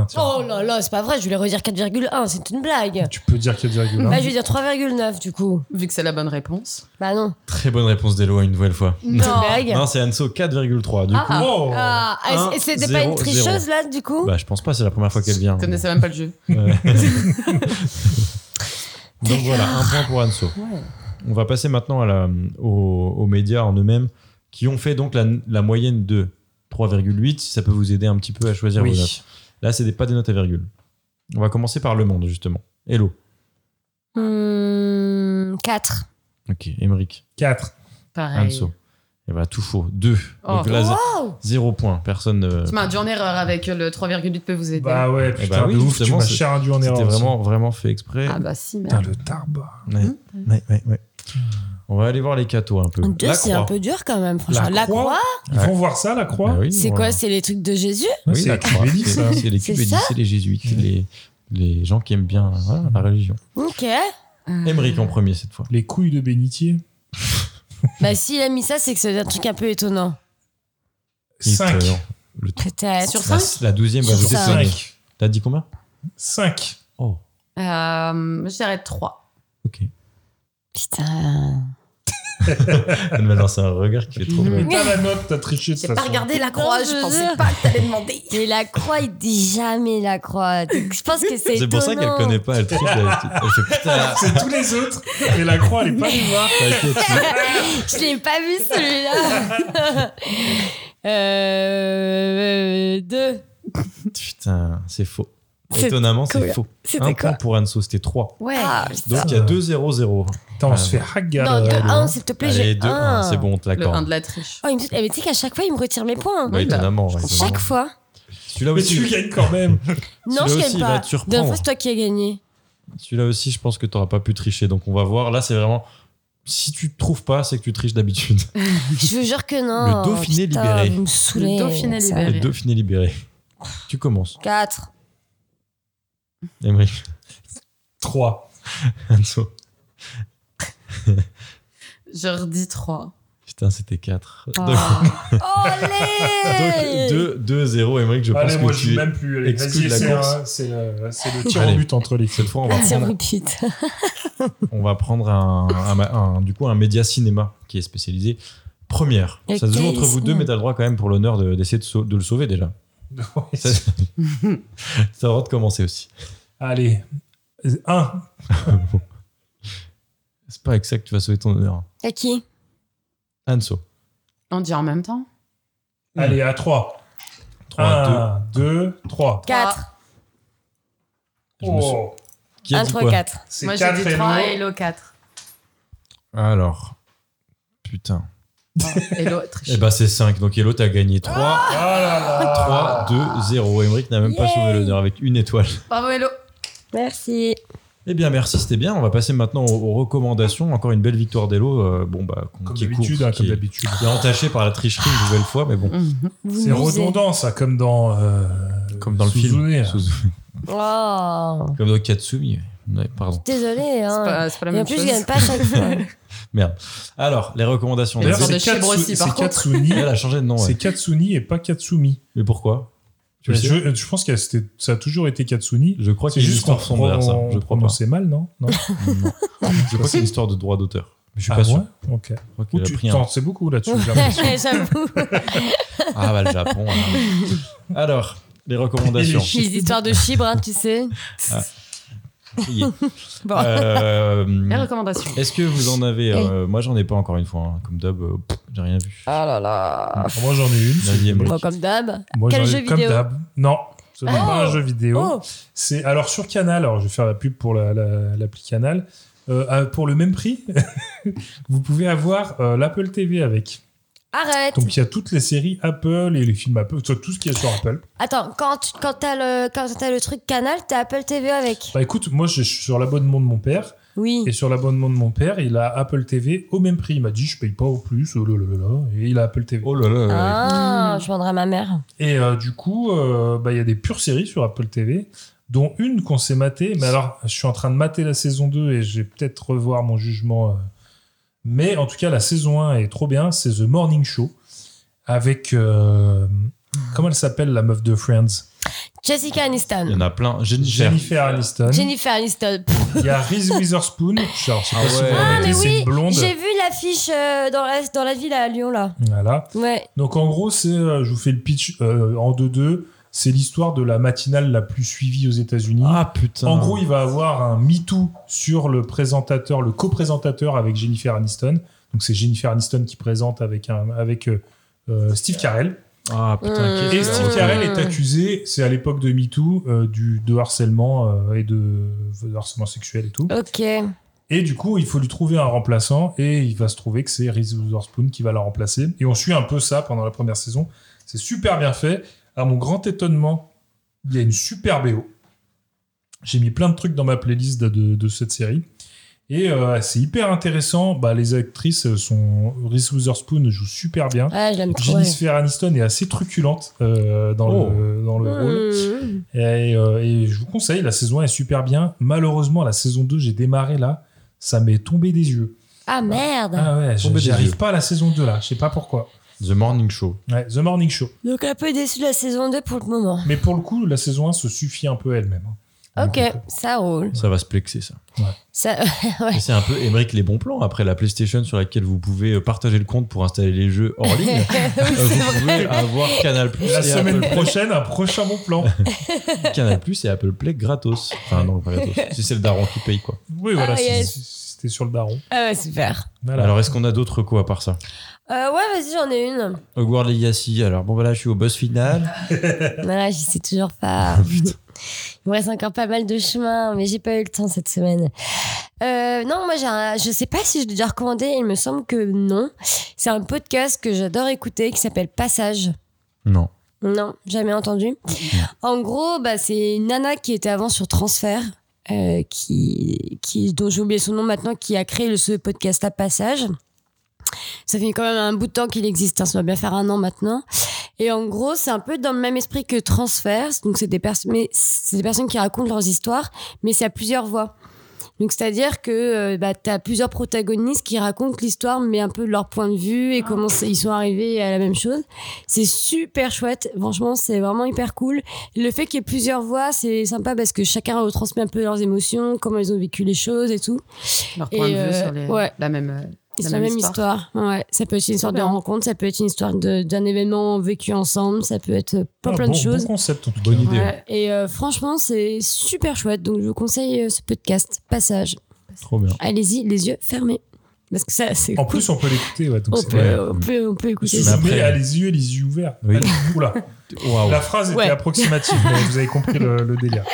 [SPEAKER 7] tiens.
[SPEAKER 6] Oh là là, c'est pas vrai, je voulais redire 4,1, c'est une blague.
[SPEAKER 7] Tu peux dire 4,1.
[SPEAKER 6] Bah, je vais dire 3,9 du coup.
[SPEAKER 10] Vu que c'est la bonne réponse.
[SPEAKER 6] Bah non.
[SPEAKER 5] Très bonne réponse d'Hello une nouvelle fois.
[SPEAKER 6] C'est une blague.
[SPEAKER 5] Non, c'est Anso 4,3. Du coup,
[SPEAKER 10] Ah,
[SPEAKER 7] Oh
[SPEAKER 6] Ah,
[SPEAKER 5] Un,
[SPEAKER 6] et c'était pas une
[SPEAKER 5] zéro,
[SPEAKER 6] tricheuse
[SPEAKER 5] zéro.
[SPEAKER 6] là du coup
[SPEAKER 5] bah, je pense pas, c'est la première fois qu'elle vient.
[SPEAKER 10] Je connaissais même pas le jeu.
[SPEAKER 5] Ouais. Donc voilà, un point pour Anso. On va passer maintenant à la- aux, aux médias en eux-mêmes qui ont fait donc la, la moyenne de 3,8. Si ça peut vous aider un petit peu à choisir vos notes.
[SPEAKER 7] Oui.
[SPEAKER 5] Là, c'est des- pas des notes à virgule. On va commencer par Le Monde, justement. Hello.
[SPEAKER 6] Hmm, 4.
[SPEAKER 5] Ok, Emmerich.
[SPEAKER 7] 4.
[SPEAKER 10] Pareil.
[SPEAKER 5] Anso. Et bah, tout faux. Deux.
[SPEAKER 10] Oh.
[SPEAKER 5] Donc là,
[SPEAKER 6] Wow.
[SPEAKER 5] zéro point. Personne. euh,
[SPEAKER 10] Tu m'as induit en erreur avec le 3,8 peut vous aider.
[SPEAKER 9] ben
[SPEAKER 7] Bah ouais,
[SPEAKER 5] Eh
[SPEAKER 7] putain,
[SPEAKER 5] bah oui,
[SPEAKER 7] de ouf, tu
[SPEAKER 5] justement,
[SPEAKER 7] m'as
[SPEAKER 5] c'est-
[SPEAKER 7] cher induit en
[SPEAKER 5] C'était
[SPEAKER 7] erreur.
[SPEAKER 5] vraiment, vraiment fait exprès.
[SPEAKER 10] ah bah si,
[SPEAKER 7] Putain,
[SPEAKER 10] merde.
[SPEAKER 7] le tarba.
[SPEAKER 5] Ouais. Ouais, ouais, ouais. On va aller voir les cathos un peu.
[SPEAKER 6] Deux,
[SPEAKER 5] La
[SPEAKER 6] c'est
[SPEAKER 5] Croix.
[SPEAKER 6] un peu dur quand même, franchement.
[SPEAKER 7] La
[SPEAKER 6] La
[SPEAKER 7] croix,
[SPEAKER 6] croix,
[SPEAKER 7] Ils
[SPEAKER 5] Ouais.
[SPEAKER 7] vont voir ça, la croix
[SPEAKER 5] Bah oui,
[SPEAKER 6] c'est
[SPEAKER 5] on
[SPEAKER 6] quoi
[SPEAKER 5] va-
[SPEAKER 6] C'est les trucs de Jésus
[SPEAKER 7] Ouais,
[SPEAKER 5] Oui,
[SPEAKER 7] C'est
[SPEAKER 5] la
[SPEAKER 7] la
[SPEAKER 5] croix.
[SPEAKER 7] cubélie, ça.
[SPEAKER 5] C'est c'est les
[SPEAKER 6] C'est
[SPEAKER 5] cubélites,
[SPEAKER 6] ça
[SPEAKER 5] c'est les jésuites, les, les gens qui aiment bien voilà, la religion.
[SPEAKER 6] Ok.
[SPEAKER 9] Euh, Mmh.
[SPEAKER 5] Émeric en premier cette fois.
[SPEAKER 7] Les couilles de bénitier.
[SPEAKER 6] Bah, s'il a mis ça, c'est que c'est un truc un peu étonnant.
[SPEAKER 5] Et,
[SPEAKER 7] 5.
[SPEAKER 5] euh, le-
[SPEAKER 6] Peut-être.
[SPEAKER 10] Sur
[SPEAKER 5] la,
[SPEAKER 10] cinq
[SPEAKER 5] la douzième va
[SPEAKER 6] Sur
[SPEAKER 5] Bah, vous
[SPEAKER 6] cinq.
[SPEAKER 5] étonner.
[SPEAKER 7] 5.
[SPEAKER 5] T'as dit combien
[SPEAKER 7] 5.
[SPEAKER 5] Oh,
[SPEAKER 10] Euh, je dirais 3.
[SPEAKER 5] ok.
[SPEAKER 6] Putain.
[SPEAKER 5] Elle m'a lancé un regard qui fait trop
[SPEAKER 7] Mais
[SPEAKER 5] mal.
[SPEAKER 7] t'as la note, t'as triché de toute façon.
[SPEAKER 10] la
[SPEAKER 6] croix, je pensais
[SPEAKER 10] pas que t'allais demander.
[SPEAKER 6] Mais la croix, il dit jamais la croix. Donc, je pense que c'est.
[SPEAKER 5] C'est pour ça qu'elle
[SPEAKER 6] étonnant.
[SPEAKER 5] connaît pas, elle triche. Elle, elle fait putain.
[SPEAKER 7] C'est tous les autres. Et la croix, elle est pas noire.
[SPEAKER 5] t'inquiète,
[SPEAKER 6] Je l'ai pas vu celui-là. euh, deux.
[SPEAKER 5] Putain, c'est faux.
[SPEAKER 6] C'est
[SPEAKER 5] Étonnamment, c'est
[SPEAKER 6] cool.
[SPEAKER 5] faux.
[SPEAKER 6] C'était
[SPEAKER 5] Un point
[SPEAKER 6] quoi
[SPEAKER 5] pour Anso, c'était 3.
[SPEAKER 10] Ouais.
[SPEAKER 6] Ah, putain.
[SPEAKER 5] Donc il y a 2-0-0.
[SPEAKER 7] Attends, on
[SPEAKER 5] Ah,
[SPEAKER 7] se fait haga.
[SPEAKER 6] non,
[SPEAKER 7] là,
[SPEAKER 6] de
[SPEAKER 7] là.
[SPEAKER 6] 1, s'il te plaît, j'ai
[SPEAKER 5] Allez, 2-1, c'est bon, on te
[SPEAKER 10] le 1
[SPEAKER 5] l'accorde.
[SPEAKER 10] de la triche.
[SPEAKER 6] Oh, il me dit- eh, mais tu sais qu'à chaque fois, il me retire mes points. hein.
[SPEAKER 5] Bah, étonnamment, ouais, étonnamment.
[SPEAKER 6] Chaque fois.
[SPEAKER 5] Celui-là
[SPEAKER 7] Mais tu
[SPEAKER 5] aussi,
[SPEAKER 7] gagnes quand même.
[SPEAKER 6] Non, je
[SPEAKER 5] Celui-là aussi,
[SPEAKER 6] gagne
[SPEAKER 5] il va
[SPEAKER 6] pas.
[SPEAKER 5] te surprendre.
[SPEAKER 6] Dernière fois, c'est toi qui as gagné.
[SPEAKER 5] celui-là aussi, je pense que t'auras pas pu tricher. Donc on va voir. Là, c'est vraiment. Si tu trouves pas, c'est que tu triches d'habitude.
[SPEAKER 6] Je vous jure que non.
[SPEAKER 5] Le Dauphiné
[SPEAKER 6] Putain,
[SPEAKER 5] libéré.
[SPEAKER 6] Vous me
[SPEAKER 10] Le
[SPEAKER 6] saoulez.
[SPEAKER 10] Dauphiné
[SPEAKER 6] ça.
[SPEAKER 10] libéré.
[SPEAKER 5] Le Dauphiné libéré. Tu commences.
[SPEAKER 6] Quatre.
[SPEAKER 5] Emery.
[SPEAKER 7] 3.
[SPEAKER 10] Je redis 3.
[SPEAKER 5] Putain, c'était 4.
[SPEAKER 10] Ah.
[SPEAKER 5] Donc, 2, 2, 0, Emmerich, je pense
[SPEAKER 7] Allez,
[SPEAKER 5] que
[SPEAKER 7] moi, je
[SPEAKER 5] tu
[SPEAKER 7] dis même plus. Allez,
[SPEAKER 5] exclues
[SPEAKER 7] vas-y,
[SPEAKER 5] la
[SPEAKER 7] c'est
[SPEAKER 5] course.
[SPEAKER 7] un- c'est euh, c'est le tir au
[SPEAKER 5] Allez.
[SPEAKER 7] but entre les
[SPEAKER 5] Cette fois, on va
[SPEAKER 6] Ah, tiens,
[SPEAKER 5] prendre,
[SPEAKER 6] repeat.
[SPEAKER 5] on va prendre un, un- un- du coup, un média cinéma qui est spécialisé première.
[SPEAKER 6] Et
[SPEAKER 5] Ça se joue
[SPEAKER 6] quel
[SPEAKER 5] entre vous deux,
[SPEAKER 6] cinéma
[SPEAKER 5] mais t'as le droit quand même pour l'honneur de- d'essayer de, sau- de le sauver déjà. Ça, ça a le droit de commencer aussi.
[SPEAKER 7] Allez. 1.
[SPEAKER 5] Bon. C'est pas avec ça que tu vas sauver ton honneur.
[SPEAKER 6] À qui
[SPEAKER 5] Anso.
[SPEAKER 10] On dit en même temps
[SPEAKER 5] Hmm.
[SPEAKER 7] Allez, à 3.
[SPEAKER 5] 3,
[SPEAKER 7] 2, 3.
[SPEAKER 6] 4.
[SPEAKER 5] Je me suis- Qui a
[SPEAKER 6] 1,
[SPEAKER 5] dit
[SPEAKER 6] 3,
[SPEAKER 5] quoi
[SPEAKER 6] 4.
[SPEAKER 7] Oh, C'est
[SPEAKER 10] Moi, j'ai
[SPEAKER 7] quatre
[SPEAKER 10] dit
[SPEAKER 7] et
[SPEAKER 10] 3
[SPEAKER 7] non.
[SPEAKER 10] et Hello 4.
[SPEAKER 5] Alors. Putain.
[SPEAKER 10] Hello,
[SPEAKER 5] Eh ben, c'est 5. Donc, Hello, t'as gagné 3.
[SPEAKER 7] Oh là là.
[SPEAKER 5] 3, 2, 0. Emmerich n'a même pas
[SPEAKER 6] Yay.
[SPEAKER 5] sauvé l'honneur avec une étoile.
[SPEAKER 10] Bravo, Hello.
[SPEAKER 6] Merci.
[SPEAKER 5] Eh bien, merci, c'était bien. On va passer maintenant aux, aux recommandations. Encore une belle victoire d'Elo. euh, bon, bah, qu'on-
[SPEAKER 7] Comme
[SPEAKER 5] qui est
[SPEAKER 7] d'habitude,
[SPEAKER 5] courte,
[SPEAKER 7] hein,
[SPEAKER 5] qui
[SPEAKER 7] comme
[SPEAKER 5] est-
[SPEAKER 7] d'habitude.
[SPEAKER 5] qui est entachée par la tricherie une nouvelle fois, mais bon,
[SPEAKER 6] Vous
[SPEAKER 7] C'est
[SPEAKER 6] m'usez.
[SPEAKER 7] redondant, ça, comme dans. euh,
[SPEAKER 5] comme dans le
[SPEAKER 7] Suzune,
[SPEAKER 5] film.
[SPEAKER 7] là.
[SPEAKER 5] Suzune.
[SPEAKER 6] Oh.
[SPEAKER 5] Comme dans Katsumi. Ouais, pardon.
[SPEAKER 6] Désolé.
[SPEAKER 10] C'est
[SPEAKER 6] Hein.
[SPEAKER 10] pas, c'est pas la
[SPEAKER 6] Et en
[SPEAKER 10] même
[SPEAKER 6] plus,
[SPEAKER 10] chose.
[SPEAKER 6] je gagne pas à chaque fois.
[SPEAKER 5] Merde. Alors, les recommandations.
[SPEAKER 7] D'ailleurs,
[SPEAKER 10] Sort de
[SPEAKER 7] c'est
[SPEAKER 10] chibre
[SPEAKER 7] Katsu-
[SPEAKER 10] aussi, par
[SPEAKER 7] c'est
[SPEAKER 10] contre.
[SPEAKER 7] Katsuni.
[SPEAKER 5] Elle a changé de nom. Ah, ouais.
[SPEAKER 7] C'est Katsuni et pas Katsumi.
[SPEAKER 5] Mais pourquoi Tu le
[SPEAKER 7] Mais
[SPEAKER 5] sais
[SPEAKER 7] je, je pense que c'était- ça a toujours été Katsuni.
[SPEAKER 5] Je crois
[SPEAKER 7] C'est
[SPEAKER 5] qu'il y a une
[SPEAKER 7] juste qu'on
[SPEAKER 5] histoire sombre derrière ça. Je crois pas.
[SPEAKER 7] C'est mal, non, non
[SPEAKER 5] Non. Je crois que c'est une histoire de droit d'auteur. Mais Je suis
[SPEAKER 7] Ah
[SPEAKER 5] pas sûr.
[SPEAKER 7] ouais Ok.
[SPEAKER 5] Je crois qu'il
[SPEAKER 7] Ou
[SPEAKER 5] a
[SPEAKER 7] tu
[SPEAKER 5] pris un-
[SPEAKER 7] t'en sais beaucoup là-dessus. j'ai l'impression.
[SPEAKER 6] J'avoue.
[SPEAKER 5] Ah bah le Japon. hein. alors. Alors, les recommandations.
[SPEAKER 6] Les histoires de chibre, hein, tu sais.
[SPEAKER 5] Priez.
[SPEAKER 6] Bon.
[SPEAKER 5] Euh,
[SPEAKER 10] Les recommandations.
[SPEAKER 5] Est-ce que vous en avez euh, Moi, j'en ai pas encore une fois. hein. Comme d'hab, euh, pff, j'ai rien vu.
[SPEAKER 6] Ah là là.
[SPEAKER 7] Alors, Moi j'en ai une.
[SPEAKER 5] Vas-y,
[SPEAKER 7] c'est-
[SPEAKER 5] Emmerich.
[SPEAKER 6] Bon, comme d'hab.
[SPEAKER 7] Moi,
[SPEAKER 6] Quel
[SPEAKER 7] j'en ai-
[SPEAKER 6] jeu
[SPEAKER 7] comme
[SPEAKER 6] vidéo
[SPEAKER 7] d'hab. Non, ce n'est
[SPEAKER 6] Oh.
[SPEAKER 7] pas un jeu vidéo.
[SPEAKER 6] Oh.
[SPEAKER 7] C'est alors sur Canal. Alors je vais faire la pub pour la- la- l'appli Canal. Euh, euh, pour le même prix, vous pouvez avoir euh, l'Apple TV avec.
[SPEAKER 6] Arrête.
[SPEAKER 7] Donc il y a toutes les séries Apple et les films Apple, tout tout ce qu'il y a sur Apple.
[SPEAKER 6] Attends, quand, tu- quand t'as le, quand t'as le truc canal, t'as Apple TV avec.
[SPEAKER 7] Bah écoute, moi je suis sur l'abonnement de mon père
[SPEAKER 6] Oui.
[SPEAKER 7] et sur l'abonnement de mon père, il a Apple TV au même prix. Il m'a dit je paye pas au plus, oh là là là là, et il a Apple TV.
[SPEAKER 5] Oh là là.
[SPEAKER 6] Ah, je vendrai à ma mère.
[SPEAKER 7] Et euh, du coup, euh, bah, il y a des pures séries sur Apple TV, dont une qu'on s'est matée. Mais alors, je suis en train de mater la saison 2 et je vais peut-être revoir mon jugement. euh. Mais en tout cas, la saison 1 est trop bien. C'est The Morning Show avec. euh, comment elle s'appelle, la meuf de Friends
[SPEAKER 6] Jessica
[SPEAKER 5] Il y en
[SPEAKER 6] Aniston.
[SPEAKER 5] a plein. Jennifer.
[SPEAKER 7] Jennifer Aniston.
[SPEAKER 6] Jennifer Aniston.
[SPEAKER 7] Il y a Reese Witherspoon. Alors, je sais
[SPEAKER 5] Ah
[SPEAKER 7] pas si vous
[SPEAKER 5] ouais.
[SPEAKER 7] la
[SPEAKER 5] Ah,
[SPEAKER 7] mettez,
[SPEAKER 6] mais
[SPEAKER 7] c'est
[SPEAKER 6] oui,
[SPEAKER 7] une blonde.
[SPEAKER 6] J'ai vu l'affiche euh, dans, la, dans la ville à Lyon, là.
[SPEAKER 7] Voilà.
[SPEAKER 6] Ouais.
[SPEAKER 7] Donc en gros, c'est, euh, je vous fais le pitch euh, en 2-2. C'est l'histoire de la matinale la plus suivie aux États-Unis.
[SPEAKER 5] Ah putain.
[SPEAKER 7] En gros, il va avoir un MeToo sur le présentateur, le co-présentateur avec Jennifer Aniston. Donc c'est Jennifer Aniston qui présente avec, un, avec euh, euh, Steve Carell.
[SPEAKER 5] Ah putain.
[SPEAKER 6] Mm.
[SPEAKER 5] qu'est-ce
[SPEAKER 7] Et
[SPEAKER 5] que-
[SPEAKER 7] Steve Carell est accusé, c'est à l'époque de MeToo, euh, du, de harcèlement euh, et de, de harcèlement sexuel et tout.
[SPEAKER 6] Ok.
[SPEAKER 7] Et du coup, il faut lui trouver un remplaçant et il va se trouver que c'est Reese Witherspoon qui va la remplacer. Et on suit un peu ça pendant la première saison. C'est super bien fait. À mon grand étonnement, il y a une super BO. J'ai mis plein de trucs dans ma playlist de, de- de cette série. Et euh, c'est hyper intéressant. Bah, les actrices sont. Reese Witherspoon joue super bien.
[SPEAKER 6] Ouais, je l'aime trop. ouais.
[SPEAKER 7] Jennifer Aniston est assez truculente euh, dans,
[SPEAKER 5] Oh.
[SPEAKER 7] le, dans le rôle.
[SPEAKER 6] Mmh.
[SPEAKER 7] Et, euh, et je vous conseille, la saison 1 est super bien. Malheureusement, la saison 2, j'ai démarré là. Ça m'est tombé des yeux.
[SPEAKER 6] Ah, merde.
[SPEAKER 7] Ah ouais,
[SPEAKER 5] Tombé des
[SPEAKER 7] j'y arrive
[SPEAKER 5] yeux.
[SPEAKER 7] pas à la saison 2 là. Je sais pas pourquoi.
[SPEAKER 5] The Morning Show.
[SPEAKER 7] Ouais, The Morning Show.
[SPEAKER 6] Donc, un peu déçu de la saison 2 pour le moment.
[SPEAKER 7] Mais pour le coup, la saison 1 se suffit un peu elle-même. hein.
[SPEAKER 6] Ok, ça roule.
[SPEAKER 5] Ça va se plexer ça.
[SPEAKER 6] Ça...
[SPEAKER 5] Et c'est un peu Emmerich les bons plans. Après la PlayStation sur laquelle vous pouvez euh, partager le compte pour installer les jeux hors ligne,
[SPEAKER 6] Oui,
[SPEAKER 5] euh, vous
[SPEAKER 6] c'est vrai.
[SPEAKER 5] pouvez avoir Canal Plus
[SPEAKER 7] euh, La
[SPEAKER 5] et
[SPEAKER 7] semaine
[SPEAKER 5] Apple Play.
[SPEAKER 7] prochaine, un prochain bon plan.
[SPEAKER 5] Canal Plus et Apple Play gratos. Enfin non, pas gratos. Si c'est le daron qui paye quoi.
[SPEAKER 7] Oui, voilà,
[SPEAKER 6] Ah,
[SPEAKER 7] si-
[SPEAKER 6] yes.
[SPEAKER 7] si- si c'était sur le daron.
[SPEAKER 6] Ah ouais, super.
[SPEAKER 7] Voilà.
[SPEAKER 5] Alors est-ce qu'on a d'autres quoi à part ça
[SPEAKER 6] Euh, ouais, vas-y, j'en ai une.
[SPEAKER 5] Hogwarts Legacy. Alors bon voilà, je suis au boss final.
[SPEAKER 6] Ah, j'y sais toujours pas. Il me reste encore pas mal de chemin, mais j'ai pas eu le temps cette semaine. Euh, non, moi, j'ai un- je sais pas si je l'ai déjà recommandé, il me semble que non. C'est un podcast que j'adore écouter qui s'appelle Passage.
[SPEAKER 5] Non.
[SPEAKER 6] Non, jamais entendu. En gros, bah, c'est une nana qui était avant sur Transfert, euh, qui, qui, dont j'ai oublié son nom maintenant, qui a créé le, ce podcast à passage. Ça fait quand même un bout de temps qu'il existe, hein, ça va bien faire un an maintenant. Et en gros, c'est un peu dans le même esprit que Transfert, donc c'est des, pers- mais c'est des personnes qui racontent leurs histoires, mais c'est à plusieurs voix. Donc, c'est-à-dire que euh, bah, tu as plusieurs protagonistes qui racontent l'histoire, mais un peu de leur point de vue et comment c'est- ils sont arrivés à la même chose. C'est super chouette. Franchement, c'est vraiment hyper cool. Le fait qu'il y ait plusieurs voix, c'est sympa parce que chacun retransmet un peu leurs émotions, comment ils ont vécu les choses et tout.
[SPEAKER 9] Leur
[SPEAKER 6] Et,
[SPEAKER 9] point de vue
[SPEAKER 6] euh,
[SPEAKER 9] sur les-
[SPEAKER 6] ouais.
[SPEAKER 9] la même, euh,
[SPEAKER 6] C'est la, même histoire. Ouais, ça peut être une histoire de rencontre, ça peut être une histoire de- d'un événement vécu ensemble, ça peut être plein
[SPEAKER 7] Ah,
[SPEAKER 6] plein
[SPEAKER 7] bon-
[SPEAKER 6] de choses.
[SPEAKER 7] Bon concept, en tout cas. Bonne
[SPEAKER 6] Ouais. Et euh, franchement, c'est super chouette. Donc, je vous conseille euh, ce podcast, Passage.
[SPEAKER 5] Trop bien.
[SPEAKER 6] Allez-y, les yeux fermés. Parce que ça, c'est.
[SPEAKER 7] En plus, on peut l'écouter. Ouais, donc
[SPEAKER 6] On
[SPEAKER 7] c'est-
[SPEAKER 6] peut-
[SPEAKER 7] ouais.
[SPEAKER 6] on peut- on peut écouter
[SPEAKER 7] Mais
[SPEAKER 6] ça.
[SPEAKER 7] après-
[SPEAKER 6] Mais
[SPEAKER 7] à
[SPEAKER 6] à
[SPEAKER 7] les yeux, les yeux ouverts. Oula.
[SPEAKER 5] Waouh.
[SPEAKER 7] La phrase était
[SPEAKER 6] Ouais.
[SPEAKER 7] approximative, mais vous avez compris le, le délire.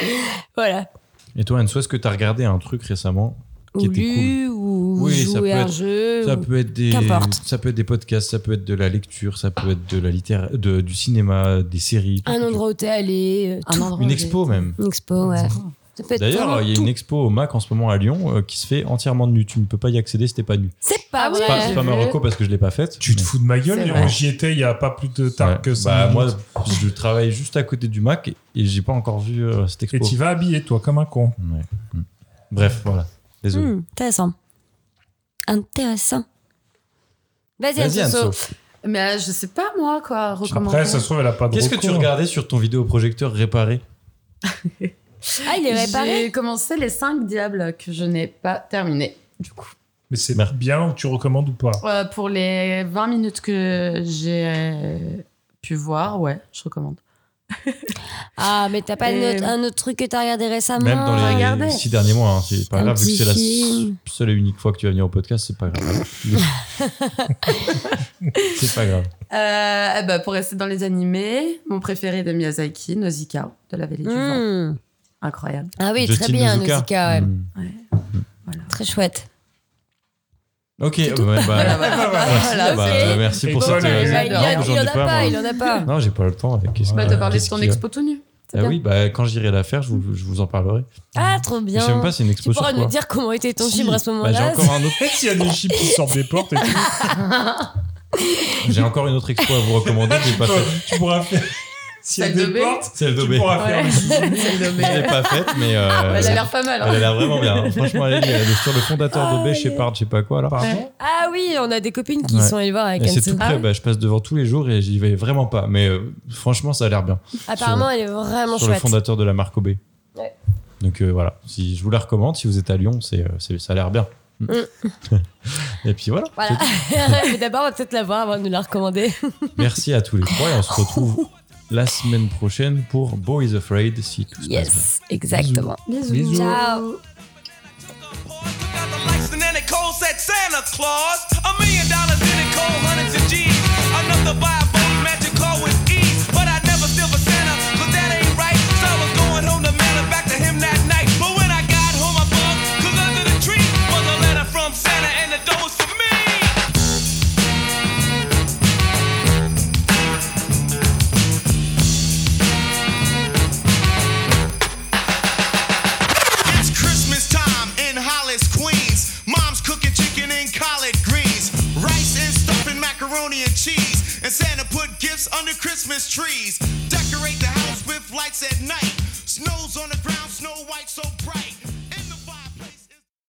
[SPEAKER 6] Voilà.
[SPEAKER 5] Et toi, Anne-Soi, est-ce que tu as regardé un truc récemment qui
[SPEAKER 6] Ou
[SPEAKER 5] était cool
[SPEAKER 6] lu, ou jouer à un jeu.
[SPEAKER 5] ça
[SPEAKER 6] ou-
[SPEAKER 5] peut être des,
[SPEAKER 6] Euh, Qu'importe.
[SPEAKER 5] ça peut être des podcasts, ça peut être de la lecture, ça peut être de la littéra- de, du cinéma, des séries.
[SPEAKER 6] Un endroit où t'es allé. euh, tout.
[SPEAKER 5] Une expo même.
[SPEAKER 6] Une expo, ouais. Ça peut être
[SPEAKER 5] D'ailleurs,
[SPEAKER 6] vraiment
[SPEAKER 5] il y a
[SPEAKER 6] tout.
[SPEAKER 5] une expo au Mac en ce moment à Lyon euh, qui se fait entièrement nue. Tu ne peux pas y accéder si t'es pas nu.
[SPEAKER 6] C'est pas
[SPEAKER 5] C'est
[SPEAKER 6] vrai.
[SPEAKER 5] pas, c'est pas ma reco parce que je l'ai pas faite.
[SPEAKER 7] Tu te fous de ma gueule,
[SPEAKER 6] C'est
[SPEAKER 7] Jérôme,
[SPEAKER 6] vrai.
[SPEAKER 7] j'y étais il y a pas plus de tard que ça.
[SPEAKER 5] Bah, moi, je travaille juste à côté du Mac et, et j'ai pas encore vu euh, cette
[SPEAKER 7] Et
[SPEAKER 5] expo.
[SPEAKER 7] tu vas habillé, toi, comme un con.
[SPEAKER 5] Ouais. Mm. Bref, voilà. Désolé.
[SPEAKER 6] Hmm, intéressant. Intéressant. Vas-y,
[SPEAKER 5] Vas-y,
[SPEAKER 6] Anso.
[SPEAKER 5] Anso.
[SPEAKER 9] Mais euh, je sais pas, moi, quoi, recommander.
[SPEAKER 7] Après, ça se trouve, elle a pas de
[SPEAKER 5] Qu'est-ce que tu
[SPEAKER 7] recours. hein.
[SPEAKER 5] regardais sur ton vidéoprojecteur réparé
[SPEAKER 6] Ah, il est réparé
[SPEAKER 9] J'ai commencé les 5 diables que je n'ai pas terminé.
[SPEAKER 7] Mais c'est bien ou tu recommandes ou pas
[SPEAKER 9] Euh, pour les 20 minutes que j'ai euh, pu voir, ouais, je recommande.
[SPEAKER 6] Ah, mais t'as pas
[SPEAKER 9] Et-
[SPEAKER 6] une autre- un autre truc que t'as regardé récemment
[SPEAKER 5] Même dans les six derniers mois, hein, c'est pas
[SPEAKER 6] Ah, Un
[SPEAKER 5] grave, vu que
[SPEAKER 6] petit
[SPEAKER 5] c'est la
[SPEAKER 6] film.
[SPEAKER 5] s- seule et unique fois que tu vas venir au podcast, c'est pas grave. c'est pas grave.
[SPEAKER 9] Euh, eh ben, pour rester dans les animés, mon préféré de Miyazaki, Nausicaa, de la Vallée du Vent.
[SPEAKER 6] Hmm.
[SPEAKER 9] Incroyable.
[SPEAKER 6] Ah oui,
[SPEAKER 5] Justin
[SPEAKER 6] très bien,
[SPEAKER 5] Nozuka.
[SPEAKER 6] Nausicaa. ouais.
[SPEAKER 5] Hmm.
[SPEAKER 6] Très chouette.
[SPEAKER 5] Ok, ouais, bah,
[SPEAKER 9] Voilà, voilà.
[SPEAKER 5] Voilà,
[SPEAKER 9] Voilà,
[SPEAKER 5] bah,
[SPEAKER 9] c'est-
[SPEAKER 5] merci pour
[SPEAKER 7] Et
[SPEAKER 5] cette.
[SPEAKER 7] toi,
[SPEAKER 5] euh,
[SPEAKER 7] les-
[SPEAKER 6] Bah, il, y a-
[SPEAKER 5] non,
[SPEAKER 6] il
[SPEAKER 5] j'en
[SPEAKER 6] en
[SPEAKER 5] ai
[SPEAKER 6] a
[SPEAKER 5] pas, moi.
[SPEAKER 6] pas, il en a pas.
[SPEAKER 5] Non, j'ai pas le temps avec. Qu'est-ce
[SPEAKER 9] Bah,
[SPEAKER 5] que-
[SPEAKER 9] t'as parlé de
[SPEAKER 5] qu'est-ce
[SPEAKER 9] ton
[SPEAKER 5] qu'il y a
[SPEAKER 9] expo tout nu. C'est
[SPEAKER 5] Ah
[SPEAKER 9] bien.
[SPEAKER 5] oui, bah, quand j'irai la faire, je vous, je vous en parlerai.
[SPEAKER 6] Ah, trop bien.
[SPEAKER 5] Je sais même pas si c'est une
[SPEAKER 6] tu
[SPEAKER 5] expo
[SPEAKER 6] pourras
[SPEAKER 5] sur
[SPEAKER 6] nous
[SPEAKER 5] quoi.
[SPEAKER 6] dire comment était ton
[SPEAKER 5] Si,
[SPEAKER 6] film à ce
[SPEAKER 5] bah,
[SPEAKER 6] moment-là.
[SPEAKER 5] j'ai encore un autre.
[SPEAKER 7] S'il y a des chips qui sortent des portes et tout,
[SPEAKER 5] J'ai encore une autre expo à vous recommander, j'ai pas
[SPEAKER 7] toi,
[SPEAKER 5] faite.
[SPEAKER 7] tu pourras faire. S'il y a
[SPEAKER 9] Celle de
[SPEAKER 7] des
[SPEAKER 9] B.
[SPEAKER 7] portes,
[SPEAKER 5] Celle de
[SPEAKER 7] tu
[SPEAKER 5] B.
[SPEAKER 7] pourras faire.
[SPEAKER 9] Ouais. C'est le
[SPEAKER 5] Je l'ai
[SPEAKER 9] meilleur.
[SPEAKER 5] pas faite, mais. euh,
[SPEAKER 6] Ah,
[SPEAKER 9] Elle a l'air pas mal. hein.
[SPEAKER 5] elle a l'air vraiment bien. Franchement, elle est- elle est sur le fondateur de B, Shepard, je sais pas quoi, là.
[SPEAKER 7] Pardon
[SPEAKER 6] Ah oui, on a des copines qui
[SPEAKER 5] Ouais.
[SPEAKER 6] sont allées voir avec
[SPEAKER 5] Et c'est
[SPEAKER 6] Anso. Ah
[SPEAKER 5] tout près, bah, je passe devant tous les jours et j'y vais vraiment pas. Mais euh, franchement, ça a l'air bien.
[SPEAKER 6] Apparemment, elle est vraiment
[SPEAKER 5] sur le
[SPEAKER 6] Ah, chouette.
[SPEAKER 5] fondateur de la marque OB.
[SPEAKER 6] Ouais.
[SPEAKER 5] Donc euh, voilà, si je vous la recommande, si vous êtes à Lyon, c'est, euh, c'est- ça a l'air bien. et puis voilà.
[SPEAKER 6] Mm. Voilà. mais d'abord, on va peut-être la voir avant de nous la recommander.
[SPEAKER 5] Merci à tous les trois et on se retrouve la semaine prochaine pour Boy is Afraid si tout se passe bien.
[SPEAKER 6] Yes, exactement.
[SPEAKER 7] Bisous.
[SPEAKER 6] Ciao.
[SPEAKER 4] lights, and then they cold said Santa Claus. A million dollars in it, cold hundreds of G's. Enough to buy a boat, magic car with ease. But I never still for Santa, cause that ain't right. So I was going home to mail it back to him that night. But when I got home, I bugged, cause under the tree was a letter from Santa, and the door was for me. It's Christmas time in Hollis, Queens. Mom's cooking chicken and collard greens, rice and stuffing macaroni and cheese. And Santa put gifts under Christmas trees. Decorate the house with lights at night. Snow's on the ground, snow white so bright.